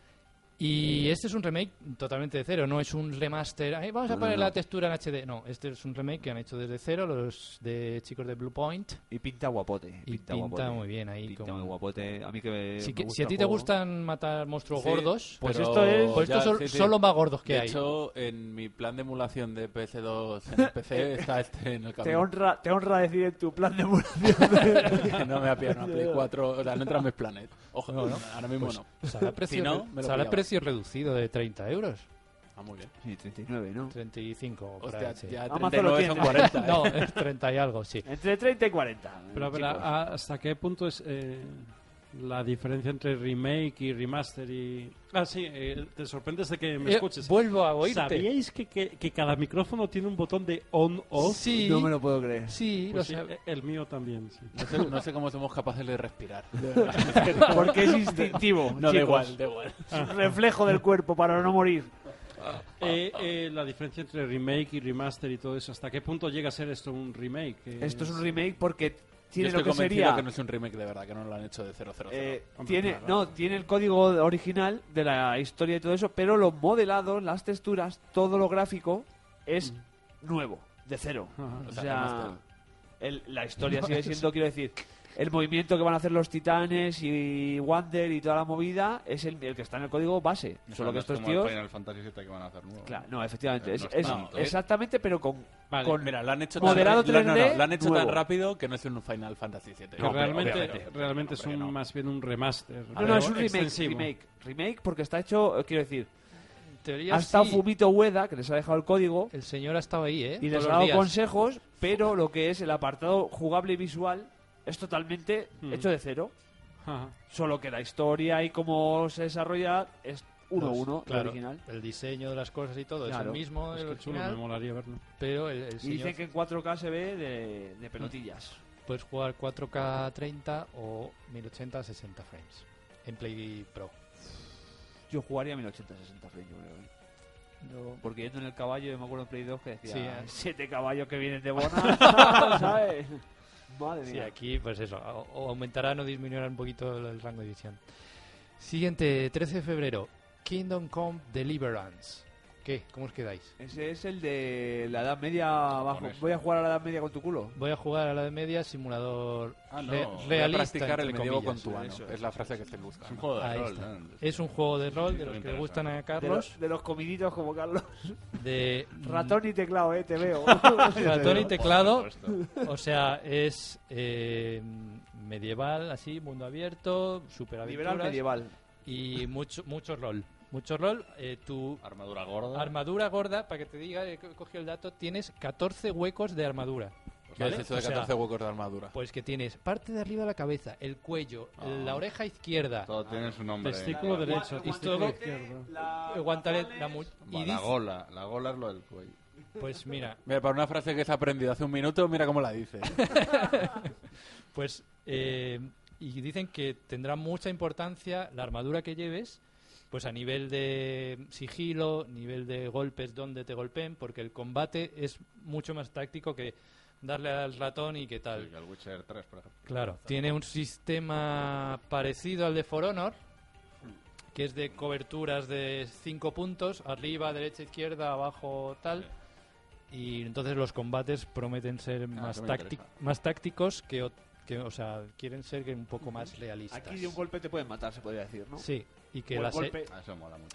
S3: Y este es un remake totalmente de cero, no es un remaster. "Ay, vamos a
S2: No,
S3: poner
S2: no,
S3: la
S2: no.
S3: textura en HD. No, este es un remake que han hecho desde cero los de chicos de Blue Point.
S2: Y pinta guapote.
S3: Y
S2: pinta
S3: pinta,
S2: guapote.
S3: muy bien ahí.
S2: Pinta
S3: con-
S2: muy guapote. A mí que me, Eh,
S3: Si,
S2: me
S3: que-
S2: gusta
S3: si a
S2: el
S3: ti te
S2: juego.
S3: gustan matar monstruos
S6: Sí,
S3: gordos,
S2: Pues
S6: pero
S2: esto es-
S3: Pues estos son-
S6: sí, sí.
S3: son los más gordos que
S6: de
S3: hay.
S6: hecho, en mi plan de emulación de PS2 en
S2: <laughs>
S6: el PC está este en el
S2: Te
S6: camino.
S2: honra, te honra decir en tu plan de emulación.
S6: Que <laughs> no me ha pillado una Play 4. O sea, no entran mis planes. Ojo, pues, no, ahora mismo no.
S3: <laughs>
S2: <laughs>
S3: sale precio,
S6: Si no, me lo
S3: sale
S6: pillaba.
S3: precio reducido de 30 euros.
S6: Ah, muy bien.
S2: Sí, 39, ¿no?
S3: 35 o por
S6: Hostia,
S3: ahí, sí.
S6: ya
S2: Amazon
S6: 39
S2: lo
S6: son
S2: tiene.
S6: <laughs> 40. ¿eh?
S3: No, <laughs> es 30 y algo, sí.
S2: <laughs> Entre 30 y 40.
S5: Pero a ver,
S2: chicos.
S5: a- ¿hasta qué punto es eh, la diferencia entre remake y remaster? Y... Ah, sí, eh, te sorprendes de que me
S3: Eh,
S5: escuches.
S3: vuelvo a oírte.
S5: ¿Sabíais que, que, que cada micrófono tiene un botón de on-off?
S3: Oh, Sí,
S2: No me lo puedo creer.
S3: sí, lo
S5: Pues sí,
S3: sab-
S5: eh, el mío también, sí.
S6: No sé, no sé cómo somos capaces de respirar.
S2: Porque es instintivo.
S6: No, da
S2: chicos.
S6: igual, da igual.
S2: Es un reflejo del cuerpo para no morir.
S5: Eh, eh, la diferencia entre remake y remaster y todo eso, ¿hasta qué punto llega a ser esto un remake? Eh,
S2: Esto es un remake porque
S6: Yo
S2: tiene
S6: estoy
S2: lo que
S6: convencido
S2: sería.
S6: que no es un remake de verdad, que no lo han hecho de 000.
S2: eh,
S5: Hombre,
S2: tiene,
S5: claro.
S2: no, tiene el código original de la historia y todo eso, pero los modelados, las texturas, todo lo gráfico es nuevo, de cero.
S5: Ajá.
S2: O
S6: Mm. O sea,
S2: sea,
S6: remaster.
S2: el- la
S6: <laughs>
S2: historia sigue siendo, quiero decir, el movimiento que van a hacer los titanes y Wander y toda la movida es el, el que está en el código base. Solo que
S4: esto
S2: estos
S4: es
S2: tíos.
S4: Final Fantasy VII que van a hacer nuevo.
S2: Claro, no, efectivamente.
S4: No
S2: es-
S4: está
S2: es-
S4: tanto, ¿eh?
S2: exactamente, pero con.
S5: Vale,
S2: con-
S6: Mira, lo han hecho,
S2: Moderado
S6: tan, no, no,
S2: 3D
S6: lo han hecho
S2: nuevo.
S6: tan rápido que no es un Final Fantasy VII.
S5: que realmente,
S2: obviamente.
S5: realmente es
S6: Hombre,
S5: un,
S6: no.
S5: más bien un remaster.
S2: No, no, es un remake,
S5: extensivo.
S2: remake. Remake porque está hecho, eh, quiero decir,
S3: teoría
S2: ha estado
S3: sí.
S2: Fumito Ueda, que les ha dejado el código.
S3: El señor ha estado ahí, ¿eh?
S2: Y
S3: Todos
S2: les ha
S3: los
S2: dado
S3: días.
S2: consejos, pero lo que es el apartado jugable y visual es totalmente
S5: Hmm.
S2: hecho de cero.
S5: Ajá.
S2: Solo que la historia y cómo se desarrolla es uno a
S3: Los-
S2: uno, el
S3: claro,
S2: original.
S3: El diseño de las cosas y todo es
S2: Claro.
S3: el mismo
S2: Es
S3: del
S2: que chulo,
S3: original.
S2: me
S5: molaría verlo.
S3: Pero el, el
S2: Y dice
S3: señor-
S2: que en 4K se ve de, de pelotillas.
S3: Puedes jugar 4K 30 o 1080 a 60 frames en Play Pro.
S2: Yo jugaría 1080-60 frames, yo creo. ¿eh? Porque yendo en el caballo, yo me acuerdo en Play 2 que decía:
S3: Sí, eh.
S2: Siete caballos que vienen de <laughs> Bona. ¿Sabes? Madre
S3: Sí,
S2: mía.
S3: aquí, pues eso, o- o aumentarán o disminuirán un poquito el, el rango de edición. Siguiente, 13 de febrero, Kingdom Come Deliverance. ¿Qué? ¿Cómo os quedáis?
S2: Ese es el de la Edad Media abajo. Voy a jugar a la Edad Media con tu culo.
S3: Voy a jugar a la de media simulador
S2: Ah, no,
S3: re-
S2: voy a
S3: realista.
S6: practicar el
S3: entre
S6: medievo
S3: comillas.
S6: con tu ano, Eso es. es la frase que te gusta, Es un ¿no? juego de
S3: Ahí
S6: rol,
S3: está.
S6: ¿no?
S3: Es un juego de rol de
S6: muy
S3: los que le
S6: interesante.
S3: gustan a
S2: De
S3: Carlos.
S2: los, de los comiditos como Carlos.
S3: De,
S6: Mm.
S2: Ratón y teclado, eh, te
S6: <laughs>
S2: veo.
S3: ratón y teclado.
S2: Por supuesto.
S3: O sea, es eh, medieval, así, mundo abierto, super
S2: <laughs> Liberal medieval.
S3: Y mucho, mucho rol. Mucho rol. Eh, tu
S4: Armadura gorda.
S3: armadura gorda, para que te diga, he co- cogido el dato, tienes 14 huecos de armadura.
S6: ¿Qué
S3: ¿vale?
S6: es eso de
S3: O sea,
S6: 14 huecos de armadura?
S3: Pues que tienes parte de arriba de la cabeza, el cuello, la oreja izquierda.
S4: Todo tiene su nombre.
S5: Testículo derecho,
S3: Y
S5: testículo
S3: todo-
S5: izquierdo.
S3: el guantalet, la mu- y
S4: Va, la
S3: dice-
S4: gola. La gola es lo del cuello.
S3: Pues mira,
S6: Mira, para una frase que se ha aprendido hace un minuto, mira cómo la dice. <laughs>
S3: Pues, eh, y dicen que tendrá mucha importancia la armadura que lleves, pues a nivel de sigilo, nivel de golpes, donde te golpeen, porque el combate es mucho más táctico que darle al ratón y qué tal.
S4: El Witcher 3, por ejemplo.
S3: Claro, tiene un sistema parecido al de For Honor, que es de coberturas de cinco puntos, arriba, derecha, izquierda, abajo, tal. Y entonces los combates prometen ser más,
S2: Ah, eso me
S3: táctic-
S2: interesa.
S3: más tácticos que, o- que, o sea, quieren ser que un poco más realistas.
S2: Aquí de un golpe te pueden matar, se podría decir, ¿no?
S3: Sí, y que,
S2: Buen
S3: las, he-
S2: golpe.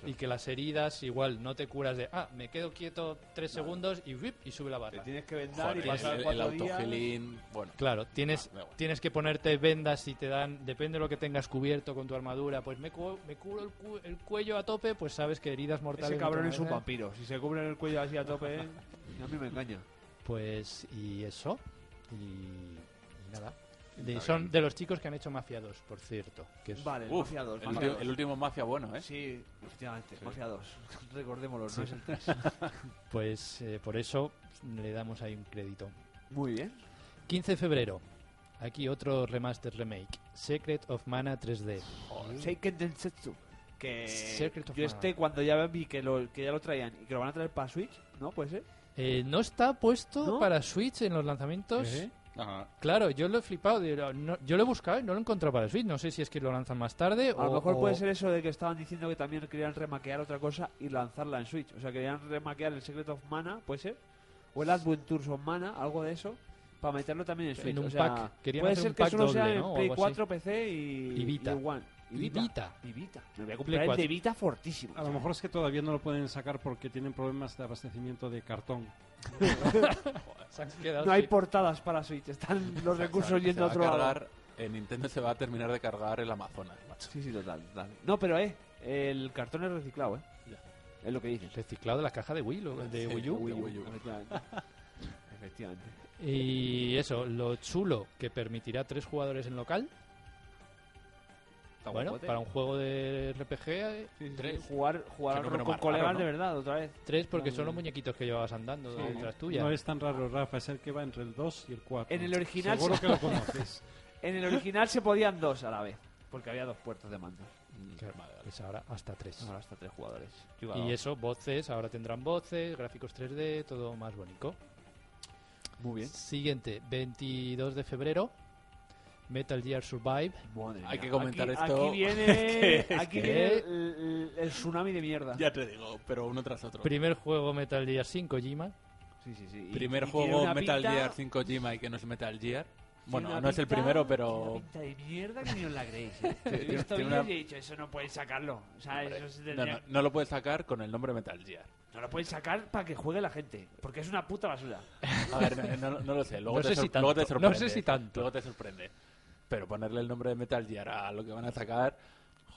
S3: y que las heridas igual no te curas de, ah, me quedo quieto tres segundos y, whip, y sube la barra.
S2: tienes que vendar
S6: Joder,
S2: y pasar
S6: el, el
S2: cuatro días.
S6: autogilín, bueno.
S3: Claro, tienes,
S6: Ah, da igual.
S3: tienes que ponerte vendas si te dan, depende de lo que tengas cubierto con tu armadura, pues me, cu- me cubro el, cu- el cuello a tope, pues sabes que heridas mortales...
S2: Ese
S3: no te
S2: cabrón
S3: van a
S2: es un
S3: hacer.
S2: vampiro. Si se cubre el cuello así a tope, ¿eh? a mí me engaña.
S3: Pues y eso, y, y nada. De-
S6: Está
S3: son
S6: bien.
S3: de los chicos que han hecho Mafia 2, por cierto. Que es...
S2: Vale,
S6: Uf,
S2: Mafia 2.
S6: el, ulti- el último mafia bueno, ¿eh?
S2: Sí, efectivamente,
S6: Sí.
S2: Mafia 2. <laughs> Recordémoslo,
S3: Sí.
S2: no es el 3.
S3: Pues eh, por eso le damos ahí un crédito.
S2: Muy bien.
S3: 15 de febrero. Aquí otro remaster remake. Secret of Mana 3D.
S2: Seiken Densetsu. Que
S3: Secret of
S2: yo
S3: Mana.
S2: este, cuando ya vi que, lo, que ya lo traían y que lo van a traer para Switch, ¿no? ¿Puede ser?
S3: Eh, no está puesto para Switch en los lanzamientos.
S2: ¿Qué?
S4: Ajá.
S3: Claro, yo lo he flipado. digo, no- yo lo he buscado y no lo he encontrado para Switch. No sé si es que lo lanzan más tarde o.
S2: A lo mejor
S3: o-
S2: puede ser eso de que estaban diciendo que también querían remaquear otra cosa y lanzarla en Switch. O sea, querían remaquear el Secret of Mana, puede ser. O el Adventures of Mana, algo de eso. Para meterlo también en
S3: En
S2: Switch.
S3: un
S2: o sea,
S3: pack. Querían
S2: puede
S3: hacer
S2: ser
S3: un
S2: que
S3: pack
S2: solo sea
S3: doble,
S2: en
S3: ¿no? O
S2: Play
S3: algo así.
S2: 4, PC y,
S3: Y Vita.
S2: One.
S3: Y Vita.
S2: Y Vita. Me voy a
S3: Play
S2: comprar el de
S3: cuatro.
S2: Vita fortísimo.
S5: A lo mejor es que todavía no lo pueden sacar porque tienen problemas de abastecimiento de cartón.
S3: Se han quedado
S2: No hay
S3: sin-
S2: portadas para Switch,
S3: <laughs>
S2: están los recursos
S6: Se va-
S2: yendo a
S6: se va
S2: otro
S6: a
S2: lado.
S6: cargar- eh, Nintendo se va a terminar de cargar el Amazonas, macho.
S2: Sí, sí, total, total. No, pero eh, el cartón es reciclado, eh. Es lo que dicen.
S3: Reciclado de la caja de Wii, lo- de
S2: Sí,
S3: Wii U. <laughs>
S2: Efectivamente. Efectivamente.
S3: Y eso, lo chulo que permitirá tres jugadores en local. bueno,
S2: guapote.
S3: para un juego de RPG, eh, tres.
S2: Jugar, jugar
S3: Qué número
S2: con
S3: más
S2: colegas
S3: raro, ¿no?
S2: de verdad, otra vez.
S3: Tres porque son
S2: Vale.
S3: los muñequitos que llevabas andando
S2: Sí.
S3: detrás tuya.
S5: No es tan raro, Rafa, es el que va entre el 2 y el 4.
S2: En el original
S5: Seguro
S2: se-
S5: que
S2: <laughs>
S5: lo conoces.
S2: En el original se podían dos a la vez, porque había dos puertos de mando.
S3: Claro, pues ahora hasta tres.
S2: Ahora hasta tres jugadores.
S3: Y eso, voces, ahora tendrán voces, gráficos 3D, todo más bonito.
S2: Muy bien.
S3: Siguiente, 22 de febrero, Metal Gear Survive.
S6: Hay que comentar
S2: aquí,
S6: esto.
S2: Aquí viene,
S6: <laughs> Es que-
S2: aquí viene el, el- el tsunami de mierda.
S6: Ya te digo, pero uno tras otro.
S3: Primer juego Metal Gear 5, Kojima.
S2: Sí, sí, sí.
S6: Primer
S2: y tiene
S6: juego
S2: una
S6: Metal
S2: pinta-
S6: Gear 5 Jima y que no es Metal Gear. Bueno, no
S2: una
S6: es el
S2: pinta-
S6: primero,
S2: tiene
S6: pero.
S2: una pinta de mierda que ni os la creéis. ¿eh? Lo he
S6: <laughs> Tiene-
S2: visto
S6: tiene
S2: vídeos y
S6: una-
S2: he dicho, eso no pueden sacarlo. O sea, eso se
S6: No,
S2: tendría-
S6: no, no lo puedes sacar con el nombre Metal Gear.
S2: No lo pueden sacar para que juegue la gente, porque es una puta basura.
S6: A ver, no, no- no lo sé. Luego,
S3: No
S6: te
S3: sé
S6: sor-
S3: si tanto,
S6: luego te
S3: no
S6: sorprende.
S3: sé si tanto.
S6: Luego te sorprende. Pero ponerle el nombre de Metal Gear a lo que van a sacar.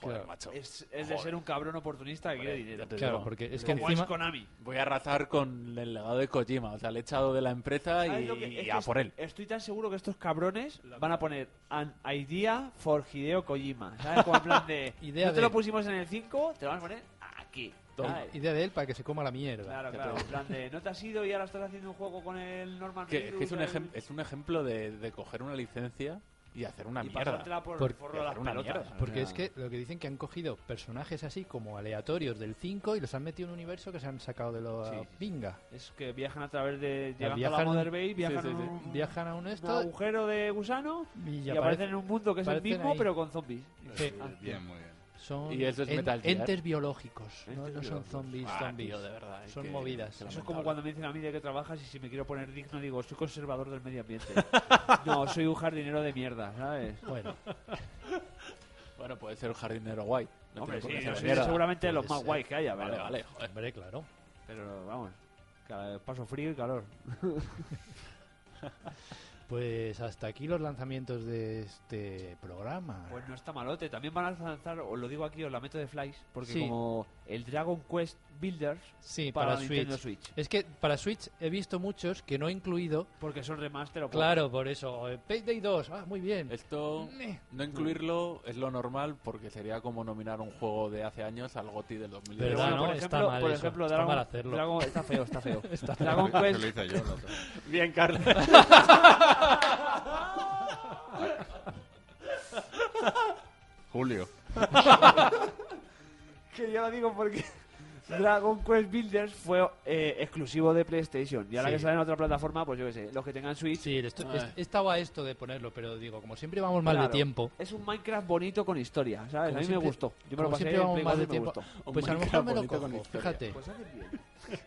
S2: Joder, macho. Es, es de ser un cabrón oportunista que quiere dinero.
S3: Claro, porque es que
S2: Como
S3: encima-
S2: Konami.
S6: Voy a arrasar con el legado de Kojima. O sea, le he echado de la empresa
S2: ¿Sabes
S6: y,
S2: lo que- es
S6: y
S2: que
S6: a
S2: es-
S6: por él.
S2: Estoy tan seguro que estos cabrones van a poner an idea for Hideo Kojima. ¿Sabes? Como en plan de.
S3: <laughs> Idea
S2: no te
S3: de-
S2: lo pusimos en el 5, te lo van a poner aquí. ¿sabes?
S3: Y- Idea de él para que se coma la mierda.
S2: Claro, claro. En plan de. No te has ido y ahora estás haciendo un juego con el Norman
S6: Que, que es, un
S2: el-
S6: ejem- es un ejemplo de, de coger una licencia y hacer una
S2: Y
S6: mierda.
S2: pasártela por el
S6: Por-
S2: forro
S6: y
S2: de
S6: hacer
S2: las
S6: una
S2: pelotas.
S6: mierda.
S3: Porque
S6: O
S3: es
S6: sea,
S3: que lo que dicen que han cogido personajes así como aleatorios del 5 y los han metido en un universo que se han sacado de la
S2: Sí, sí, sí.
S3: pinga.
S2: Es que viajan a través de.
S3: sea,
S2: Llegan a la Mother Base, viajan,
S3: sí, sí, sí.
S2: a un-
S3: Viajan a un
S2: un
S3: esto
S2: agujero de gusano
S3: y,
S2: y, aparecen en un mundo que es el
S3: aparecen
S2: mismo,
S3: ahí.
S2: pero con zombies.
S3: Sí.
S2: Ah,
S4: Bien, muy bien.
S3: Son
S6: Y eso es
S3: en-
S6: Metal Gear.
S3: entes biológicos, no, no
S6: Entes
S3: son
S6: biológicos.
S3: zombies,
S6: Ah,
S3: zombies.
S6: tío, de verdad,
S3: son
S6: que-
S3: movidas.
S6: que la
S2: Eso es
S6: Lamentable.
S2: como cuando me dicen a mí de qué trabajas y si me quiero poner digno digo, soy conservador del medio
S3: <laughs>
S2: ambiente. no, soy un jardinero de mierda, ¿sabes?
S3: Bueno,
S6: Bueno, puede ser un jardinero guay. No
S2: Hombre,
S6: tiene por
S2: sí,
S6: qué ser
S2: yo soy
S6: mierda.
S2: seguramente de los
S3: Puede
S2: más
S3: ser.
S2: guays que haya,
S6: <laughs> Vale,
S2: pero,
S6: vale, joder.
S3: hombre, claro.
S2: pero vamos, cada- paso frío y calor.
S3: Pues hasta aquí los lanzamientos de este programa.
S2: Pues no está malote, también van a lanzar, os lo digo aquí, os la meto de flies, porque
S3: Sí.
S2: como el Dragon Quest Builders
S3: sí,
S2: para,
S3: para,
S2: Nintendo
S3: Switch.
S2: Switch.
S3: Es que para Switch he visto muchos que no he incluido.
S2: porque son remaster o
S3: Claro, por eso. eh, Payday 2, ah, muy bien.
S6: Esto,
S3: Meh.
S6: no incluirlo es lo normal porque sería como nominar un juego de hace años al GOTI del 2010.
S3: ¿Verdad,
S2: Bueno,
S3: no?
S2: por
S3: está
S2: ejemplo-
S3: mal
S2: por
S3: eso,
S2: ejemplo,
S3: está
S2: Dragon-
S3: mal hacerlo.
S2: Dragon- está feo, está feo.
S3: <laughs> Está
S2: Dragon
S4: <laughs> Eso
S2: Quest
S4: lo hice yo. el otro.
S6: Bien, Carlos.
S4: Julio.
S2: Que yo lo digo porque <laughs> Dragon Quest Builders fue eh, exclusivo de PlayStation. Y ahora
S3: Sí.
S2: que sale en otra plataforma, pues yo qué sé, los que tengan Switch.
S3: Sí, esto-
S6: Ay.
S3: est- estaba esto de ponerlo, pero digo, como siempre vamos mal de
S2: claro.
S3: tiempo.
S2: Es un Minecraft bonito con historia, ¿sabes?
S3: como
S2: a mí
S3: siempre-
S2: me gustó. Yo me
S3: como
S2: lo pasé
S3: siempre
S2: en
S3: vamos
S2: Play
S3: mal
S2: 4
S3: de
S2: y me
S3: tiempo.
S2: gustó.
S6: Un
S3: Pues a lo mejor
S6: Minecraft
S3: me lo
S6: bonito con
S3: cojo,
S6: historia.
S3: fíjate.
S2: Pues hacen bien.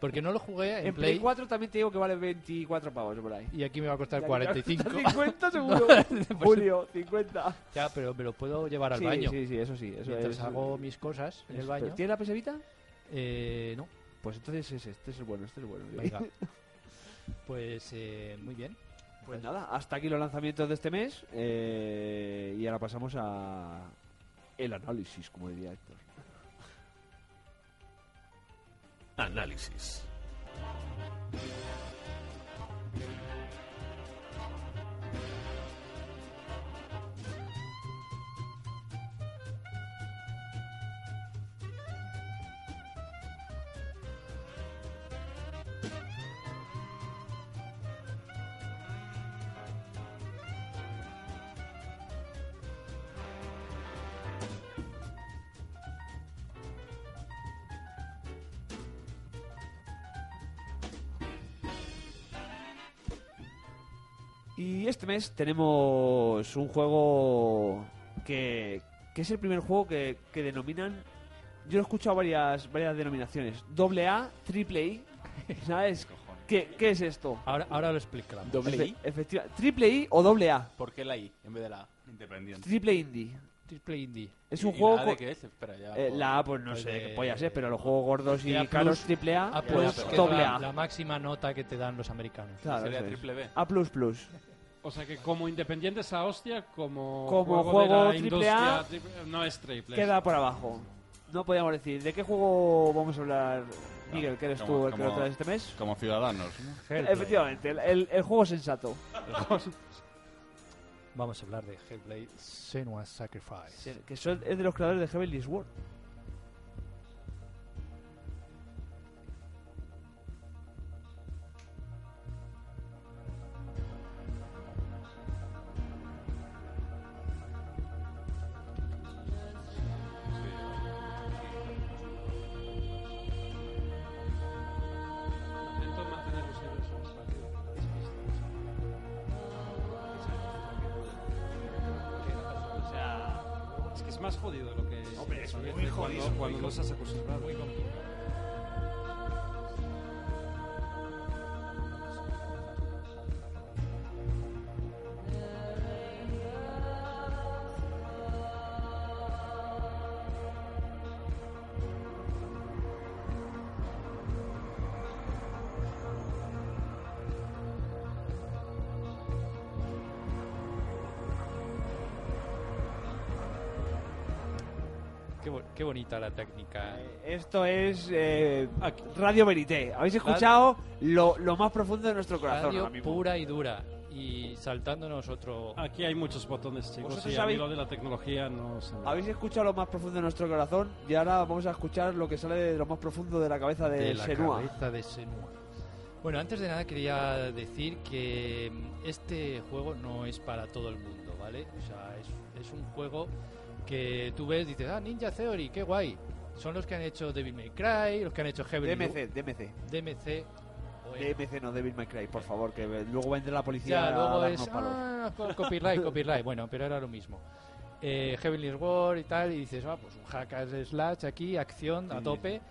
S3: Porque no lo jugué en,
S2: En Play 4 también te digo que vale 24 pavos por ahí.
S3: y aquí me va a costar
S2: Ya, <laughs>
S3: 45. <laughs>
S2: 50 seguro.
S3: Pues-
S2: Julio, 50.
S3: ya, pero me lo puedo llevar al
S2: sí,
S3: baño.
S2: sí, sí, eso sí. Eso
S3: Mientras
S2: es- eh,
S3: hago mis cosas en el
S2: eso-
S3: baño.
S2: ¿Tienes la pesevita?
S3: Eh, no,
S2: Pues entonces ese, este es el bueno, este es el bueno. <laughs>
S3: venga. Pues eh, muy bien.
S2: Pues nada, hasta aquí los lanzamientos de este mes eh, y ahora pasamos a el análisis, como diría Héctor.
S1: Análisis.
S2: Y este mes tenemos un juego que, que es el primer juego que, que denominan. Yo lo he escuchado varias, varias denominaciones: doble A, triple I.
S3: <laughs>
S2: ¿Sabes? ¿Qué, qué es esto?
S3: Ahora, ahora lo explicamos.
S6: Doble I.
S2: Efectivamente, triple I o doble A.
S6: ¿Por qué la I en vez de la A?
S4: Independiente.
S2: Triple Indie.
S3: Triple Indie.
S2: Es un
S6: ¿Y
S2: juego.
S6: la A
S2: co-
S6: de qué es? Espera, ya.
S2: eh,
S6: por-
S2: la A, pues no
S3: Pues
S2: sé
S3: de-
S2: qué pollas es, pero los juegos gordos y
S3: A+,
S2: caros triple A,
S3: A,
S6: ya,
S2: pues
S6: pero-
S3: Ah, que es
S2: doble
S3: la,
S2: A.
S3: la máxima nota que te dan los americanos.
S2: Claro,
S6: Sería
S2: eso es.
S6: triple B.
S2: A plus plus.
S5: O sea que como independiente es la hostia, como,
S2: Como
S5: de
S2: juego
S5: la
S2: triple
S5: industria,
S2: A,
S5: triple- no es triple.
S2: Queda por abajo. No podíamos decir. ¿De qué juego vamos a hablar, Miguel, que eres
S4: Como-
S2: tú el que lo
S4: como-
S2: traes este mes?
S4: Como ciudadanos. ¿no?
S3: Hellblade.
S2: Efectivamente, el, el- el juego sensato.
S3: Vamos a hablar de Hellblade Senua Sacrifice.
S2: Que son- es de los creadores de Heavenly Sword.
S5: Intento mantener los hilos, para que despistes. Es que es más jodido de lo que es. Hombre, es muy jodido. Cuando, cuando no estás acostumbrado.
S3: Qué, bo- qué bonita la técnica. eh.
S2: Esto es eh, Radio Verité. Habéis escuchado lo, lo más profundo de nuestro corazón.
S3: Radio
S2: ahora mismo.
S3: pura y dura. Y saltándonos otro...
S5: Aquí hay muchos botones, chicos.
S2: ¿Vosotros
S5: y a mí
S2: sabéis-
S5: lo de la tecnología no se me da.
S2: Habéis escuchado lo más profundo de nuestro corazón y ahora vamos a escuchar lo que sale de lo más profundo de la cabeza de,
S3: de la
S2: Senua.
S3: cabeza de Senua. Bueno, antes de nada quería decir que mm, este juego no es para todo el mundo, ¿vale? O sea, es, es un juego que tú ves, dices, ah, Ninja Theory, qué guay. Son los que han hecho Devil May Cry, los que han hecho Heaven
S2: DMC, DMC.
S3: DMC.
S2: DMC no Devil May Cry, por favor, que luego vendrá la policía
S3: E Ya, luego
S2: a
S3: es
S2: darnos palos.
S3: ah, co- copyright, copyright. Bueno, pero era lo mismo. Eh, Heavenly War y tal, y dices, ah, pues un hack and slash aquí, acción a
S2: Sí.
S3: tope.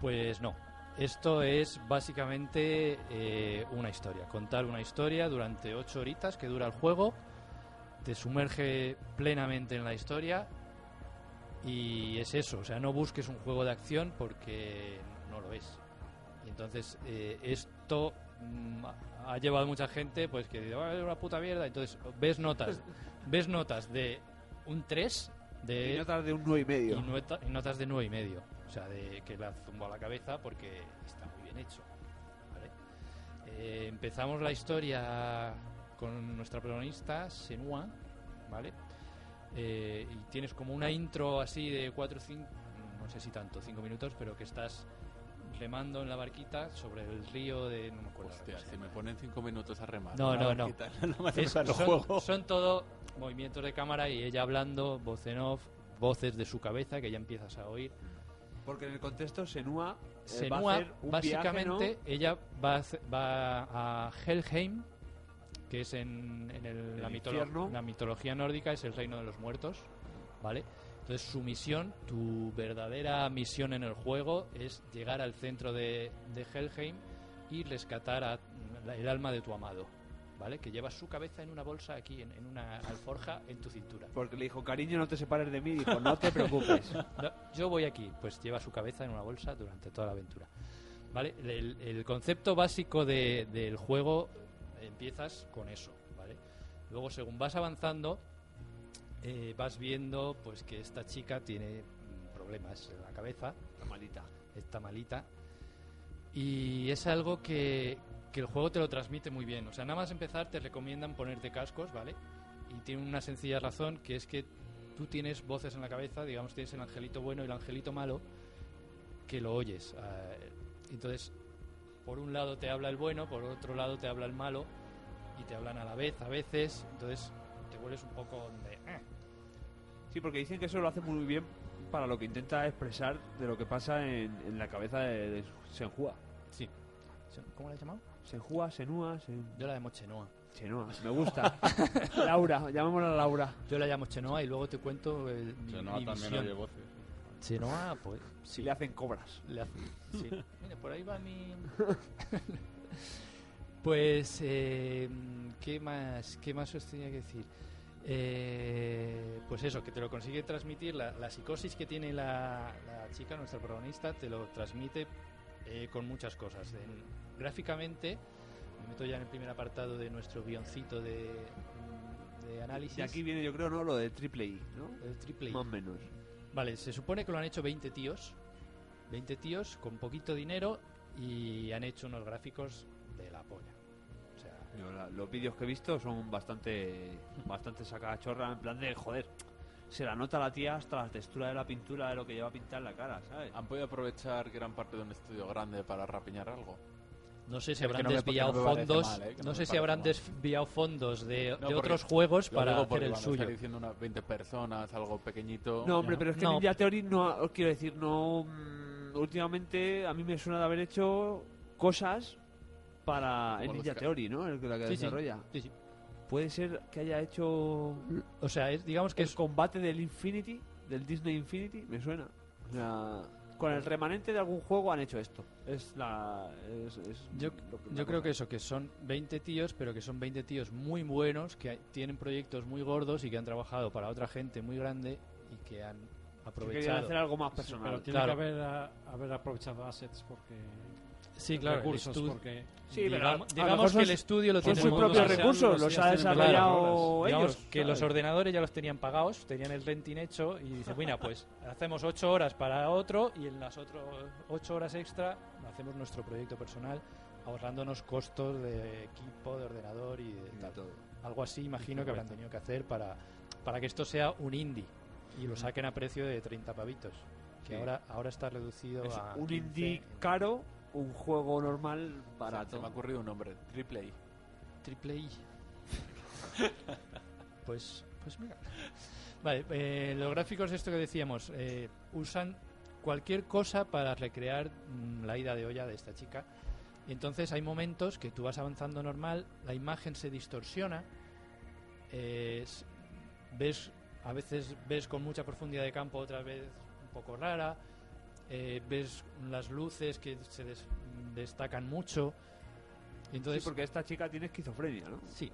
S3: Pues no. Esto es básicamente eh, una historia. Contar una historia durante ocho horitas que dura el juego. Te sumerge plenamente en la historia. Y es eso. O sea, no busques un juego de acción porque no lo es. Y entonces eh, esto mm, ha llevado a mucha gente pues que dice, "Ah, es una puta mierda. Entonces ves notas, ves notas de un 3 de
S2: Y notas de un 9,5.
S3: y, nueta- y notas de 9,5. y medio. O sea, de que la zumbo a la cabeza porque está muy bien hecho. ¿vale? Eh, empezamos la historia con nuestra protagonista, Senua, ¿vale? Eh, y tienes como una intro así de 4 5, no sé si tanto, 5 minutos, pero que estás remando en la barquita sobre el río de... No me acuerdo. ahora
S6: Hostia,
S3: cómo se
S6: si me
S3: llama.
S6: ponen 5 minutos a remar.
S3: Pues, eh. No, no,
S6: Ahora
S3: no.
S6: quitan- <laughs> No me
S3: Es-
S6: hacen el
S3: son,
S6: juego.
S3: son todo movimientos de cámara y ella hablando, voz en off, voces de su cabeza que ya empiezas a oír.
S2: Porque en el contexto Senua, eh,
S3: Senua,
S2: va a hacer un
S3: básicamente,
S2: viaje,
S3: ella va a, hace- va a Helheim, que es en, en el-
S2: El
S3: la, mitolo-
S2: infierno.
S3: la mitología nórdica, es el reino de los muertos, ¿vale? Entonces su misión, tu verdadera misión en el juego es llegar al centro de, de Helheim y rescatar a- la- el alma de tu amado, ¿vale? Que llevas su cabeza en una bolsa aquí, en, en una alforja, en tu cintura.
S2: ¿no? Porque le dijo, cariño, no te separes de mí. Dijo, no te
S3: <laughs>
S2: preocupes.
S3: No, yo voy aquí. Pues lleva su cabeza en una bolsa durante toda la aventura. ¿Vale? El, el concepto básico de- del juego empiezas con eso, ¿vale? Luego, según vas avanzando, eh, vas viendo pues que esta chica tiene mm, problemas en la cabeza. Está malita. Está malita. Y es algo que, que el juego te lo transmite muy bien. O sea, nada más empezar te recomiendan ponerte cascos, ¿vale? Y tiene una sencilla razón, que es que tú tienes voces en la cabeza, digamos, tienes el angelito bueno y el angelito malo, que lo oyes. Eh, Entonces, por un lado te habla el bueno, por otro lado te habla el malo, y te hablan a la vez a veces, entonces te vuelves un poco de... "Eh".
S2: Sí, porque dicen que eso lo hace muy bien para lo que intenta expresar de lo que pasa en, en la cabeza de, de Senjua.
S3: Sí. ¿Cómo la has llamado?
S2: Senjua, Senua, Sen-
S3: Yo la llamo Chenoa.
S2: Senua. Me
S3: <laughs>
S2: gusta. Laura, llamémosla Laura.
S3: Yo la llamo Chenoa y luego te cuento el, mi,
S4: Chenoa
S3: mi
S4: también
S3: visión.
S4: oye voces.
S3: Chenoa, pues... Sí.
S2: Le hacen cobras.
S3: Le <laughs> hace- sí. Mira, por ahí va mi... <laughs> Pues, eh, ¿qué más qué más os tenía que decir? Eh, pues eso, que te lo consigue transmitir, la, la psicosis que tiene la, la chica, nuestra protagonista, te lo transmite eh, con muchas cosas. En- gráficamente, me meto ya en el primer apartado de nuestro guioncito de, de análisis.
S2: Y aquí viene, yo creo, ¿no? Lo de triple I, ¿no?
S3: El triple I.
S2: Más o menos.
S3: Vale, se supone que lo han hecho 20 tíos. 20 tíos con poquito dinero y han hecho unos gráficos de la polla. O sea,
S2: Yo la- los vídeos que he visto son bastante bastante sacachorra en plan de joder. Se la nota a la tía hasta la textura de la pintura de lo que lleva a pintar la cara, ¿sabes?
S6: ¿Han podido aprovechar gran parte de un estudio grande para rapiñar algo?
S3: no sé si
S6: Es que
S3: habrán
S6: no me-
S3: desviado
S6: no me parece
S3: fondos.
S6: mal, ¿eh?
S3: no
S6: Que no
S3: sé
S6: me
S3: si habrán
S6: parece
S3: desviado fondos de,
S6: No,
S3: de
S6: porque-
S3: otros juegos
S6: Lo
S3: para
S6: digo
S3: hacer
S6: porque
S3: el
S6: van a estar
S3: suyo.
S6: diciendo unas 20 personas, algo pequeñito.
S2: No, hombre, pero es que
S3: No.
S2: Ninja Theory no, ha- os quiero decir, no. mm, Últimamente a mí me suena de haber hecho cosas para. En
S6: Como los
S2: Ninja
S6: ca-
S2: Theory, ¿no? El, que- la que
S3: Sí, sí.
S2: desarrolla.
S3: Sí, sí.
S2: Puede ser que haya hecho.
S3: O sea, es, digamos que
S2: El
S3: es
S2: combate del Infinity, del Disney Infinity, me suena. O sea, con el remanente de algún juego han hecho esto. Es la. es- es
S3: Yo,
S2: lo que-
S3: yo
S2: la
S3: creo
S2: cosa.
S3: que eso, que son 20 tíos, pero que son 20 tíos muy buenos, que hay- tienen proyectos muy gordos y que han trabajado para otra gente muy grande y que han
S2: Que querían
S3: aprovechado.
S2: hacer algo más
S5: Pero
S2: personal.
S5: tiene
S3: claro.
S5: que haber, ah, haber aprovechado assets porque
S3: Sí, claro, el
S5: recursos,
S3: estu-
S5: porque
S2: Sí, pero a- a lo
S3: digamos, digamos
S2: mejor
S3: que
S2: son-
S3: el estudio lo
S2: son
S3: tiene
S2: sus propios recursos, los ha desarrollado
S3: Digamos
S2: ellos,
S3: que
S2: claro.
S3: los ordenadores ya los tenían pagados, tenían el renting hecho y dice, bueno, pues hacemos ocho horas para otro y en las otras ocho horas extra hacemos nuestro proyecto personal ahorrándonos costos de equipo, de ordenador y de tal. Algo así imagino que habrán tenido que hacer para, para que esto sea un indie y lo saquen a precio de 30 pavitos,
S2: Sí.
S3: que ahora, ahora está reducido
S2: Es
S3: a...
S2: un
S3: 15.
S2: indie caro, un juego normal
S6: Para, se
S2: barato.
S6: me ha ocurrido un nombre, Triple I.
S3: Triple
S2: <laughs>
S3: I. pues, pues mira. Vale, eh, los gráficos, esto que decíamos, eh, usan cualquier cosa para recrear mm, la ida de olla de esta chica. Y entonces hay momentos que tú vas avanzando normal, la imagen se distorsiona, eh, s- ves a veces ves con mucha profundidad de campo, otras veces un poco rara, eh, ves las luces que se des- destacan mucho. Y entonces
S2: sí, porque esta chica tiene esquizofrenia, ¿no?
S3: Sí.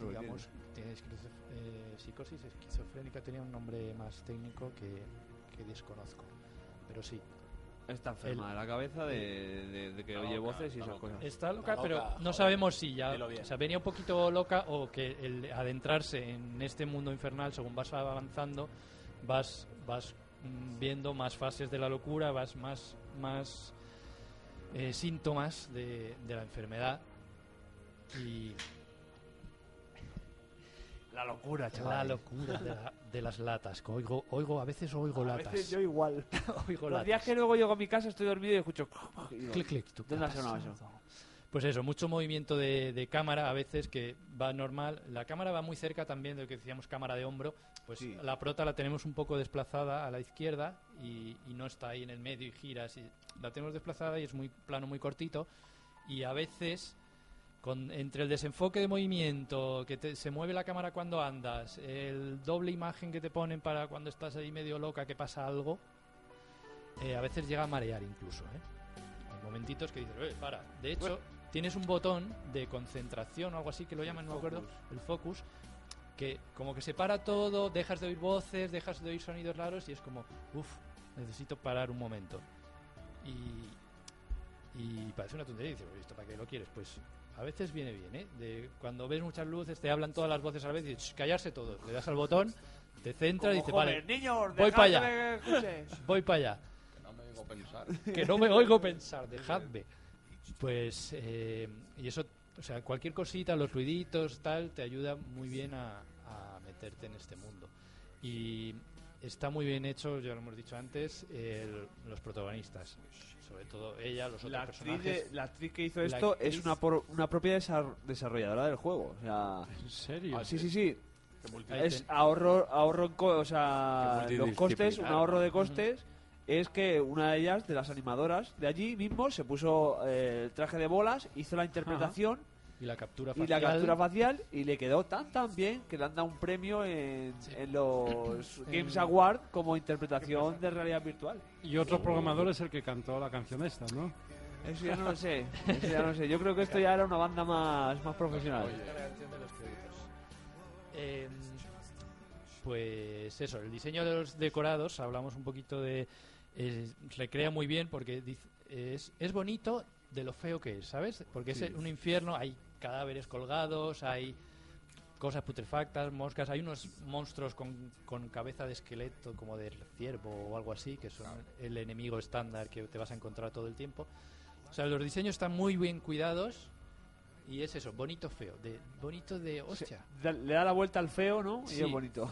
S2: Lo que
S3: digamos, tiene esquizo- eh, psicosis esquizofrénica, tenía un nombre más técnico que, que desconozco. Pero sí.
S2: Está enferma de la cabeza de, de- de que
S6: Está
S2: oye
S6: loca,
S2: voces y
S6: está
S2: esas
S6: loca.
S2: cosas.
S3: Está loca,
S6: Está loca,
S3: pero no
S6: joder.
S3: sabemos si ya.
S6: Dilo bien.
S3: O sea, venía un poquito loca o que el adentrarse en este mundo infernal, según vas avanzando, vas, vas mm, viendo más fases de la locura, vas más, más eh, síntomas de, de la enfermedad. Y
S2: La locura,
S3: la locura de, la- de las latas. que Oigo, oigo, a veces oigo
S2: A
S3: latas.
S2: veces yo igual.
S3: <laughs> Oigo
S2: Los
S3: latas.
S2: días que luego llego a mi casa estoy dormido y escucho... <laughs>
S3: Clic, clic, tú,
S2: ¿Dónde
S3: ¿qué
S2: ha
S3: ha
S2: sonado
S3: pasado?
S2: eso?
S3: Pues eso, mucho movimiento de, de cámara a veces que va normal. La cámara va muy cerca también de lo que decíamos cámara de hombro. Pues
S2: Sí.
S3: la prota la tenemos un poco desplazada a la izquierda y, y no está ahí en el medio y giras. Y la tenemos desplazada y es muy plano muy cortito. Y a veces, con, entre el desenfoque de movimiento, que te- se mueve la cámara cuando andas, el doble imagen que te ponen para cuando estás ahí medio loca que pasa algo, eh, a veces llega a marear incluso. ¿eh? Hay momentitos que dices, "Eh, para. De hecho, tienes un botón de concentración o algo así que lo llaman, no me acuerdo, el focus, que como que se para todo, dejas de oír voces, dejas de oír sonidos raros y es como, uff, necesito parar un momento. Y, y parece una tontería. Dices, "Oye, ¿esto para qué lo quieres? Pues a veces viene bien, ¿eh? De, cuando ves muchas luces, te hablan todas las voces a la vez y dices, "Shh, callarse todos. Le das al botón, te centra y dices, vale,
S2: niños,
S3: voy
S2: dejad
S3: para
S2: que
S3: allá,
S2: me
S3: <laughs>
S2: escuche".
S3: voy para allá.
S4: No me digo pensar.
S3: que no me oigo pensar, dejadme. Pues, eh, y eso, o sea, cualquier cosita, los ruiditos, tal, te ayuda muy bien a, a meterte en este mundo. Y está muy bien hecho, ya lo hemos dicho antes, el- los protagonistas. Sobre todo ella, los otros
S2: La actriz, de-
S3: personajes.
S2: la actriz que hizo
S3: La
S2: esto
S3: actriz-
S2: es una, por- una propia desar- desarrolladora del juego. O sea,
S5: pues, ¿En serio?
S2: Ah, sí, sí, sí.
S3: Ahí
S2: Es
S3: ten-
S2: ahorro, ahorro en co- o sea,
S6: Qué
S2: los costes, un
S6: multidisciplinar.
S2: ahorro de costes. Es que una de ellas, de las animadoras de allí mismo, se puso eh, el traje de bolas, hizo la interpretación
S3: y la captura
S2: y la
S3: facial.
S2: captura facial y le quedó tan tan bien que le han dado un premio en, en
S3: <clears throat>
S2: los Games
S3: En-
S2: Award como interpretación de realidad virtual.
S5: Y otro programador es el que cantó la canción esta, ¿no?
S2: Eso ya no lo sé, eso ya no lo sé. Yo creo que esto ya era una banda más, más profesional.
S3: Eh, pues eso, el diseño de los decorados, hablamos un poquito de... eh, recrea muy bien porque diz- es, es bonito de lo feo que es, ¿sabes? Porque es un infierno, hay cadáveres colgados, hay cosas putrefactas, moscas, hay unos monstruos con, con cabeza de esqueleto como de ciervo o algo así, que son el enemigo estándar que te vas a encontrar todo el tiempo. O sea, los diseños están muy bien cuidados y es eso, bonito feo, de bonito de hostia.
S2: Da- Le da la vuelta al feo, ¿no? Y
S3: Sí.
S2: es bonito.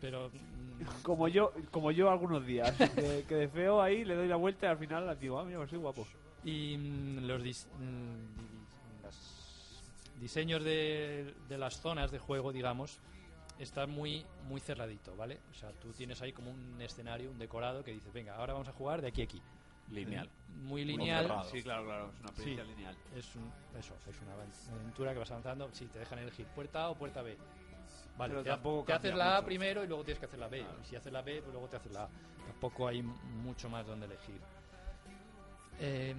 S3: Pero mm,
S2: como yo, como yo algunos días. Que, que de feo ahí le doy la vuelta y al final digo, ah, mira, pues soy guapo.
S3: y mm, los dis- mm, di- las diseños de, de las zonas de juego, digamos, está muy muy cerradito, ¿vale? O sea, tú tienes ahí como un escenario, un decorado que dices, venga, ahora vamos a jugar de aquí a aquí.
S6: Lineal.
S3: Muy lineal.
S6: cerrado. Sí,
S2: claro, claro, es una
S3: experiencia
S2: lineal.
S3: es un- eso, es una avan- aventura que vas avanzando. Si te dejan elegir puerta A o puerta B. Vale,
S2: Pero
S3: te, ha-
S2: tampoco
S3: te haces
S2: cambia
S3: la A
S2: mucho.
S3: primero y luego tienes que hacer la B. Y si haces la B, pues luego te haces la A. Tampoco hay m- mucho más donde elegir. Em,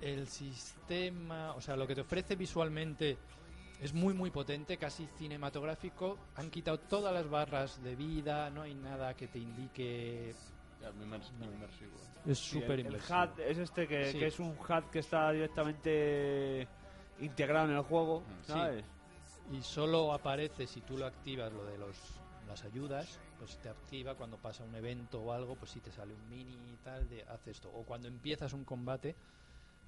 S3: el sistema, o sea, lo que te ofrece visualmente es muy muy potente, casi cinematográfico. Han quitado todas las barras de vida, no hay nada que te indique Es súper
S2: El, el
S3: inmersivo.
S2: HUD es este que,
S3: Sí.
S2: que es un HUD que está directamente integrado en el juego,
S3: Sí.
S2: ¿sabes?
S3: Y solo aparece si tú lo activas, lo de los, las ayudas, pues te activa cuando pasa un evento o algo, pues si te sale un mini y tal, de haz esto. O cuando empiezas un combate,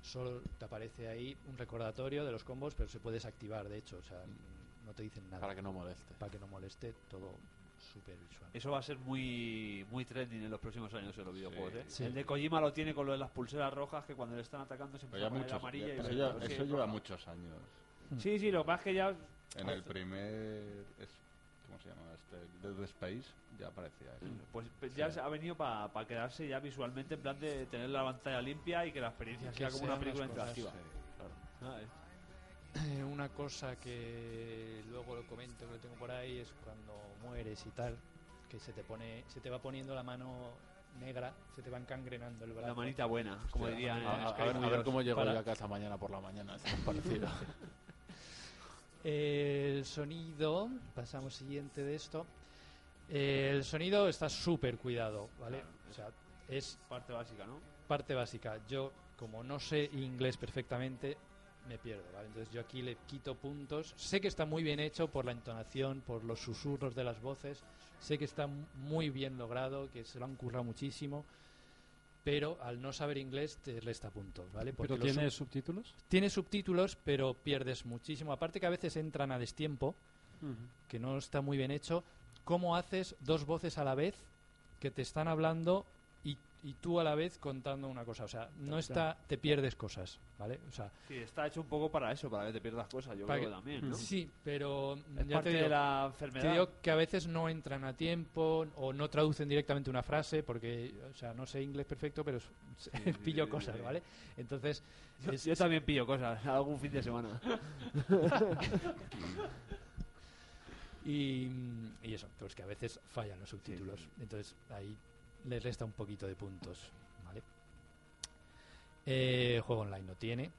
S3: solo te aparece ahí un recordatorio de los combos, pero se puede desactivar, de hecho, o sea, no te dicen nada.
S6: Para que no moleste.
S3: Para que no moleste, todo súper visual.
S2: Eso va a ser muy muy trending en los próximos años en los videojuegos, ¿eh?
S3: Sí.
S2: El de Kojima lo tiene con lo de las pulseras rojas que cuando le están atacando se empieza
S4: Pero ya
S2: a poner
S4: muchos-
S2: amarilla
S4: ya-
S2: y
S4: pero
S2: verde,
S4: ya-
S2: no sé qué,
S4: eso lleva
S2: roja.
S4: muchos años.
S3: Mm.
S2: Sí, sí, lo que pasa es que ya...
S4: En
S2: Ah,
S4: el primer. es- ¿Cómo se llama? Este, Dead Space ya aparecía eso.
S2: Pues pues ya se ha venido para quedarse ya visualmente en plan de tener la pantalla limpia y que la experiencia
S3: Que
S2: sea como una
S3: sean
S2: película
S3: las cosas.
S2: interactiva.
S3: Sí,
S2: Ah, eh.
S3: Eh, Una cosa que luego lo comento, que lo tengo por ahí, es cuando mueres y tal, que se te pone, se te va poniendo la mano negra, se te va encangrenando el brazo.
S2: La manita buena, como
S3: Hostia,
S2: dirían.
S3: la
S6: A,
S3: manita
S6: a-
S3: buena.
S6: a ver, a ver cómo llego
S3: Para-
S6: yo a casa mañana por la mañana. Es
S3: <laughs>
S6: parecido.
S3: El sonido, pasamos siguiente de esto. El sonido está súper cuidado, ¿vale? O sea, es
S2: Parte básica, ¿no?
S3: parte básica. Yo, como no sé inglés perfectamente, me pierdo, ¿vale? Entonces yo aquí le quito puntos. Sé que está muy bien hecho por la entonación, por los susurros de las voces. Sé que está muy bien logrado, que se lo han currado muchísimo. Pero al no saber inglés te resta puntos, ¿vale?
S5: ¿Pero
S3: los
S5: tiene
S3: sub-
S5: subtítulos?
S3: tiene subtítulos, pero pierdes muchísimo. Aparte que a veces entran a destiempo, que no está muy bien hecho. ¿Cómo haces dos voces a la vez que te están hablando y, y tú a la vez contando una cosa? O sea, no está, te pierdes cosas, ¿vale? O sea,
S2: Sí, está hecho un poco para eso, para que te pierdas cosas, yo
S3: para
S2: creo
S3: que-
S2: también, ¿no?
S3: <laughs> Sí, pero mm,
S2: Es
S3: ya
S2: parte
S3: te
S2: de
S3: digo,
S2: la enfermedad. <laughs>
S3: te digo que a veces no entran a tiempo o no traducen directamente una frase porque, o sea, no sé inglés perfecto, pero s- <laughs> pillo cosas, ¿vale? Entonces,
S2: Yo,
S3: es-
S2: yo también pillo cosas, <laughs> algún fin de semana.
S3: Y, mm, y eso, pues que a veces fallan los subtítulos. Entonces ahí le resta un poquito de puntos. ¿vale? Eh, juego online no tiene.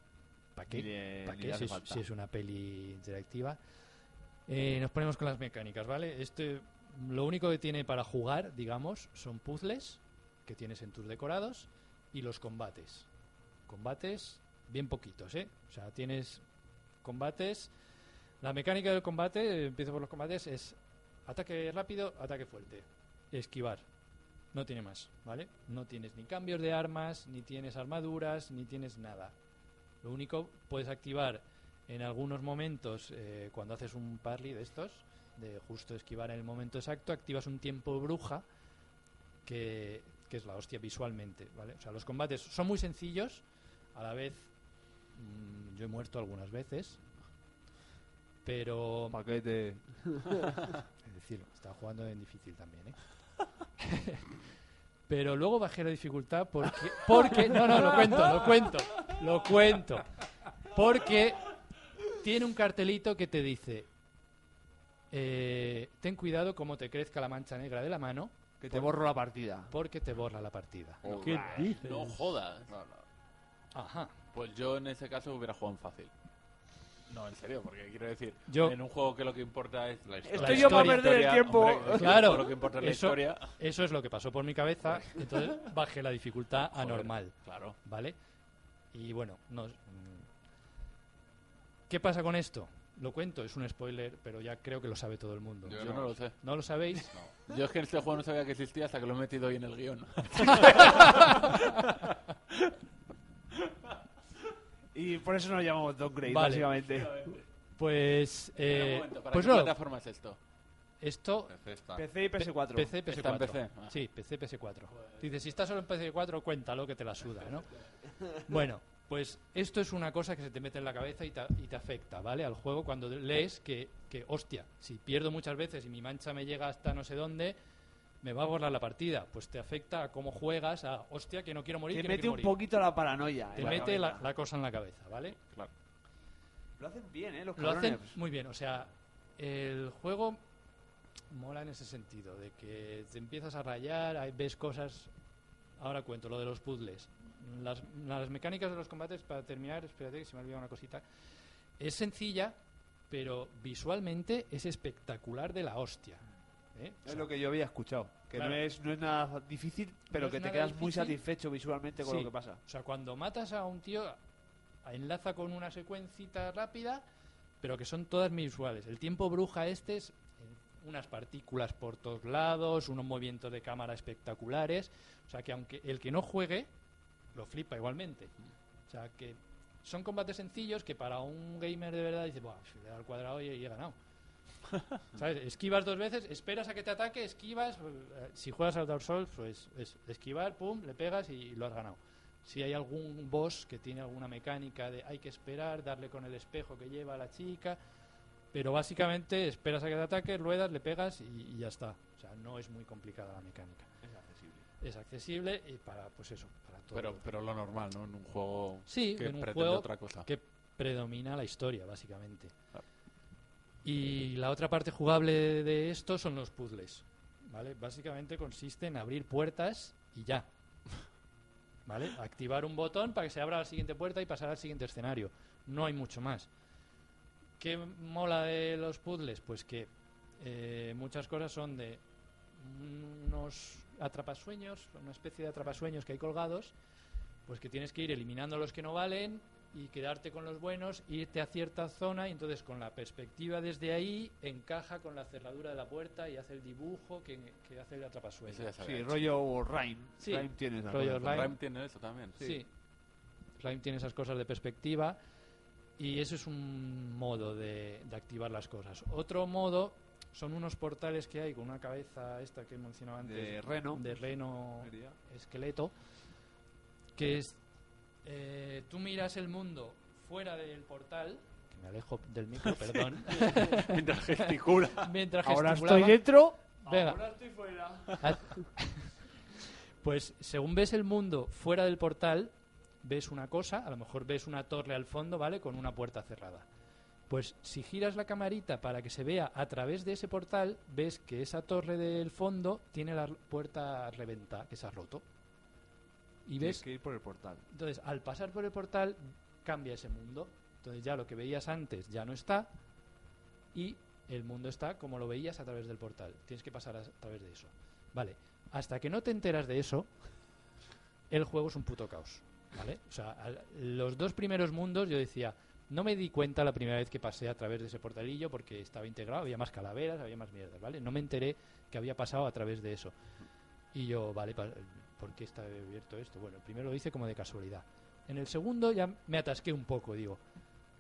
S3: ¿Para
S4: Ni
S3: qué?
S4: le-
S3: ¿Para
S4: ni
S3: qué?
S4: le
S3: Si
S4: hace
S3: es,
S4: falta.
S3: si es una peli interactiva. Eh, nos ponemos con las mecánicas, ¿vale? Este, lo único que tiene para jugar, digamos, son puzzles que tienes en tus decorados y los combates. Combates bien poquitos, ¿eh? O sea, tienes combates. La mecánica del combate, eh, empiezo por los combates, es ataque rápido, ataque fuerte, esquivar. No tiene más, ¿vale? No tienes ni cambios de armas, ni tienes armaduras, ni tienes nada. Lo único, puedes activar en algunos momentos, eh, cuando haces un parry de estos, de justo esquivar en el momento exacto, activas un tiempo bruja, que, que es la hostia visualmente, ¿vale? O sea, los combates son muy sencillos, a la vez mm, yo he muerto algunas veces, pero...
S4: Paquete.
S3: <laughs> Es decir, estaba jugando en difícil también, ¿eh? Pero luego bajé la dificultad porque... Porque... No, no, lo cuento, lo cuento. Lo cuento. Porque tiene un cartelito que te dice... eh, ten cuidado cómo te crezca la mancha negra de la mano
S2: Que te borro la partida.
S3: porque te borra la partida.
S5: ¿Qué dices?
S6: No jodas.
S3: Ajá.
S6: Pues yo en ese caso hubiera jugado en fácil. No, en serio, porque quiero decir,
S3: Yo-
S6: en un juego que lo que importa es la historia.
S2: Estoy yo para perder el
S6: Historia,
S2: tiempo.
S6: hombre,
S3: Claro,
S6: Lo que importa es la
S3: eso,
S6: historia.
S3: eso es lo que pasó por mi cabeza.
S6: <laughs>
S3: Entonces bajé la dificultad a
S6: Joder,
S3: normal.
S6: Claro.
S3: ¿Vale? Y bueno, no. mm. ¿Qué pasa con esto? Lo cuento, es un spoiler, pero ya creo que lo sabe todo el mundo.
S6: Yo no lo sé.
S3: ¿No lo
S6: <laughs>
S3: sabéis?
S6: Yo es que este juego no sabía que existía hasta que lo he metido hoy en el guión.
S2: <laughs> Y por eso nos llamamos downgrade,
S3: Vale.
S2: básicamente.
S3: Pues.
S6: Espera un
S3: eh,
S6: momento, ¿para
S3: pues
S6: qué
S3: no.
S6: plataforma es esto?
S3: Esto.
S4: Cesta.
S2: PC y PS4.
S3: PC, PS4.
S6: Está en PC, ah.
S3: Sí, PC, PS4. Dice, si está solo en PS4, cuéntalo que te la suda, ¿no? bueno, pues esto es una cosa que se te mete en la cabeza y te, y te afecta, ¿vale? Al juego cuando lees que, que, hostia, si pierdo muchas veces y mi mancha me llega hasta no sé dónde, me va a borrar la partida. Pues te afecta a cómo juegas, a hostia, que no quiero morir,
S2: Te
S3: que no
S2: mete
S3: quiero
S2: un
S3: morir.
S2: poquito la paranoia.
S3: Te
S2: en la
S3: mete la,
S2: cabeza.
S3: la cosa en la cabeza, ¿vale?
S2: Lo hacen bien, ¿eh? Los
S3: Lo hacen
S2: cabrones.
S3: muy bien, o sea, el juego mola en ese sentido, de que te empiezas a rayar, ahí ves cosas... Ahora cuento lo de los puzzles. Las, las mecánicas de los combates, para terminar, espérate que se me ha olvidado una cosita. Es sencilla, pero visualmente es espectacular de la hostia. ¿eh? O
S2: Es
S3: sea,
S2: lo que yo había escuchado. Que
S3: Claro.
S2: no, es, no es nada difícil, pero
S3: no
S2: que
S3: es
S2: te
S3: nada
S2: quedas muy
S3: difícil.
S2: satisfecho visualmente con
S3: Sí.
S2: lo que pasa.
S3: O sea, cuando matas a un tío, enlaza con una secuencita rápida, pero que son todas visuales. El tiempo bruja este es eh, unas partículas por todos lados, unos movimientos de cámara espectaculares. O sea, que aunque el que no juegue, lo flipa igualmente. O sea, que son combates sencillos que para un gamer de verdad dice, Buah, si le da al cuadrado y, y he ganado. ¿Sabes? Esquivas dos veces, esperas a que te ataque, esquivas. eh, Si juegas al Dark Souls, pues es esquivar, pum, le pegas y lo has ganado. Si hay algún boss que tiene alguna mecánica de hay que esperar, darle con el espejo que lleva la chica. Pero básicamente esperas a que te ataque, ruedas, le pegas y, y ya está. O sea, no es muy complicada la mecánica.
S6: Es accesible.
S3: Es accesible y para, pues eso, para todo.
S6: Pero, pero lo normal, ¿no? En un juego
S3: Sí,
S6: que
S3: en un
S6: pretende
S3: juego
S6: otra cosa.
S3: que predomina la historia, básicamente. Y la otra parte jugable de esto son los puzzles, ¿vale? Básicamente consiste en abrir puertas y ya, ¿vale? Activar un botón para que se abra la siguiente puerta y pasar al siguiente escenario. No hay mucho más. ¿Qué mola de los puzzles? Pues que eh, muchas cosas son de unos atrapasueños, una especie de atrapasueños que hay colgados, pues que tienes que ir eliminando los que no valen y quedarte con los buenos, irte a cierta zona y entonces con la perspectiva desde ahí encaja con la cerradura de la puerta y hace el dibujo que, que hace el atrapasueños.
S6: Eso ya se había
S2: Sí,
S6: hecho.
S2: rollo Rhyme.
S3: Sí,
S2: Rhyme tienes la
S3: rollo
S2: cosa.
S3: Rhyme.
S6: Rhyme tiene eso también.
S3: Sí. Slime tiene esas cosas de perspectiva y eso es un modo de, de activar las cosas. Otro modo son unos portales que hay con una cabeza esta que he mencionado antes.
S2: De reno.
S3: De reno
S2: Sería.
S3: esqueleto. Que es... eh, tú miras el mundo fuera del portal. Que me alejo del micro, perdón. <laughs>
S6: Mientras gesticula.
S3: Mientras
S2: Ahora
S3: gesticulaba.
S2: estoy dentro.
S3: Venga.
S2: Ahora estoy fuera.
S3: Haz- Pues según ves el mundo fuera del portal, ves una cosa, a lo mejor ves una torre al fondo, ¿vale? Con una puerta cerrada. Pues si giras la camarita para que se vea a través de ese portal, ves que esa torre del fondo tiene la puerta reventada, que se ha roto. Y
S2: Tienes
S3: ves
S2: que ir por el portal.
S3: entonces, al pasar por el portal, cambia ese mundo. Entonces, ya lo que veías antes ya no está. Y el mundo está como lo veías a través del portal. Tienes que pasar a a través de eso. Vale. Hasta que no te enteras de eso, el juego es un puto caos. ¿Vale? O sea, al- los dos primeros mundos yo decía. No me di cuenta la primera vez que pasé a través de ese portalillo porque estaba integrado, había más calaveras, había más mierdas, ¿vale? No me enteré que había pasado a través de eso. Y yo, vale, pa- ¿por qué está abierto esto? Bueno, el primero lo hice como de casualidad. En el segundo ya me atasqué un poco, digo,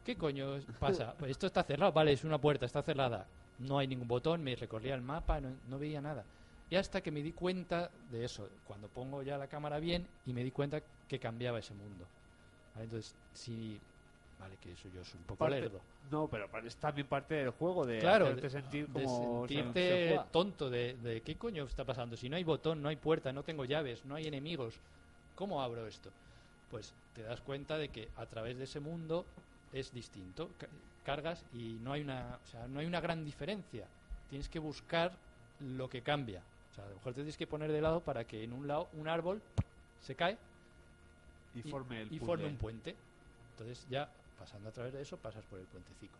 S3: ¿qué coño es- pasa? Pues esto está cerrado, vale, es una puerta, está cerrada. No hay ningún botón, me recorría el mapa, no, no veía nada. Y hasta que me di cuenta de eso, cuando pongo ya la cámara bien y me di cuenta que cambiaba ese mundo. Vale, entonces, sí, vale, que eso yo soy un poco
S2: Parte-
S3: lerdo.
S2: No, pero pa- es también parte del juego de
S3: Claro,
S2: hacerte
S3: de-
S2: sentir
S3: de
S2: como o sea, se
S3: sentirte
S2: juega.
S3: tonto de, de qué coño está pasando. Si no hay botón, no hay puerta, no tengo llaves, no hay enemigos, ¿cómo abro esto? Pues te das cuenta de que a través de ese mundo es distinto. Ca- Cargas y no hay una, o sea, no hay una gran diferencia. Tienes que buscar lo que cambia. O sea, a lo mejor te tienes que poner de lado para que en un lado un árbol se cae
S2: y forme el
S3: y
S2: puzzle.
S3: forme un puente. Entonces ya pasando a través de eso pasas por el puentecico.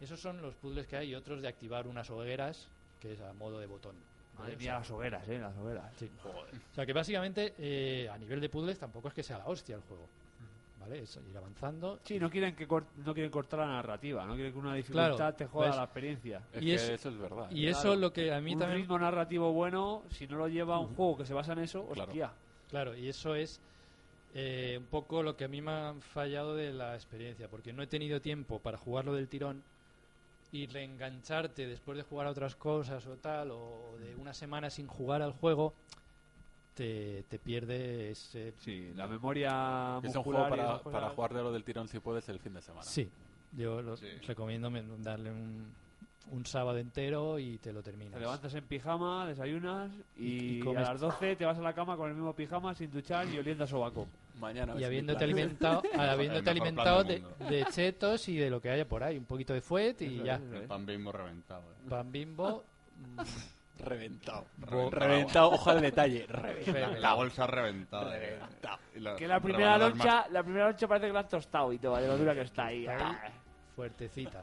S3: Esos son los puzzles que hay y otros de activar unas hogueras que es a modo de botón. ¿vale?
S2: Madre
S3: O
S2: mía,
S3: sea,
S2: las hogueras, eh, las hogueras.
S3: sí. O sea que básicamente eh, a nivel de puzzles tampoco es que sea la hostia el juego. ¿Vale? Es ir avanzando.
S2: Sí, no quieren que cor- no quieren cortar la narrativa, no quieren que una dificultad
S3: Claro,
S2: te joda
S3: ¿ves?
S2: la experiencia.
S6: Es
S3: Y
S6: que
S3: es-
S6: eso es verdad.
S3: Y eso
S2: Claro.
S3: lo que a mí
S2: un
S3: también
S2: ritmo narrativo bueno, si no lo lleva un juego que se basa en eso,
S6: Claro.
S2: hostia.
S3: Claro, y eso es eh, un poco lo que a mí me ha fallado de la experiencia, porque no he tenido tiempo para jugarlo del tirón y reengancharte después de jugar a otras cosas o tal, o o de una semana sin jugar al juego, te, te pierde ese...
S2: Sí, la memoria
S6: Es un
S2: muscular
S6: juego
S2: y esas
S6: para,
S2: cosas.
S6: para jugar de lo del tirón si puedes el fin de semana.
S3: Sí, yo lo-
S4: Sí.
S3: recomiendo men- darle un, un sábado entero y te lo
S2: Te
S3: terminas.
S2: levantas en pijama, desayunas y,
S3: Y comes.
S2: a las 12 te vas a la cama con el mismo pijama sin duchar y oliendo a sobaco.
S6: Mañana.
S3: y
S6: ves mi
S3: habiéndote
S6: plan.
S3: alimentado, habiéndote
S4: mejor plan
S3: alimentado
S4: del
S3: de,
S4: mundo.
S3: de chetos y de lo que haya por ahí, un poquito de fuet y
S2: Eso
S3: ya.
S2: es, ¿eh? eso
S4: El
S2: es.
S4: pan bimbo reventado. eh.
S3: Pan bimbo, mm,
S6: <laughs> Reventado.
S4: Reventado.
S6: Reventado. Ojo al <laughs> detalle.
S4: La,
S6: Reventado.
S4: la bolsa reventada. eh.
S6: Reventado.
S4: Y la-
S2: Que la primera
S4: rebanadas más-
S2: loncha, la primera loncha parece que la han tostado Ah, y todo, de lo dura que está ahí.
S3: Está ahí.
S2: Ah.
S3: fuertecita.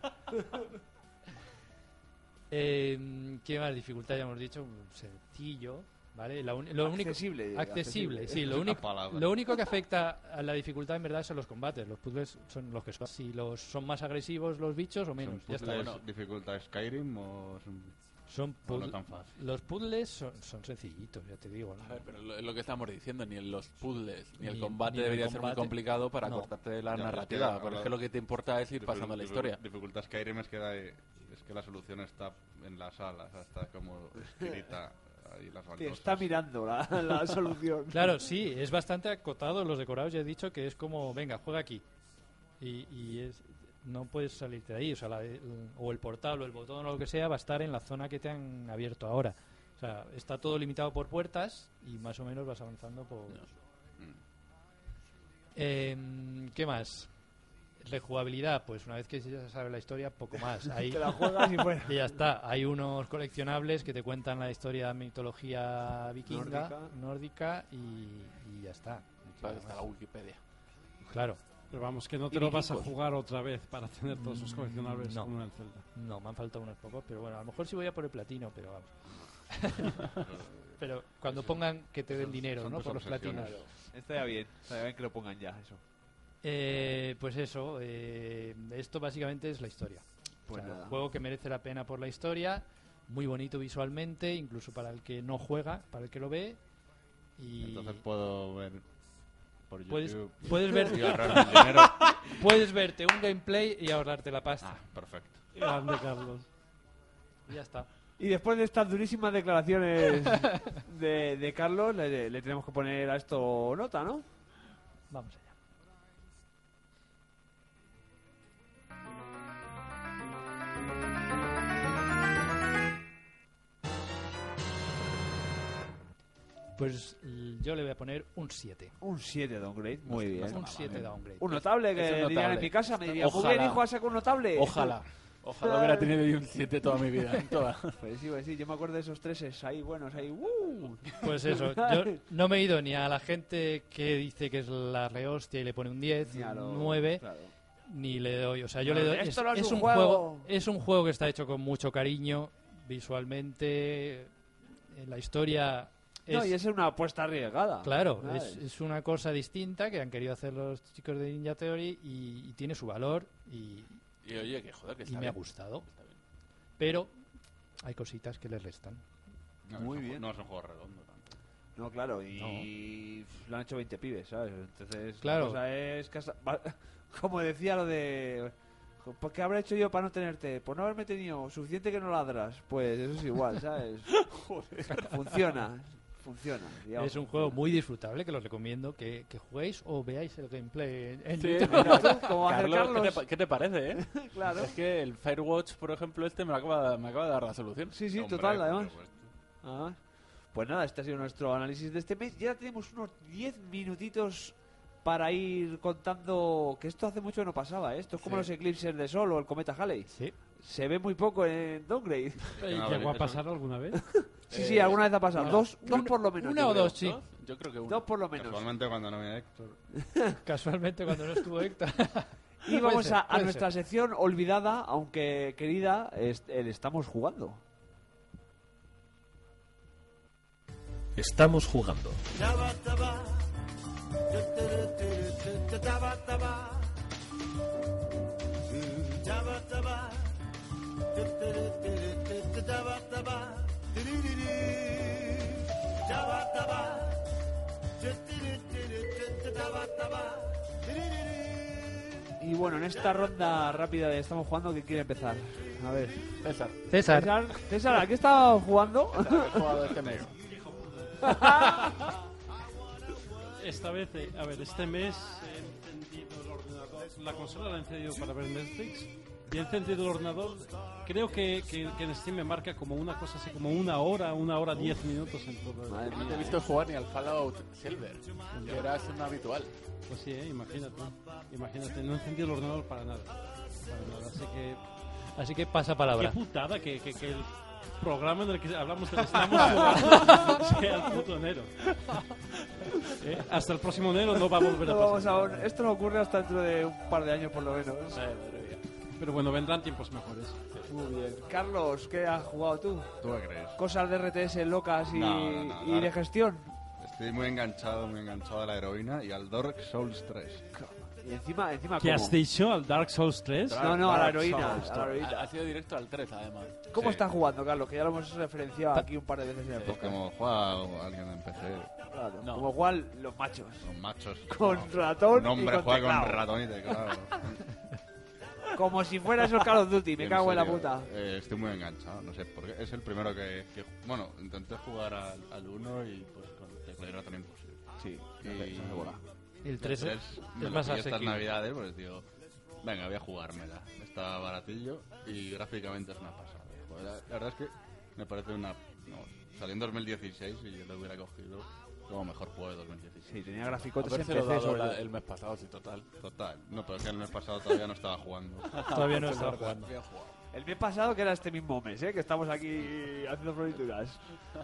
S3: Eh, ¿Qué más dificultad ya hemos dicho? Sencillo, ¿vale? La un- lo único-
S11: Accesible,
S3: accesible,
S11: accesible.
S3: sí. Lo
S11: Una
S3: único,
S11: palabra.
S3: lo único que afecta a la dificultad en verdad son los combates. Los puzzles son los que son. Si los son más agresivos los bichos o menos. ya está. Pues
S4: ¿Puzzles dificultad Skyrim o son,
S3: Son
S4: o
S3: puzzles-
S4: no tan fácil?
S3: Los puzzles son, son sencillitos, ya te digo. ¿no?
S6: A ver, pero lo, lo que estamos diciendo, ni en los puzzles, ni, el
S3: Ni-
S6: combate
S3: ni el
S6: debería ser
S3: combate.
S6: muy complicado para
S3: No.
S6: cortarte la
S4: Ya,
S6: narrativa.
S4: es que
S6: porque
S4: ahora-
S6: es que lo que te importa es ir pasando la
S4: dificu-
S6: historia.
S4: Dificultad Skyrim es que, la, es que la solución está en las alas, está como escrita ahí las
S2: Te
S4: baldosas.
S2: está mirando la, la solución.
S3: Claro, sí, es bastante acotado los decorados. Ya he dicho que es como, venga, juega aquí. Y, y es, no puedes salirte de ahí. O, sea, la- el, o el portal o el botón o lo que sea va a estar en la zona que te han abierto ahora. O sea, está todo limitado por puertas y más o menos vas avanzando por... Mm. Em, ¿Qué más? Rejugabilidad, pues una vez que ya se sabe la historia, poco
S2: <laughs>
S3: más. Ahí
S2: Te la juegas y
S3: <laughs>
S2: fuera.
S3: ya está. Hay unos coleccionables que te cuentan la historia de mitología vikinga,
S5: Nórdica.
S3: nórdica, y, y ya está. No tiene
S6: Para
S3: nada
S6: estar
S3: más.
S6: la Wikipedia.
S3: Claro.
S5: Pero vamos, que no te lo vas a jugar otra vez para tener todos los
S3: Mm,
S5: coleccionables
S3: no.
S5: como en el Zelda.
S3: No, me han faltado unos pocos, pero bueno, a lo mejor sí voy a por el platino, pero vamos. pero cuando pongan que te den dinero, ¿no? Por los platinos.
S11: Estaría bien, estaría bien que lo pongan ya, eso.
S3: Eh, pues eso, eh, esto básicamente es la historia.
S11: Pues
S3: O sea,
S11: nada.
S3: Un juego que merece la pena por la historia, muy bonito visualmente, incluso para el que no juega, para el que lo ve. Y
S4: Entonces pues, puedo ver por
S3: puedes, <laughs>
S4: YouTube.
S3: puedes ver,
S4: y ahorrarme el dinero.
S3: puedes verte un gameplay y ahorrarte la pasta.
S4: Ah. Perfecto.
S5: Grande, Carlos.
S3: Ya está.
S2: Y después de estas durísimas declaraciones de, de Carlos, le, le tenemos que poner a esto nota, ¿no?
S3: Vamos allá. Pues l- yo le voy a poner un 7.
S2: Un 7 downgrade, muy bien. Ah,
S3: Un 7 downgrade.
S2: Un notable que
S6: Es un notable.
S2: dirían en mi casa, me dirían, muy
S6: Ojalá.
S2: bien, hijo, has sacado un notable.
S6: Ojalá. Ojalá hubiera tenido yo un 7 toda mi vida. Toda.
S2: <laughs> Pues sí, pues sí, yo me acuerdo de esos treses ahí buenos, ahí, ¡uh!
S3: Pues
S2: <laughs>
S3: eso, yo no me he ido ni a la gente que dice que es la rehostia y le pone un 10,
S2: Ni a lo-
S3: 9,
S2: claro.
S3: ni le doy. O sea, yo
S2: No,
S3: le doy.
S2: esto
S3: es,
S2: no es
S3: es
S2: un
S3: un juego.
S2: juego.
S3: Es un juego que está hecho con mucho cariño, visualmente. eh, La historia.
S2: No, y es Ah, una apuesta arriesgada.
S3: Claro,
S2: ¿sabes?
S3: es, es una cosa distinta que han querido hacer los chicos de Ninja Theory y, y tiene su valor y,
S6: Y oye, que joder,
S3: y
S6: que está
S3: me ha
S6: bien.
S3: gustado. Pero hay cositas que le restan.
S4: No,
S2: Muy
S4: es un
S2: bien.
S4: ju- No es un juego redondo tampoco.
S2: No, claro, y lo han hecho 20 pibes, ¿sabes? Entonces,
S3: Claro.
S2: la cosa es que hasta- va- <laughs> como decía lo de... "Jo, Pues, ¿qué habré hecho yo para no tenerte? Por no haberme tenido suficiente que no ladras. Pues eso es igual, ¿sabes? Funciona, funciona. digamos.
S3: Es un juego muy disfrutable que los recomiendo que, que juguéis o veáis el gameplay en, en
S6: Sí,
S3: YouTube.
S2: <laughs>
S6: mira,
S2: como hace
S6: Carlos, ¿qué,
S2: Carlos.
S6: te, pa- qué te parece, eh?
S2: Claro.
S6: <laughs> Es que el Firewatch, por ejemplo, este me acaba, me acaba de dar la solución.
S2: Sí, sí,
S6: Hombre,
S2: total,
S6: por
S2: además.
S6: supuesto.
S2: Además. Pues nada, este ha sido nuestro análisis de este mes. Ya tenemos unos 10 minutitos para ir contando que esto hace mucho que no pasaba. ¿eh? Esto es como
S3: Sí.
S2: los eclipses de sol o el cometa Halley.
S3: Sí.
S2: Se ve muy poco en
S3: <laughs>
S2: Downgrade.
S5: ¿Y llegó a pasar alguna vez?
S2: Sí, sí, alguna vez ha pasado.
S3: una-
S2: dos, dos por lo menos. yo creo.
S6: Yo creo que uno.
S2: Dos por lo menos.
S4: Casualmente cuando no me Héctor.
S3: Casualmente cuando no estuvo Héctor.
S2: Y
S3: Puede
S2: vamos
S3: ser,
S2: a, a
S3: puede
S2: nuestra
S3: ser.
S2: sección olvidada, aunque querida, es- el estamos jugando.
S13: Estamos jugando.
S2: Y bueno, en esta ronda rápida de estamos jugando, ¿quién quiere empezar? A ver.
S6: César.
S3: César.
S2: César, César, ¿a qué estaba jugando?
S5: Esta vez, eh, a ver, este mes he encendido el ordenador. La consola la he encendido para ver Netflix. Y he encendido el ordenador. Creo que, que, que en Steam me marca como una cosa así, como una hora, una hora diez minutos en todo.
S6: Yo No te he visto jugar ni al Fallout Silver, que eras un habitual.
S5: Pues sí, ¿eh? imagínate. Imagínate, no he encendido el ordenador para nada. Para nada, así que.
S3: Así que pasa palabra.
S5: Qué putada que, que, que el programa en el que hablamos <laughs> del estamos jugando sea el puto <laughs> enero. Eh, Hasta el próximo enero no va a volver a
S2: No, <laughs>
S5: pasar.
S2: vamos a ver, Esto no ocurre hasta dentro de un par de años por lo menos.
S5: Pero bueno, vendrán tiempos mejores.
S2: Muy bien. Carlos, ¿qué has jugado tú?
S4: ¿Tú qué crees?
S2: Cosas de RTS locas y,
S4: No, no, no,
S2: y de
S4: ahora-
S2: gestión.
S4: Estoy muy enganchado, muy enganchado a la heroína y al Dark Souls 3.
S2: Y encima, encima
S5: ¿Qué
S2: ¿cómo?
S5: has dicho? ¿Al Dark Souls 3?
S2: No, no, a la heroína. a la heroína.
S6: Ha, ha sido directo al 3, además.
S2: ¿Cómo
S6: está
S2: estás jugando, Carlos? Que ya lo hemos referenciado aquí un par de veces en el
S4: Es
S2: podcast.
S4: como juega alguien en PC.
S2: Claro, Como igual los machos.
S4: Los machos.
S2: <laughs> Con
S4: No.
S2: ratón
S4: Un hombre
S2: y con
S4: juega
S2: teclado.
S4: con ratón
S2: <laughs>
S4: y teclado.
S2: Como si fuera eso el Call of Duty,
S4: <laughs>
S2: me cago en la
S4: serio,
S2: puta.
S4: eh, estoy muy enganchado, no sé por qué. Es el primero que. que- bueno, intenté jugar al, al 1 y pues con el teclado y ratón imposible.
S2: Sí,
S4: y
S2: se hace bola.
S3: Y el 3
S4: el
S3: es-
S4: me
S3: es
S4: lo
S3: más
S4: pillé estas
S3: asequible.
S4: navidades, pues digo, venga, voy a jugármela. Está baratillo y gráficamente es una pasada. Joder, la, la verdad es que me parece una. No, salió en 2016 y yo lo hubiera cogido como mejor juego de 2016.
S2: Sí, tenía graficotes
S6: Haberse
S2: en
S6: lo
S2: PC,
S6: dado
S2: sobre
S6: la-
S2: todo.
S6: el mes pasado, sí, total.
S4: Total. No, pero es que el mes pasado todavía no estaba jugando.
S5: Todavía no estaba jugando.
S2: El mes pasado, que era este mismo mes, ¿eh? que estamos aquí haciendo florituras.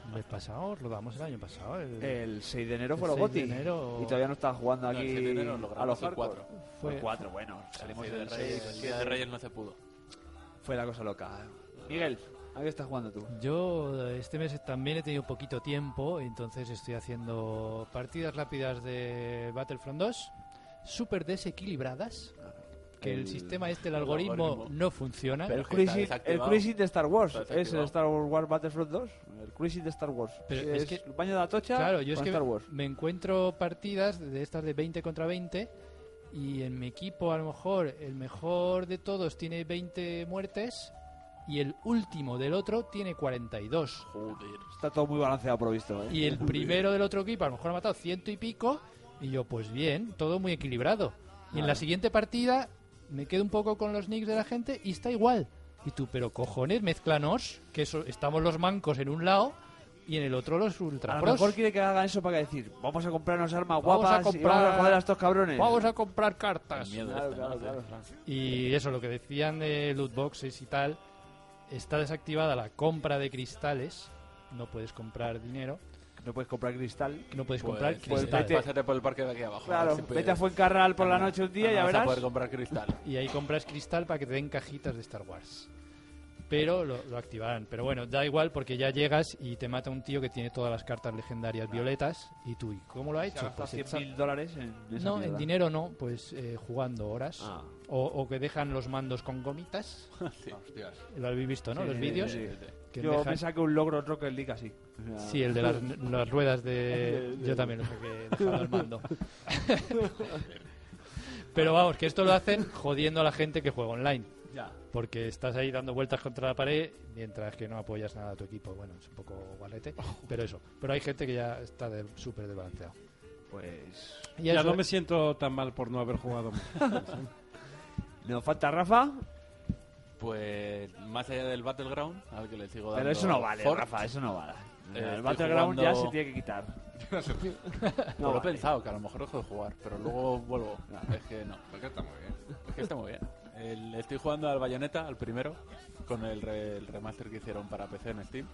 S3: El mes pasado, lo damos el año pasado. eh. El,
S2: El 6 de enero
S3: el
S2: fue los
S3: 6 de
S2: Goti.
S3: enero-
S2: Y todavía no estaba jugando
S6: No, el
S2: aquí
S6: 6 de enero lo
S2: a los
S6: grabamos el
S2: hardcore.
S6: 4.
S2: Fue
S3: Fue-
S2: 4, bueno. Salimos
S6: El día de
S2: el
S6: Reyes,
S2: 6.
S6: el día de Reyes no se pudo.
S2: Fue la cosa loca. eh. Miguel, ¿a qué estás jugando tú?
S3: Yo eh, este mes también he tenido poquito tiempo, entonces estoy haciendo partidas rápidas de Battlefront 2, súper desequilibradas, que el,
S2: El-
S3: sistema este, el
S6: el
S3: algoritmo,
S6: algoritmo.
S3: no funciona.
S2: El
S6: Pero que está
S2: cruising, el
S6: desactivado.
S2: cruising de Star Wars.
S6: Está
S2: Es el
S6: desactivado.
S2: Star Wars Battlefront 2. El cruising de Star Wars.
S3: Pero
S2: es,
S3: es que-
S2: el baño de Atocha
S3: Claro, yo es
S2: con
S3: que
S2: Star Wars.
S3: me encuentro partidas de estas de 20 contra 20 y en mi equipo a lo mejor el mejor de todos tiene 20 muertes y el último del otro tiene 42.
S6: Joder.
S2: Está todo muy balanceado por lo visto. ¿eh?
S3: Y el primero del otro equipo a lo mejor ha matado ciento y pico. Y yo, pues bien, todo muy equilibrado. Y en la siguiente partida me quedo un poco con los nicks de la gente y está igual. Y tú, pero cojones, mezclanos, que eso, estamos los mancos en un lado y en el otro los
S2: A
S3: ultra
S2: lo mejor quiere que hagan eso para decir, vamos a comprarnos armas
S3: Vamos
S2: guapas
S3: a
S2: y vamos a
S3: comprar-
S2: joder a estos cabrones.
S3: Vamos a comprar cartas.
S6: Miedo
S2: Claro,
S6: este, ¿no?
S2: claro,
S6: De-
S2: claro.
S3: Y eso, lo que decían de loot boxes y tal, está desactivada la compra de cristales. No puedes comprar dinero,
S2: No puedes comprar cristal.
S3: no puedes
S6: Pues,
S3: comprar
S6: pues
S3: cristal.
S2: vete-
S6: Pásate por el parque de aquí abajo.
S2: Claro,
S6: ver si
S2: vete a
S6: puedes-
S2: Fuencarral por la
S6: No,
S2: noche un día,
S6: no
S2: ya
S6: vas
S2: verás.
S6: a poder comprar cristal.
S3: y ahí compras cristal para que te den cajitas de Star Wars. Pero lo, lo activarán. Pero bueno, da igual porque ya llegas y te mata un tío que tiene todas las cartas legendarias violetas. Y tú, ¿y cómo lo ha
S2: Se ha
S3: hecho?
S2: gastado
S3: Pues echa-
S2: 100.000 dólares en esa
S3: No, en
S2: mierda.
S3: dinero no, pues eh, jugando horas.
S2: Ah.
S3: O, o que dejan los mandos con
S2: <laughs>
S3: gomitas.
S4: Hostias.
S3: Lo habéis visto, ¿no?
S2: Sí,
S3: los
S2: sí,
S3: vídeos.
S2: sí.
S3: Que
S2: Yo
S3: dejan-
S2: me saqué un logro en Rocket League así. O sea,
S3: Sí, el de las, las ruedas de... Yo también lo sé que dejaba el
S5: <laughs>
S3: mando. Pero vamos, que esto lo hacen jodiendo a la gente que juega online. Porque estás ahí dando vueltas contra la pared mientras que no apoyas nada a tu equipo. Bueno, es un poco guarrete, pero eso. Pero hay gente que ya está de- súper desbalanceado.
S2: Pues.
S3: Y
S5: Ya
S3: eso-
S5: no me siento tan mal por no haber jugado.
S2: Nos falta Rafa,
S6: Pues más allá del Battleground, al que le sigo dando.
S2: pero eso no vale,
S6: Fort.
S2: Rafa, eso no vale.
S6: Eh,
S2: el
S6: estoy
S2: Battleground ya
S6: jugando-
S2: se tiene que quitar.
S6: Pues <laughs> lo he
S2: vale.
S6: pensado, que a lo mejor dejo de jugar, pero luego vuelvo. Es que no,
S4: Porque está muy bien.
S6: es que está muy bien. El- estoy jugando al Bayonetta, al primero, con el, re- el remaster que hicieron para PC en Steam.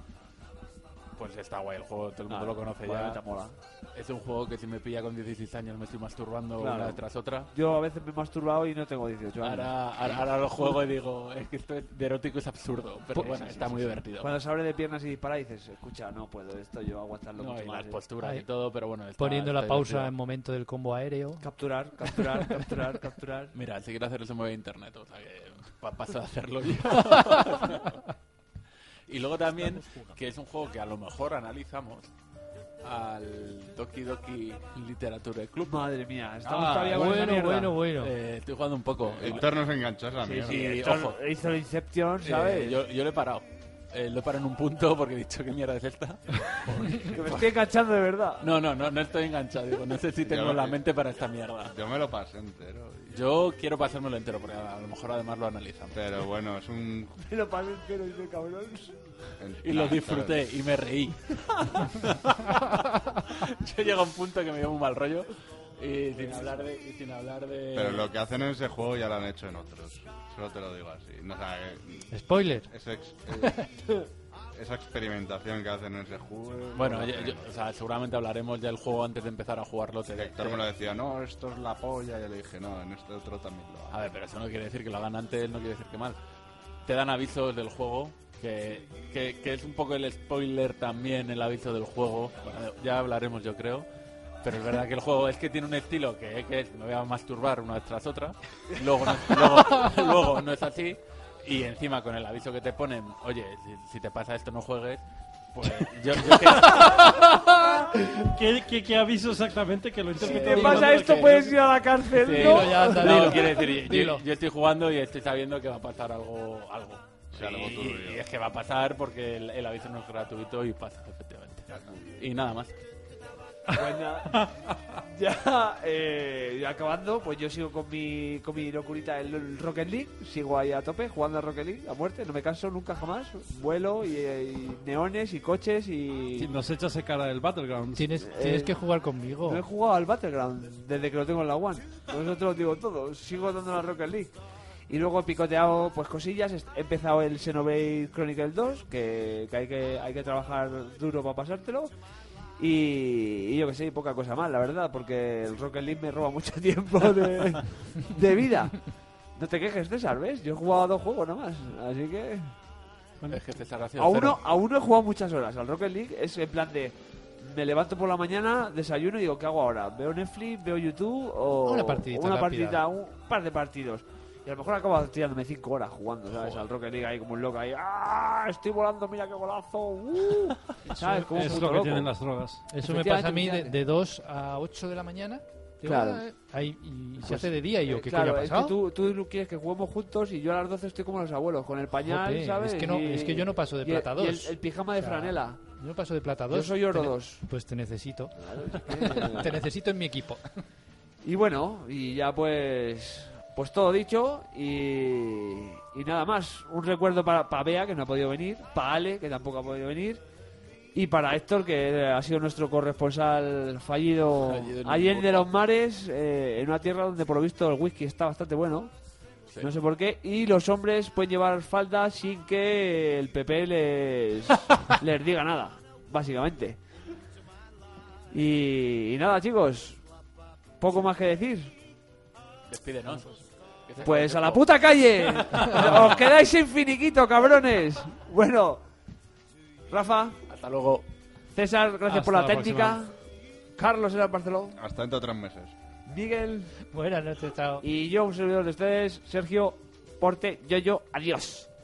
S6: Pues está guay el juego, todo el mundo
S2: Ah,
S6: lo conoce
S2: bueno, te
S6: ya.
S2: mola.
S6: Es un juego que si me pilla con 16 años me estoy masturbando
S2: Claro.
S6: una tras otra.
S2: Yo a veces me he masturbado y no tengo 18 años.
S6: Ahora, ahora, ahora lo juego y digo, es que esto es de erótico es absurdo, pero
S2: Pues Sí,
S6: bueno,
S2: sí, sí,
S6: está
S2: sí,
S6: muy
S2: sí.
S6: divertido.
S2: Cuando se abre de piernas y dispara, dices, escucha, no puedo esto, yo aguantarlo
S6: No,
S2: mucho
S6: y
S2: más.
S6: las
S2: ¿eh".
S6: posturas
S3: Ahí.
S6: y todo, pero bueno, está-
S3: Poniendo la
S6: está
S3: pausa
S6: divertido.
S3: en momento del combo aéreo.
S2: Capturar,
S6: <laughs>
S2: capturar, capturar, capturar.
S6: Mira, si quieres hacer eso me voy a internet, o sea que pa- paso de hacerlo yo. y luego también, que es un juego que a lo mejor analizamos al Doki Doki Literature Club.
S2: Madre mía, estamos
S6: Ah,
S2: todavía con esa
S3: Bueno,
S2: mierda.
S3: bueno, bueno.
S6: Eh, estoy jugando un poco. Y-
S4: Internos enganchas la
S2: Sí,
S4: mierda.
S2: sí,
S6: Y,
S2: esto
S6: ojo.
S2: hizo el Inception,
S6: eh,
S2: ¿sabes?
S6: yo, yo lo he parado. Eh, lo he parado en un punto porque he dicho que mierda es esta.
S2: Que me estoy enganchando de verdad.
S6: No, no, no, no estoy enganchado. Digo, no sé si tengo
S4: Ya,
S6: la
S4: eh.
S6: mente para esta mierda.
S4: Yo me lo pasé entero. y-
S6: Yo quiero pasármelo entero porque a lo mejor además lo analizamos.
S4: Pero bueno, es un.
S2: Me lo pasé entero y de cabrón.
S6: Y lo disfruté y me reí. <laughs> Yo llego a un punto que me dio un mal rollo y sin hablar de... y sin hablar de-
S4: Pero lo que hacen en ese juego ya lo han hecho en otros. Solo te lo digo así. No, o sea, que-
S3: Spoiler.
S4: ese ex- eh, esa experimentación que hacen en ese juego.
S6: Bueno,
S4: no lo
S6: yo-
S4: hacen
S6: yo-
S4: en
S6: o
S4: otros.
S6: sea, seguramente hablaremos ya del juego antes de empezar a jugarlo. te-
S4: Héctor me lo decía, no, esto es la polla. Y yo le dije, no, en este otro también lo
S6: A
S4: hago.
S6: ver, pero eso no quiere decir que lo hagan antes, no quiere decir que mal. te dan avisos del juego, que, que- que es un poco el spoiler también, el aviso del juego. Bueno, ya hablaremos, yo creo. Pero es verdad que el juego es que tiene un estilo que, que es, me voy a masturbar una vez tras otra, luego no, es- luego- <laughs> luego no es así, y encima con el aviso que te ponen, oye, si, si te pasa esto no juegues, pues yo, yo que-
S5: ¿Qué, qué, qué aviso exactamente que lo interpreté?
S2: te pasa esto, pues. puedes ir a la cárcel,
S6: Sí,
S2: ¿no?
S6: no, quiere decir, yo, yo estoy jugando y estoy sabiendo que va a pasar algo. algo.
S4: Sí, algo
S6: y,
S4: turbio.
S6: y es que va a pasar porque el, el aviso no es gratuito y pasa, efectivamente. Y nada más.
S2: Pues <laughs> Ya eh, acabando, pues yo sigo con mi, con mi locurita del Rocket League, sigo ahí a tope jugando a Rocket League a muerte, no me canso nunca jamás, vuelo y, eh, y neones y coches y...
S5: Si nos echas de cara del Battlegrounds.
S3: Tienes, tienes que jugar conmigo.
S2: Eh, No he jugado al Battleground desde que lo tengo en la One. Por eso te lo digo todo. Sigo dando la Rocket League. Y luego he picoteado pues cosillas. Est- He empezado el Xenoblade Chronicle 2, que, que hay que hay que trabajar duro para pasártelo. Y, y yo que sé, y poca cosa más, la verdad, porque el Rocket League me roba mucho <laughs> tiempo de, de vida. No te quejes, César, ¿ves? Yo he jugado a dos juegos nada más, así que...
S6: Es que César ha sido
S2: A uno,
S6: cero.
S2: a uno he jugado muchas horas. Al Rocket League es en plan de. Me levanto por la mañana, desayuno y digo, ¿qué hago ahora? ¿Veo Netflix? ¿Veo YouTube? O
S3: Una partidita
S2: o una
S3: rápida.
S2: partida, un par de partidos. Y a lo mejor acabo tirándome cinco horas jugando, ¿sabes? Al Rocket League ahí como un loco ahí. ¡Ah! Estoy volando, mira qué golazo. ¡Uh! ¿Sabes? Como un
S5: es
S2: puto
S5: lo que
S2: loco.
S5: tienen las drogas.
S3: Eso me pasa a mí de, de 2 a 8 de la mañana. Digo,
S2: Claro.
S3: ah, eh, ahí- y se
S2: Pues,
S3: hace de día y yo,
S2: eh,
S3: ¿qué
S2: claro,
S3: coño ha
S2: es
S3: pasado?
S2: que tú, tú quieres que juguemos juntos y yo a las 12 estoy como los abuelos, con el pañal,
S3: Jope,
S2: ¿sabes?
S3: Es que, no,
S2: Y-
S3: es que yo no paso de
S2: y el-
S3: plata
S2: y
S3: 2.
S2: el- el pijama de
S3: <laughs>
S2: franela.
S3: Yo no paso de plata
S2: Yo
S3: 2.
S2: soy oro dos.
S3: Pues te necesito.
S2: que-
S3: te necesito en mi equipo.
S2: Y bueno, y ya pues pues todo dicho y, y nada más. Un recuerdo para, para Bea, que no ha podido venir, para Ale, que tampoco ha podido venir, y para Héctor, que eh, ha sido nuestro corresponsal fallido
S6: Fallido en
S2: allí en
S6: Oporto.
S2: de los mares, eh, en una tierra donde por lo visto el whisky está bastante bueno.
S6: Sí.
S2: No sé por qué. Y los hombres pueden llevar falda sin que el PP
S6: <laughs>
S2: les, les diga nada, básicamente. Y, y nada, chicos. Poco más que decir.
S6: Despídenos. Que se
S2: Pues a
S6: acabe
S2: la
S6: el
S2: puta calle.
S6: tiempo.
S2: Os quedáis sin finiquito, cabrones. Bueno. Rafa.
S6: Hasta luego.
S2: César, gracias
S4: Hasta
S2: por la,
S4: la
S2: técnica. Carlos era Barceló.
S4: Hasta dentro de tres meses.
S2: Miguel.
S3: Buenas noches, chao.
S2: Y yo, un servidor de ustedes, Sergio Porte Yoyo. Adiós.